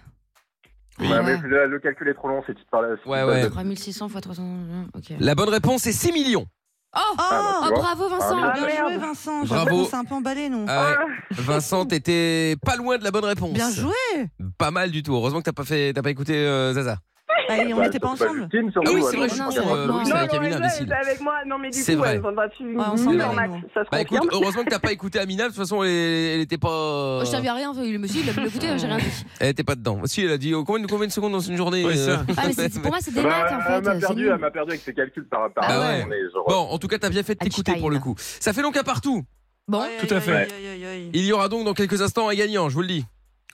Ah Ouais, ouais. mais là, le calcul est trop long si tu te parles. si tu Ouais, te ouais. parles de- 3600 fois 300. Ok. La bonne réponse est 6 millions. Oh Ah, Oh Oh, vois bravo Vincent Ah, Bien merde. joué Vincent. Bravo. Bravo. On s'est un peu emballé nous. Ah ouais, Vincent, t'étais pas loin de la bonne réponse. Bien joué. Pas mal du tout. Heureusement que t'as pas fait, t'as pas écouté euh, Zaza. Allez, Ah, on Bah, n'était pas c'est ensemble. Justine, surtout, Ah oui, ouais, c'est vrai, non, je non, suis c'est con. vrai. Euh, oui, c'est non, avec Amina, elle elle imbécile. était avec moi. Non, mais du C'est coup, vrai. elle viendra dessus. Ah, on s'en Super bat, Max, nous. ça se Bah écoute, confirme. heureusement que t'as pas écouté Amina. De toute façon, elle, elle était pas. Oh, je savais rien, le monsieur, il a écouté, j'ai rien dit. Elle était pas dedans. Si, elle a dit oh, combien, de- combien de secondes dans une journée Ouais, euh, Ah, mais c'est- c'est- pour moi, c'est des Bah, maths en fait. elle m'a c'est perdu, nul. elle m'a perdu avec ses calculs par rapport Ah à ouais. Bon, en tout cas, t'as bien fait de t'écouter pour le coup. Ça fait donc un partout. Bon, Aïe, tout à aïe, fait. aïe, aïe, aïe, aïe. Il y aura donc dans quelques instants un gagnant, je vous le dis.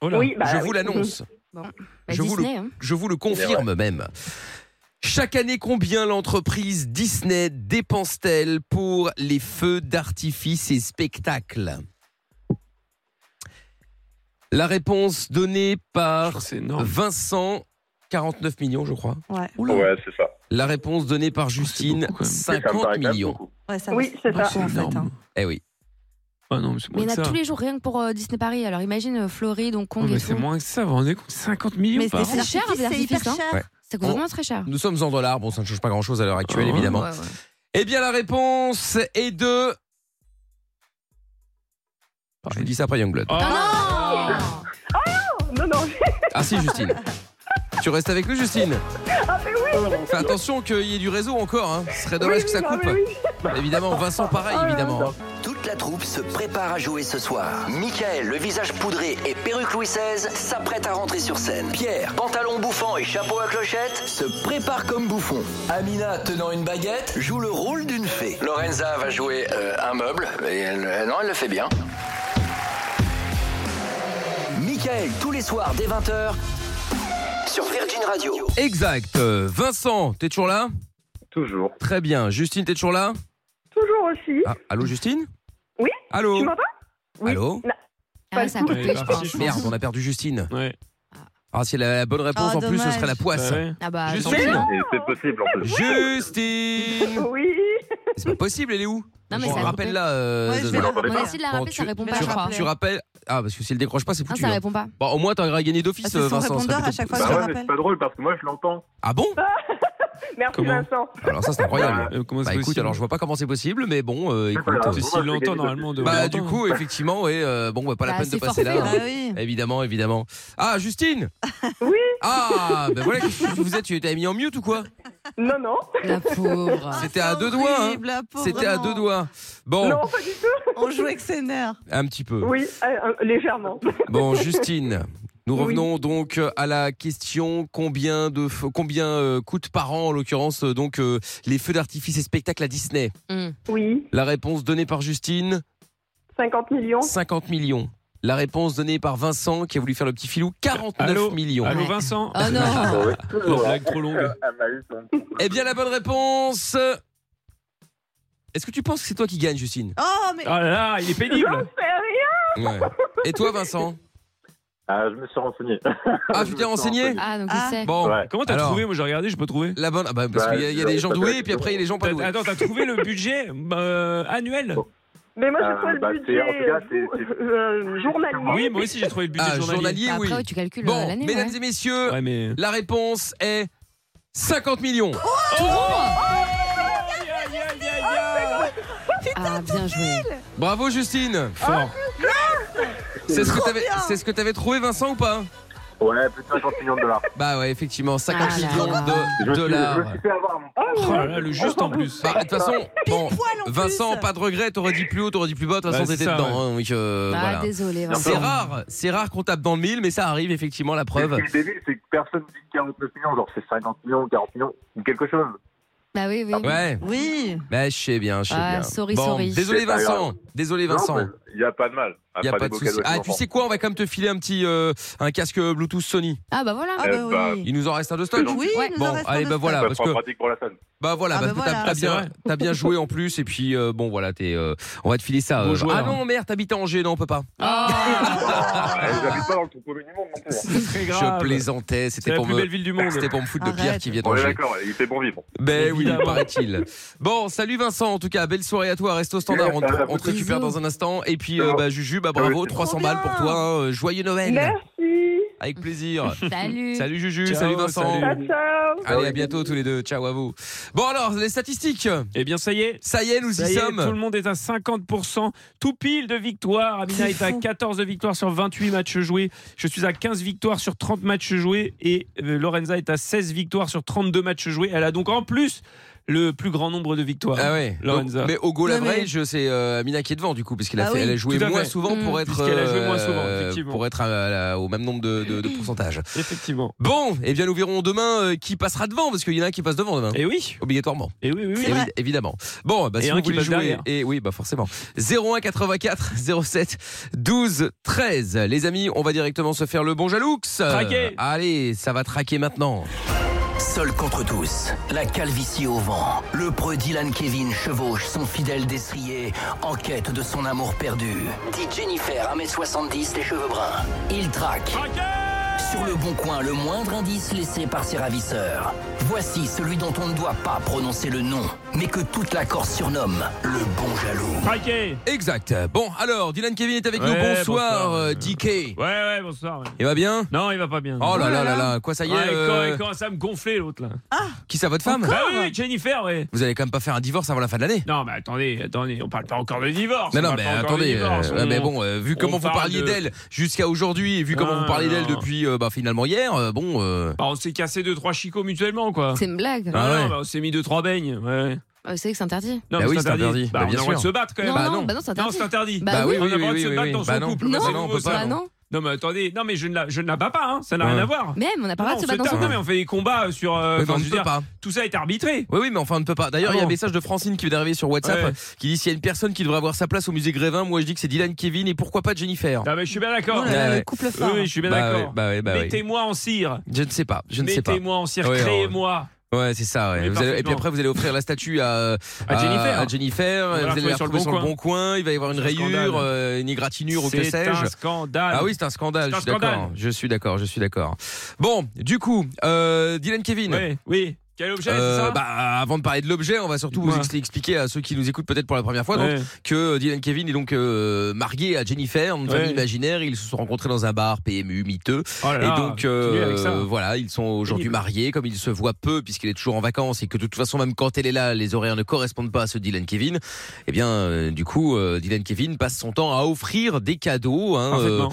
Oh là. Oui, bah, je oui. vous l'annonce. bah, je vous le- Disney, hein. Je vous le confirme même. Chaque année, combien l'entreprise Disney dépense-t-elle pour les feux d'artifice et spectacles La réponse donnée Je par crois que C'est énorme. Vincent, 49 millions, je crois. Ouais. Oula. Ouais, c'est ça. La réponse donnée par Justine, Oh, beaucoup, quand même. Mais ça me paraît 50 quand même millions. beaucoup. Ouais, ça Oui, c'est va. ça. Beaucoup, en fait, énorme. hein. Eh oui. Ah non, mais c'est Mais moins il y que en a ça. tous les jours, rien que pour euh, Disney Paris. Alors imagine euh, Floride, Hong Ah, Oh, Kong mais et c'est tout. moins que ça, vous vous rendez compte 50 millions Mais par an. c'est cher, cher, c'est l'artifice, hyper hein. cher. Ça coûte On- vraiment très cher. Nous sommes en dollars, bon ça ne change pas grand-chose à l'heure actuelle Ah ouais. évidemment. Ah. Ouais, ouais. Eh bien la réponse est de... Je vous dis ça après Youngblood. Ah, Ah non Non, non, Ah si Justine. Tu restes avec nous Justine Fais attention qu'il y ait du réseau encore, hein. ce serait dommage que ça non, coupe. mais oui. Évidemment, Vincent pareil évidemment. Toute la troupe se prépare à jouer ce soir. Michael, le visage poudré et perruque Louis XVI, s'apprête à rentrer sur scène. Pierre, pantalon bouffant et chapeau à clochette, se prépare comme bouffon. Amina, tenant une baguette, joue le rôle d'une fée. Lorenza va jouer euh, un meuble, et elle- euh, non, elle le fait bien. Michael, tous les soirs dès 20h, sur Virgin Radio. Exact. Euh, Vincent, t'es toujours là Toujours. Très bien. Justine, t'es toujours là Toujours aussi. Ah, allô, Justine Oui Allô Tu m'entends Oui. Allô Non. Ah, ouais, ça a Pas du coupé, je pense. Merde, on a perdu Justine. Ah, si elle a la bonne réponse, Oh, Ah, en plus, ce dommage. serait la poisse. Ouais. Ah bah, Justine tant pis, hein. Et c'est possible en plus. Justine tout. Oui. C'est pas possible, elle est où Non, mais Bon, ça a rappelle-la. euh, Ouais, je vais Zaza. la On a essayé de la Bon, rappeler, ça tu- répond tu pas, je crois. rappelles. Tu rappelles Ah, parce que si elle décroche pas, c'est Ah, foutu. ça hein. répond pas. Bon, au moins, t'aurais gagné Ah, d'office, c'est son Vincent. ce serait répondeur à plutôt- chaque fois, Bah je ouais, mais rappelle. c'est pas drôle parce que moi je l'entends. Ah bon Merci Comment Vincent. Alors, ça, c'est incroyable. Euh, comment c'est Bah écoute, possible alors je vois pas comment c'est possible, mais bon, euh, écoute. pas grave. euh, Parce que S'il l'entend, normalement, on devrait Bah du l'entendre. coup, effectivement, ouais, euh, bon, bah, pas la Bah, peine de c'est passer là. forfait, hein. Bah oui. Évidemment, évidemment. Ah, Justine Oui. Ah, ben voilà, qu'est-ce que vous êtes Tu t'as mis en mute ou quoi Non, non. La pauvre. C'était à deux doigts, hein. Horrible, la pauvre, C'était à deux vraiment. doigts. Bon, Non, pas du tout. On jouait avec ses nerfs. un petit peu. Oui, euh, euh, légèrement. Bon, Justine, nous revenons donc à la question combien de f- combien euh, coûte par an en l'occurrence euh, donc euh, les feux d'artifice et spectacles à Disney. Hmm. Oui. La réponse donnée par Justine 50 millions. 50 millions. La réponse donnée par Vincent qui a voulu faire le petit filou 49 Allô millions. Allô, Vincent Ah, Oh non Ah, Ouais, Ah, bah, La toujours là. blague trop longue. Elle m'a eu son- Eh bien la bonne réponse. euh, Est-ce que tu penses que c'est toi qui gagne Justine Oh, mais Ah là là, il est J'en pénible. sais rien. Oh. Ouais. Et toi Vincent Ah, je me suis renseigné. Ah Je tu me t'es suis renseigné Ah, donc Ah. il sait. Bon, Ouais. Comment t'as Alors. trouvé Moi, j'ai regardé, j'ai pas trouvé. la bonne ah bah, parce Bah, qu'il y a, il y a je- des gens ça peut doués être et puis après il y a des gens pas T'as- doués. Attends, t'as trouvé le budget euh, annuel Mais moi, je Ah, Euh, sais bah, le c'est- budget en tout cas, euh, c'est- c'est- euh, journalier. Oui, moi aussi j'ai trouvé le budget Ah, journalier. journalier, Bah, oui. Après, ouais, tu calcules euh, Bon, l'année. mesdames ouais. et messieurs, Ouais, mais. La réponse est 50 millions. Oh Ah, bien joué. Bravo Justine. Fort. Ah, C'est ce que t'avais, c'est ce que t'avais trouvé Vincent ou pas hein Ouais, plus de 50 millions de dollars. Bah ouais, effectivement, 50 Ah là millions là. Je de me suis- Je dollars. me suis fait avoir mon Oh là là, le juste en plus. Bah, De toute façon, bon, poil en Vincent, plus. pas de regret, t'aurais dit plus haut, t'aurais dit plus bas, de toute Bah, façon c'est t'étais ça, dedans. hein, donc, euh, Ah, voilà. désolé, C'est Vincent. rare, c'est rare qu'on tape dans le mille, mais ça arrive effectivement, la Mais preuve. Ce qui est débile, c'est que personne dit 49 millions, genre c'est 50 millions, 40 millions, ou quelque chose. Bah oui, oui. Ouais, oui. bah, je sais bien, je sais Ah, bien. sorry, Bon, sorry. Désolé C'est pas Vincent, désolé Vincent. Il n'y a pas de mal. Il y a pas de souci. Ah, tu sais quoi On va quand même te filer un petit euh, un casque Bluetooth Sony. Ah bah voilà. Ah, Eh bah bah, oui. Il nous en reste un de stock. Oui, Ouais. il nous en Bon, reste allez, un bah autre. voilà, Voilà, parce que pratique pour la scène. bah voilà, Ah, parce bah que t'as- voilà. t'as Ah, c'est bien, vrai. t'as bien joué en plus, et puis euh, bon voilà, t'es, euh, on va te filer ça. Bon euh. joueur. Ah non, merde, t'habites à Angers, non, on peut pas. Ah, J'habite pas dans le troupeau minimum non plus. hein. C'est très grave. Je plaisantais, c'était C'est la pour plus me, belle ville du monde. c'était pour me foutre de Arrête. Pierre qui vient On est d'Angers. d'accord, il fait bon vivre. Ben oui, Évidemment. paraît-il. Bon, salut Vincent, en tout cas, belle soirée à toi. Reste au standard, on, te- on te récupère dans un instant. Et puis, euh, bah, Juju, bah bravo, 300 balles pour toi. hein. Joyeux Noël, Merci. avec plaisir. Salut. Salut Juju, Ciao, salut Vincent. salut. Ciao, ciao. Allez, à bientôt tous les deux. Ciao à vous. Bon, alors, les statistiques. Eh bien, ça y est. Ça y est, nous Ça y, y est, sommes. tout le monde est à 50%, tout pile de victoires. Amina C'est est à fou. 14 de victoires sur 28 matchs joués. Je suis à 15 victoires sur 30 matchs joués. Et euh, Lorenza est à 16 victoires sur 32 matchs joués. Elle a donc en plus le plus grand nombre de victoires. Ah ouais. Lorenza. Donc, mais au goal Non, mais- average, c'est euh, Amina qui est devant du coup, parce qu'elle a, Ah oui. fait- Mmh. elle a joué Tout à moins fait. Mmh. souvent Mm. pour être Puisqu'elle a joué moins souvent, euh, effectivement. pour être à la- au même nombre de, de, de pourcentage. Effectivement. Bon, eh bien nous verrons demain euh, qui passera devant, parce qu'il y en a un qui passe devant demain. Et Eh oui, Obligatoirement, et oui, oui, oui. Évi- évidemment. Bon, bah, Et si un vous qui voulez passe jouer, derrière. et oui, bah forcément. 01 84 07 12 13. Les amis, on va directement se faire le bon jaloux. Traquer. Allez, ça va traquer maintenant. Seul contre tous, la calvitie au vent, le preux Dylan Kevin chevauche son fidèle destrier en quête de son amour perdu. Dit Jennifer, 1m70, les cheveux bruns. Il traque. Sur le bon coin, le moindre indice laissé par ses ravisseurs. Voici celui dont on ne doit pas prononcer le nom, mais que toute la Corse surnomme le bon jaloux. Traqué. Exact. Bon, alors, Dylan Kevin est avec Ouais, nous. Bonsoir, bonsoir. euh, DK. Ouais, ouais, bonsoir. ouais. Il va bien Non, il va pas bien. Oh là Oh là là là là, quoi ça y est Ouais, il euh, commence- il commence à me gonfler l'autre là. Qui ça, votre femme Bah oui, oui, Jennifer, ouais. Vous allez quand même pas faire un divorce avant la fin de l'année Non, mais attendez, attendez, on parle pas encore de divorce. Non, on non, parle mais pas encore de attendez, divorce, euh, on- ouais, mais bon, euh, vu on comment vous parle parliez de- d'elle jusqu'à aujourd'hui et vu comment Non, vous parliez d'elle non. depuis euh, bah, finalement hier, euh, bon. euh, Bah, on s'est cassé deux trois chicots mutuellement quoi. C'est une blague. Ah Non, ouais. non, bah, on s'est mis deux trois beignes. Ouais. Euh, C'est vrai que c'est interdit. Non, Bah mais oui, c'est interdit. Bah, Bah, on a bien le droit de sûr. se battre quand même. non, bah non, non. bah non, c'est non, interdit. c'est interdit. Bah oui, on a le droit de se battre dans bah son non, couple. bah c'est non, on nouveau, peut ça. pas. Bah non. Non, mais attendez, non mais je ne la, je ne la bats pas, hein. ça n'a Ouais. rien à voir. Même, on n'a pas le Non, droit de on se se battre bah, dans tape, son non, couple. mais on fait des combats sur. euh, Oui, mais enfin, on je ne veux peut dire, pas. Tout ça est arbitré. Oui, oui, mais enfin, on ne peut pas. D'ailleurs, il y a un Pardon. message de Francine qui vient d'arriver sur WhatsApp euh, Ouais. qui dit s'il y a une personne qui devrait avoir sa place au musée Grévin, moi je dis que c'est Dylan Kevin et pourquoi pas Jennifer Ah, mais je suis bien d'accord. Oh là là, Ouais, ouais. le couple Oui, phare. oui, je suis bien Bah ouais, d'accord. bah ouais, bah ouais. Mettez-moi en cire. Je ne sais pas, je ne sais pas. Mettez-moi en cire. Ouais, ouais. Créez-moi. Ouais, c'est ça. ouais. Mais Vous allez- et puis parfaitement. après, vous allez offrir la statue à, À Jennifer. à Jennifer. Voilà, vous allez trouver la sur le Bon retrouver sur le Coin. bon coin. Il va y avoir une C'est un rayure, scandale. euh, une égratignure ou que C'est sais-je. un scandale. Ah oui, c'est un scandale. C'est Je un suis d'accord. scandale. Je suis d'accord. Je suis d'accord. Bon, du coup, euh, Dylan Kevin. Oui, oui. Quel objet, Euh, c'est ça bah, avant de parler de l'objet, on va surtout vous Ouais. expli- expliquer à ceux qui nous écoutent peut-être pour la première fois donc, Ouais. que Dylan Kevin est donc euh, marié à Jennifer, une Ouais. famille imaginaire. Ils se sont rencontrés dans un bar PMU miteux. Oh là là, et donc euh, continuez avec ça. voilà, ils sont aujourd'hui mariés. Comme ils se voient peu puisqu'il est toujours en vacances et que de toute façon même quand elle est là, les horaires ne correspondent pas à ceux de Dylan Kevin. Eh bien, euh, du coup, euh, Dylan Kevin passe son temps à offrir des cadeaux hein, Parfaitement.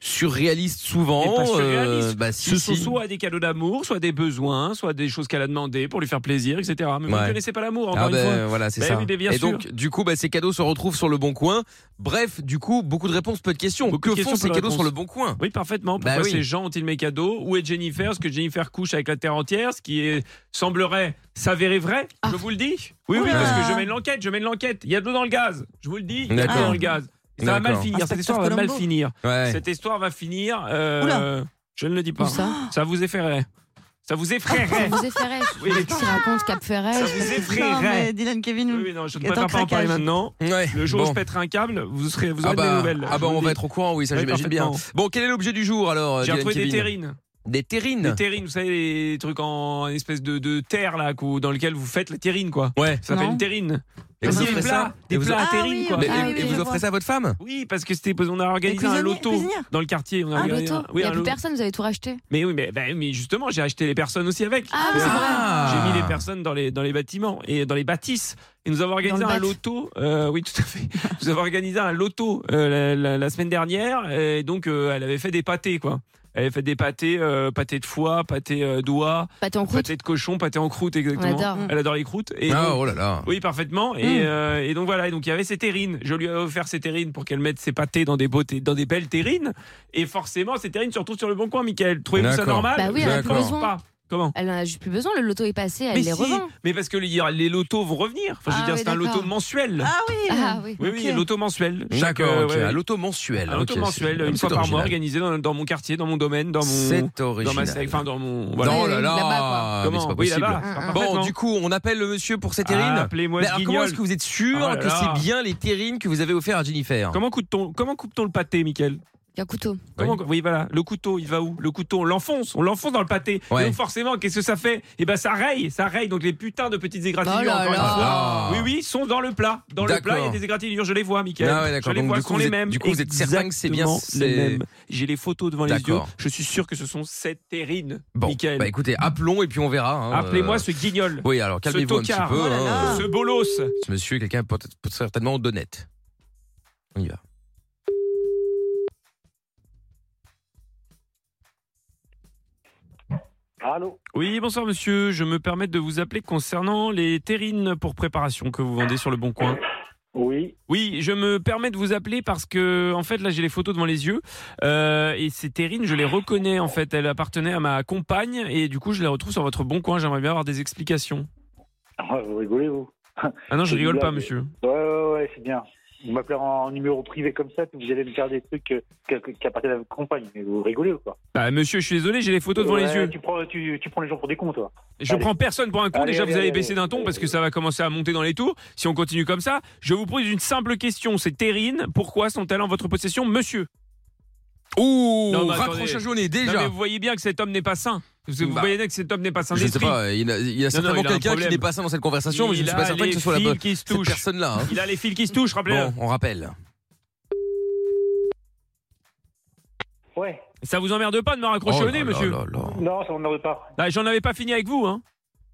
surréalistes souvent. Et pas euh, surréaliste. bah, si, Ce sont si. soit des cadeaux d'amour, soit des besoins, soit des choses qu'elle a demandées pour lui faire plaisir, etc. Mais vous Ouais. ne connaissez pas l'amour, encore Ah une ben, fois. Voilà, c'est Ben ça. oui, mais bien et sûr. donc, du coup, bah, ces cadeaux se retrouvent sur le bon coin. Bref, du coup, beaucoup de réponses, peu de questions. Beaucoup que de questions, font ces peu de cadeaux sur le réponses. bon coin Oui, parfaitement. Bah Pourquoi oui. ces gens ont-ils mes cadeaux Où est Jennifer Est-ce que Jennifer couche avec la terre entière Ce qui est- semblerait s'avérer vrai, je vous le dis. Oui, oui, Oula. parce que je mène l'enquête, je mène l'enquête. Il y a de l'eau dans le gaz, je vous le dis. Il y a de l'eau D'accord. dans le gaz. Et Ça va D'accord. mal finir, cette Inspecteur histoire va mal Columbo. finir. Ouais. Cette histoire va finir. euh, Oula. Je ne le dis pas. Où ça vous effraierait. Ça vous effraierait. Ah, vous effraierait. eh. Oui, mais- Qui raconte Cap Ferret. effraierait. Non, mais Dylan Kevin. Oui, oui, non, je ne est en préfère pas en parler craquage. maintenant. Le jour où bon. je pèterai un câble, vous serez, vous aurez ah bah, des nouvelles. ah bah, on va être au courant, oui, ça Oui, j'imagine bien. parfaitement. Bon, quel est l'objet du jour alors J'ai euh, Dylan retrouvé des Kevin terrines. Des terrines. Des terrines, vous savez, les trucs en espèce de, de terre là, qu'au- dans lequel vous faites les terrines quoi. Ouais. Ça s'appelle Non. une terrine. Et vous Parce qu'il y a offrez des ça plats, des Et vous- plats à Ah terrine oui, quoi. Mais- Ah et- oui, et vous je offrez vois. ça à votre femme Oui, parce que c'était, on a organisé un cuisiniers, loto cuisinières. dans le quartier. On a Un organisé loto. un- Il Oui, n'y a un plus loto. personne, vous avez tout racheté. Mais oui, mais, bah, mais justement, j'ai acheté les personnes aussi avec. Ah, c'est vrai. J'ai Ah. mis les personnes dans les, dans les bâtiments et dans les bâtisses. Et nous avons organisé Dans le un bat. loto. euh, oui, tout à fait. Nous avons organisé un loto euh, la, la- la semaine dernière. Et donc, euh, elle avait fait des pâtés, quoi. Elle avait fait des pâtés, euh, pâtés de foie, pâtés euh, d'oie, pâtés en croûte, de cochon, pâtés en croûte, exactement. On adore. Elle adore les croûtes. Et Ah, donc- oh là là. Oui, parfaitement. Et, Mm. euh, et donc voilà. Et donc il y avait ses terrines. Je lui ai offert ses terrines pour qu'elle mette ses pâtés dans des beaux té- dans des belles terrines. Et forcément, ces terrines se retrouvent sur le bon coin, Michael. Trouvez-vous ça D'accord. normal Bah oui, elle en a plus D'accord. besoin. Pas. Comment Elle en a juste plus besoin. Le loto est passé, elle mais les si, revend. mais parce que les, les lotos vont revenir. Enfin, je veux Ah dire, oui, c'est un d'accord. loto mensuel. Ah oui. Ah oui. Oui, oui, Ok. loto mensuel. Chaque, D'accord, euh, ok, ouais, un ouais. loto mensuel. Un loto ok, mensuel, c'est- une fois c'est par mois, original. organisé dans, dans mon quartier, dans mon domaine, dans mon. C'est Dans ma original. sec- enfin, dans mon. Non, là, là, mais c'est pas Oui, possible. Mm, là-bas. bon, Parfaitement. du coup, on appelle le monsieur pour cette terrine. Ah, appelez-moi Mais ce alors, comment guignol. est-ce que vous êtes sûr Ah là que là. c'est bien les terrines que vous avez offert à Jennifer Comment coupe-t-on comment coupe-t-on le pâté, Michael Il y a un couteau. Comment- oui. voilà. Le couteau, il va où Le couteau, on l'enfonce, on l'enfonce dans le pâté. Ouais. Et donc forcément, qu'est-ce que ça fait Eh ben, ça raye, ça raye. Donc les putains de petites égratignures, Oh là encore une là. fois, oui, oui, sont dans le plat. Dans le Ah. D'accord. plat, il y a des égratignures, je les vois, Michael. Ah ouais, d'accord. je les Donc, vois, du ce coup, sont vous les êtes- mêmes. du coup, vous êtes certain que c'est bien Exactement les ces- mêmes. J'ai les photos devant les yeux. D'accord. Je suis sûr que ce sont cette terrine, Bon, Michael. bah écoutez, appelons et puis on verra. hein. Appelez-moi Euh, ce guignol. Oui, alors ce calmez-vous un petit tocard, peu. oh là là. hein. ce bolos. Ce monsieur est quelqu'un peut- peut- certainement d'honnête. On y va. Allô Oui, bonsoir monsieur. Je me permets de vous appeler concernant les terrines pour préparation que vous vendez sur le Bon Coin. Oui. Oui, je me permets de vous appeler parce que, en fait, là, j'ai les photos devant les yeux. Euh, et ces terrines, je les reconnais, en fait. Elles appartenaient à ma compagne et du coup, je les retrouve sur votre Bon Coin. J'aimerais bien avoir des explications. Ah, Vous rigolez, vous Ah non, je rigole pas, monsieur. Ouais, ouais, ouais, c'est bien. Vous m'appelez en numéro privé comme ça, puis vous allez me faire des trucs euh, qui qui- qui appartiennent à votre compagne. Mais vous rigolez ou quoi Bah, monsieur, je suis désolé, j'ai les photos devant les Ouais, yeux. Tu prends, tu, tu prends les gens pour des cons, toi. Je Allez. prends personne pour un con. Allez, Déjà, allez, vous allez allez, baisser d'un ton parce que ça va commencer à monter dans les tours. Si on continue comme ça, je vous pose une simple question. Ces terrines, pourquoi sont-elles en votre possession, monsieur Ouh, Non, mais attendez. raccrochage au nez Non, déjà. mais vous voyez bien que cet homme n'est pas sain. Vous vous Bah, voyez bien que cet homme n'est pas sain je sais d'esprit. pas, il y a, il y a Non, certainement non, il a un quelqu'un qui problème. n'est pas sain dans cette conversation, mais je Il ne suis a pas certain les que ce soit la fils bonne qui se cette touchent. personne-là. hein. Oh, Il a les fils qui se touchent, rappelez Bon, on rappelle. Ouais. Ça vous emmerde pas de me raccrocher Oh au nez, là monsieur là là là. Non, ça m'emmerde pas. Ah, J'en avais pas fini avec vous, hein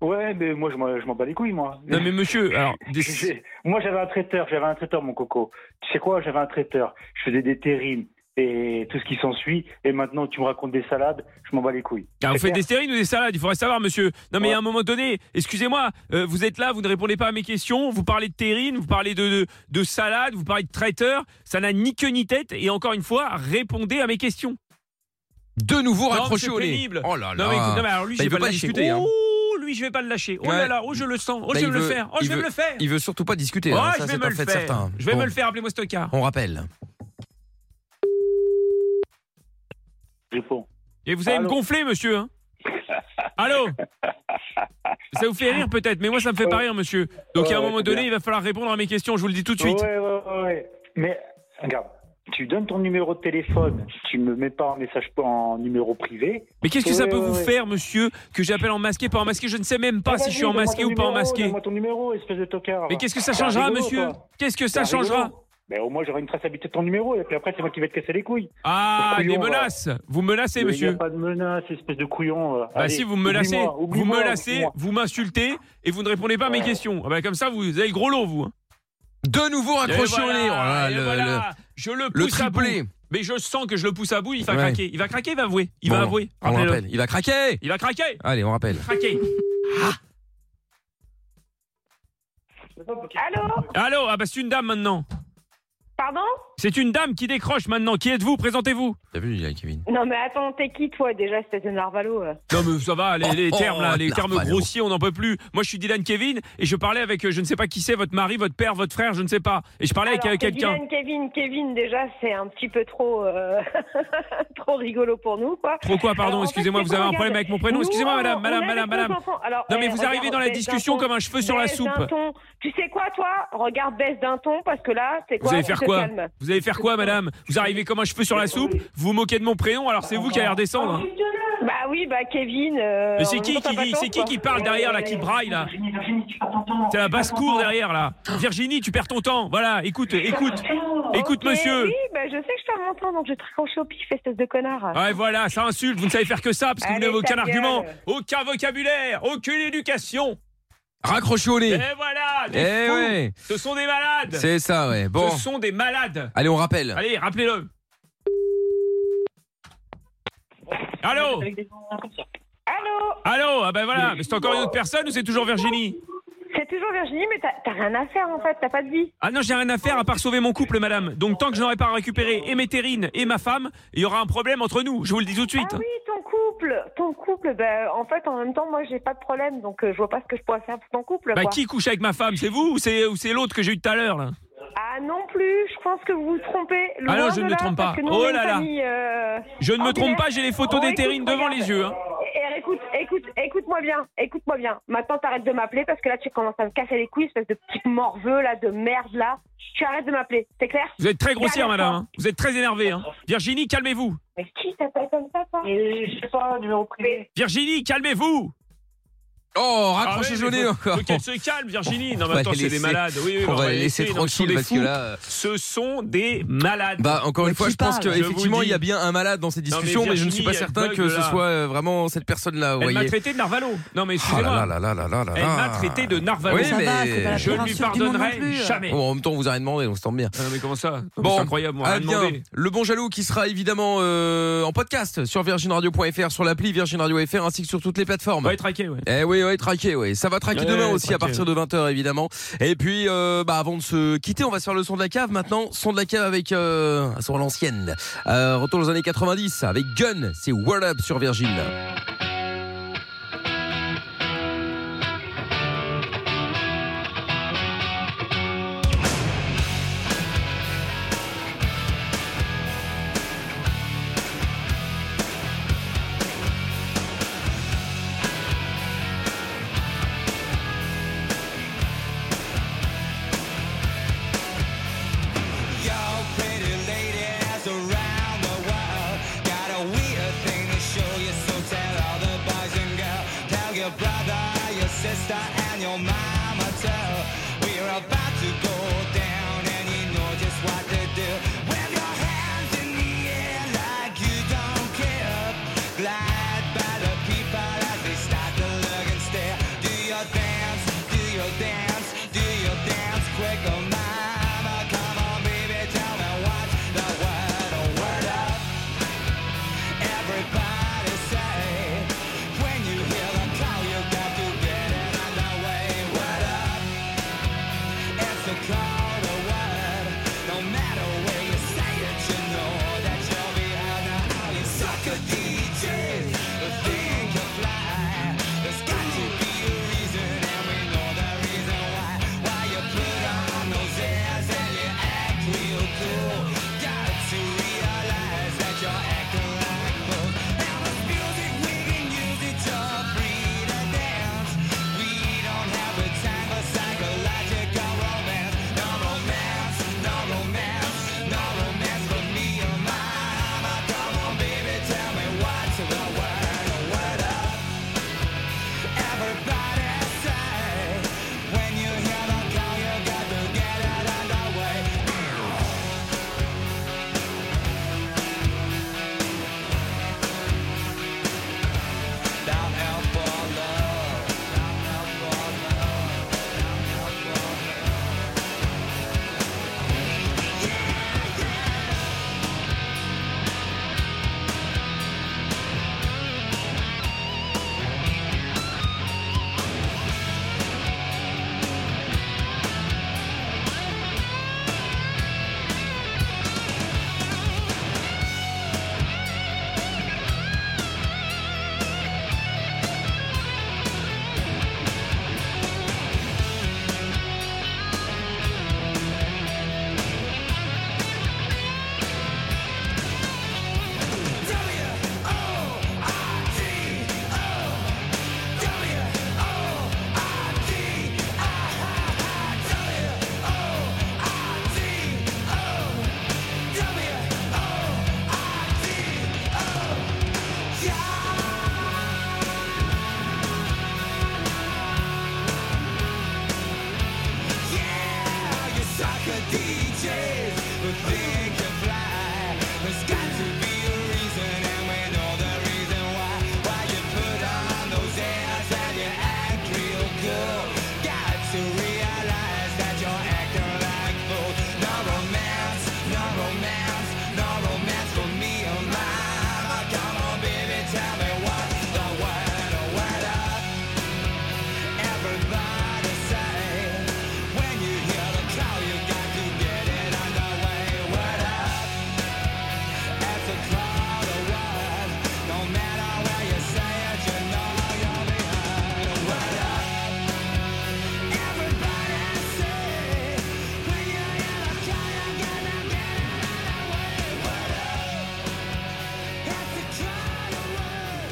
Ouais, mais moi, je m'en je m'en bats les couilles, moi. Non, mais monsieur, alors. des- J'ai- Moi, j'avais un traiteur, j'avais un traiteur, mon coco. Tu sais quoi, j'avais un traiteur. Je faisais des terrines et tout ce qui s'ensuit. Et maintenant, tu me racontes des salades, je m'en bats les couilles. Ah, vous C'est faites clair des stérines ou des salades, il faudrait savoir, monsieur. Non, mais Ouais. à un moment donné, excusez-moi, euh, vous êtes là, vous ne répondez pas à mes questions, vous parlez de terrine, vous parlez de, de, de salade, vous parlez de traiteur, ça n'a ni queue ni tête, et encore une fois, répondez à mes questions. De nouveau Non, mais raccroché c'est au nez. pénible. Oh là là. Non, mais, écoute, non, mais alors lui, Bah, je il vais veut pas pas le discuter. discuter. hein. Oh, lui, je vais pas le lâcher. Oh Ouais. là là, oh, je le sens, oh, Bah, je vais il me le veut- faire, oh, il je vais me veut- le faire. Il veut surtout pas discuter. Oh, hein, je ça, vais c'est me un le fait faire. certain. Je vais Bon, me le faire, appelez-moi ce tocard. On rappelle. Réponds. Et vous allez me Allô gonfler, monsieur. hein. Allô Ça vous fait rire peut-être, mais moi ça me fait pas rire, monsieur. Donc à un Ouais, moment c'est donné, bien. il va falloir répondre à mes questions, je vous le dis tout de suite. Ouais, ouais, ouais. Mais regarde, tu donnes ton numéro de téléphone, tu me mets pas un message en numéro privé. Mais qu'est-ce que ça Ouais, peut ouais, vous ouais. faire, monsieur, que j'appelle en masqué, pas en masqué Je ne sais même pas Ah, si vas-y, je suis en donne-moi masqué ton ou pas en numéro, masqué. Donne-moi ton numéro, espèce de tocard. Mais qu'est-ce que ça T'es changera, rigolo, monsieur toi. Qu'est-ce que ça T'es changera rigolo. Mais Ben, au moins, j'aurai une traçabilité de ton numéro, et puis après, c'est moi qui vais te casser les couilles. Ah, Couillon, des va. menaces Vous menacez, Mais y monsieur a pas de menace, espèce de couillon. va. Bah Allez, si vous me menacez, oublie-moi, vous oublie-moi, me menacez, oublie-moi. vous m'insultez et vous ne répondez pas à mes questions. Ah bah comme ça vous avez le gros lot vous. hein. De nouveau raccroché Et au nez. Oh là là, et le- voilà. le- je le le pousse à triplé. bout. Mais je sens que je le pousse à bout, il va Ouais. craquer. Il va craquer, il va avouer. Il Bon, va avouer. on le Rappelez-le. rappelle. Il va craquer. Il va craquer. Allez, on rappelle. Craquer. Allô Allô, ah bah c'est une dame maintenant. Pardon C'est une dame qui décroche maintenant. Qui êtes-vous Présentez-vous. T'as vu, il y a Kevin. Non, mais attends, t'es qui toi déjà, espèce de narvalo euh Non mais ça va, les, les Oh, termes là, les la termes valeur. grossiers, on n'en peut plus. Moi je suis Dylan Kevin et je parlais avec euh, je ne sais pas qui c'est, votre mari, votre père, votre frère, je ne sais pas. Et je parlais Alors, avec euh, quelqu'un. Dylan, Kevin, Kevin, déjà, c'est un petit peu trop, euh, trop rigolo pour nous, quoi. Trop quoi, pardon, Alors, en fait, excusez-moi, c'est vous qu'on avez un regarde. problème avec mon prénom, Nous, excusez-moi, on- madame, on est madame, avec madame, nos madame. enfants. Alors, Non, eh, mais vous regarde, arrivez dans la baisse discussion d'un ton, comme un cheveu sur la baisse soupe. d'un ton. Tu sais quoi, toi Regarde, baisse d'un ton, parce que là, c'est quoi Vous allez on faire se quoi calme. Vous allez faire quoi, madame Vous arrivez comme un cheveu sur la soupe, vous vous moquez de mon prénom, alors c'est vous qui allez redescendre. hein. Bah oui, bah Kevin. euh, Mais c'est on qui est qui, en dit- c'est qui vacances, qui quoi. Euh, parle derrière là, qui braille là C'est la basse-cour derrière là. Virginie, tu perds ton temps. Voilà, écoute, écoute, écoute Ok, monsieur. Oui, bah je sais que je perds mon temps, donc je te raccroche au pif, espèce de connard. Ouais, voilà, ça insulte, vous ne savez faire que ça, parce que vous Allez, n'avez aucun ta gueule. argument, aucun vocabulaire, aucune éducation. Raccroché au Et nez. voilà, des Eh fous. ouais. Ce sont des malades. C'est ça, ouais. Bon. Ce sont des malades. Allez, on rappelle. Allez, rappelez-le. Allô Allô Allô Ah ben voilà, mais c'est encore une autre personne ou c'est toujours Virginie C'est toujours Virginie, mais t'as- t'as rien à faire en fait, t'as pas de vie. Ah non, j'ai rien à faire à part sauver mon couple, madame. Donc tant que je n'aurai pas récupéré et mes terrines et ma femme, il y aura un problème entre nous, je vous le dis tout de suite. Ah oui, ton couple, ton couple, bah, en fait, en même temps, moi, j'ai pas de problème, donc euh, je vois pas ce que je pourrais faire pour ton couple. Bah quoi. qui couche avec ma femme C'est vous ou c'est ou c'est l'autre que j'ai eu tout à l'heure là Ah non plus, je pense que vous vous trompez. Loin Ah non, je de ne me là, trompe pas. parce que nous, Oh on est une là là. famille, euh, Je ne me trompe ordinaire. pas, j'ai les photos Oh, des écoute, terrines devant regarde. les yeux. hein. Eh, eh, écoute, écoute, écoute-moi bien, écoute-moi bien. Maintenant, t'arrêtes de m'appeler parce que là, tu commences à me casser les couilles, espèce de petit morveux là, de merde là. Tu arrêtes de m'appeler, c'est clair Vous êtes très grossière, Dernière madame. hein. Vous êtes très énervée. hein. Virginie, calmez-vous. Mais qui t'appelle comme ça, toi Et je sais pas, numéro privé. Virginie, calmez-vous. Oh, Ah raccroché ouais, au mais nez faut- encore. faut qu'elle se calme, Virginie. Non, On mais va attends, les c'est des laisser- malades. Oui, oui, on va les les laisser non, ce sont tranquilles des parce que fous. là, euh, Ce sont des malades. Bah encore une Mais fois, qui je pense parle que Je vous effectivement dis. il y a bien un malade dans ces mais discussions, mais, je ne suis Virginie, pas il y a certain le que bug, ce là. soit euh, vraiment cette personne-là. Vous Elle m'a voyez. traité de narvalo. Non, mais Ah là excusez-moi. là là là là là Elle là. m'a traité de narvalo. Oui, Ça mais- va, c'est pas la Je pire ne lui insulte du monde non pardonnerai plus. jamais. Bon, en même temps, on vous a rien demandé, donc c'est tant bien. Ah non, mais comment ça Bon, C'est incroyable, on ah va bien, demander. le bon jaloux qui sera évidemment euh, en podcast sur virginradio.fr, sur l'appli virginradio.fr ainsi que sur toutes les plateformes. Ouais, traqué, ouais. Eh oui, oui, traqué, oui. Ça va traquer Ouais, demain aussi à traquer, partir de 20h évidemment. Et puis, euh, bah, avant de se quitter, on va se faire le son de la cave maintenant. Son de la cave avec euh, un son à l'ancienne. Euh, retour aux années 90 avec Gun, c'est World Up sur Virgin. Yo, pretty ladies around the world got a weird thing to show you, so tell all the boys and girls, tell your brother, your sister, and your mama too. We're about to go down, and you know just what to do. Wave your hands in the air like you don't care. Glide by the people as they start to look and stare. Do your dance, do your dance, do your dance, quick, oh mama, come on, baby, tell me what the word, oh word up. Everybody say, when you hear the call, you got to get it on the way. Word up. It's a call to word. No matter where you say it, you know that you'll be heard. Now all you sucker DJs who think you fly, there's got to be a reason, and we know the reason why. Why you put on those airs and you act real cool. Got to realize that you're acting like fools. Now it's music we can use it to breathe.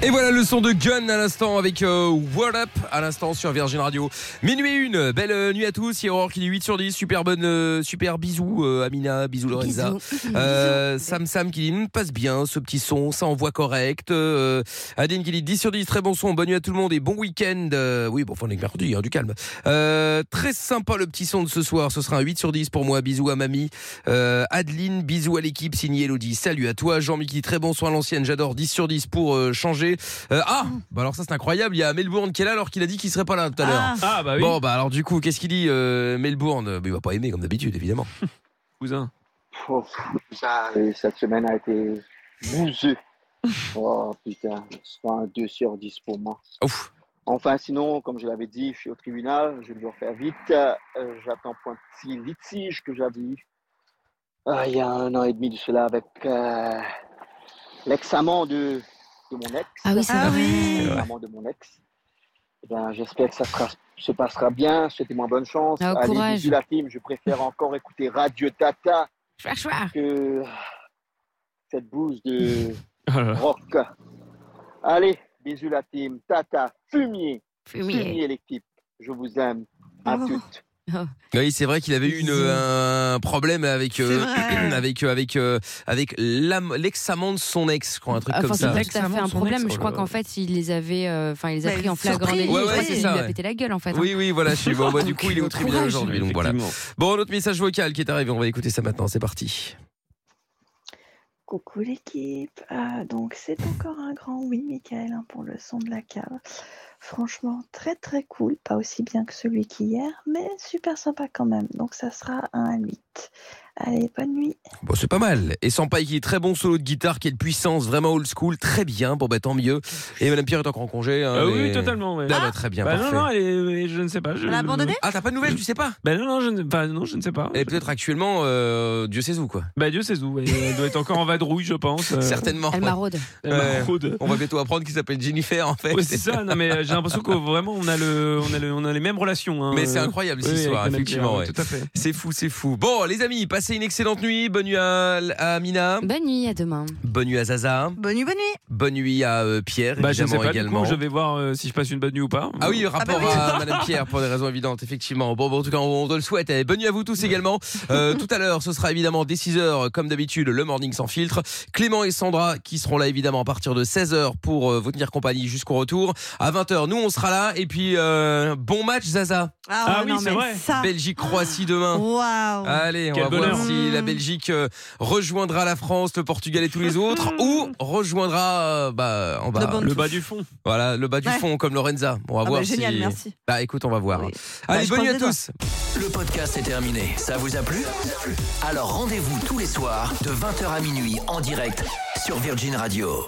Et voilà le son de Gun à l'instant avec euh, What Up à l'instant sur Virgin Radio. Minuit une, belle euh, nuit à tous. Il y a Aurore qui dit 8 sur 10, super bonne, euh, super bisous euh, Amina, bisous Lorenza. Bisous. Euh, Sam Sam qui dit Hum, passe bien ce petit son, ça envoie correct. Euh, Adine qui dit 10 sur 10, très bon son, bonne nuit à tout le monde et bon week-end. Euh, oui, bon, enfin, on est que mercredi, hein, du calme. Euh, très sympa le petit son de ce soir, ce sera un 8 sur 10 pour moi, bisous à mamie. Euh, Adeline, bisous à l'équipe, signé Elodie. Salut à toi, jean mickey très bon son à l'ancienne, j'adore 10 sur 10 pour euh, changer. Euh, ah, bah alors ça c'est incroyable, il y a Melbourne qui est là alors qu'il a dit qu'il serait pas là tout à l'heure. Ah. Ah, bah oui. Bon, bah alors du coup, qu'est-ce qu'il dit euh, Melbourne Mais Il va pas aimer comme d'habitude, évidemment. Cousin. Oh, ça, euh, cette semaine a été bouseux. Oh putain, c'est pas un 2 sur 10 pour moi. Enfin, sinon, comme je l'avais dit, je suis au tribunal, je vais devoir faire vite. Euh, J'attends pour un petit litige que j'avais eu ah, il y a un an et demi de cela avec euh, l'ex-amant de, de mon ex. Ah oui, c'est Ah vrai. oui. L'ex-amant de mon ex. Eh ben, J'espère que ça sera- se passera bien. Souhaitez-moi bonne chance. Ah, Allez, courage. bisous la team. Je préfère encore écouter Radio Tata Chouard, chouard. que cette bouse de Oh là là. rock. Allez, bisous la team. Tata, fumier. Fumier. l'équipe. Je vous aime. À Oh. toutes. Oui, c'est vrai qu'il avait eu une, un problème avec euh, avec euh, avec euh, avec l'am- l'ex-amant de son ex, je crois, un truc Ah, Enfin, comme c'est ça. pas tout à fait un problème. Je crois qu'en fait, il les avait, euh, enfin, il les a Mais pris en flagrant surprise, délit. Je ouais, crois ouais, qu'il c'est lui ça, a ouais. pété la gueule, en fait. hein. Oui, oui, voilà, je suis bon. Bah, du coup, il est au tribunal courage. aujourd'hui, donc voilà. Bon, notre message vocal qui est arrivé, on va écouter ça maintenant, c'est parti. Coucou l'équipe. Ah, donc c'est encore un grand oui, Michael, hein, pour le son de la cave. Franchement, très très cool. Pas aussi bien que celui qu'hier, mais super sympa quand même. Donc ça sera un 8. Allez, bonne nuit. Bon, c'est pas mal. Et Sampai qui est très bon solo de guitare, qui est de puissance, vraiment old school, très bien. Bon, bah tant mieux. Et Madame Pierre est encore en congé. hein, Ah oui, mais- oui, totalement. ouais. Ah, bah, très bien, Bah non, parfait. non, elle est- je ne sais pas. je- Elle a abandonné Ah, t'as pas de nouvelles, tu sais pas Bah non, non, je ne, bah, non, je ne sais pas. Et peut-être actuellement, euh, Dieu sait où, quoi. Bah Dieu sait où. ouais. Elle doit être encore en vadrouille, je pense. euh. Certainement. Elle maraude. Elle maraude. On va bientôt apprendre qu'il s'appelle Jennifer, en fait. Ouais, c'est ça, non mais euh, j'ai l'impression que vraiment on a, le, on, a le- on a les mêmes relations. hein. Mais c'est Euh, incroyable cette oui, histoire, avec Madame Pierre, effectivement. ouais, ouais. Tout à fait. C'est fou, c'est fou. Bon, les amis, passez une excellente nuit. Bonne nuit à, à Mina. Bonne nuit, à demain. Bonne nuit à Zaza. Bonne nuit, bonne nuit. Bonne nuit à euh, Pierre, Bah, je ne sais évidemment, pas, du également. coup, je vais voir euh, si je passe une bonne nuit ou pas. bah Ah oui, rapport à Madame Pierre pour des raisons évidentes, effectivement. Bon, bon, en tout cas, on, on te le souhaite. Et bonne nuit à vous tous également. Euh, tout à l'heure, ce sera évidemment dès 6h, comme d'habitude, le morning sans filtre. Clément et Sandra qui seront là évidemment à partir de 16h pour euh, vous tenir compagnie jusqu'au retour. À 20h, nous, on sera là. Et puis, euh, bon match, Zaza. Ah ouais, Ah oui, non, c'est mais vrai. ça- Belgique-Croatie demain. Waouh. Allez, on Quel va bonheur. voir si la Belgique euh, rejoindra la France, le Portugal et tous les autres, ou rejoindra euh, bah, en bas, Mm. Le, bas du fond. Voilà, le bas du Ouais. fond comme Lorenza. On va Ah voir bah, génial, si- merci. Bah, Bah écoute, on va voir. Allez, bonne nuit à tous. Le podcast est terminé. Ça vous a plu Alors rendez-vous tous les soirs de 20h à minuit en direct sur Virgin Radio.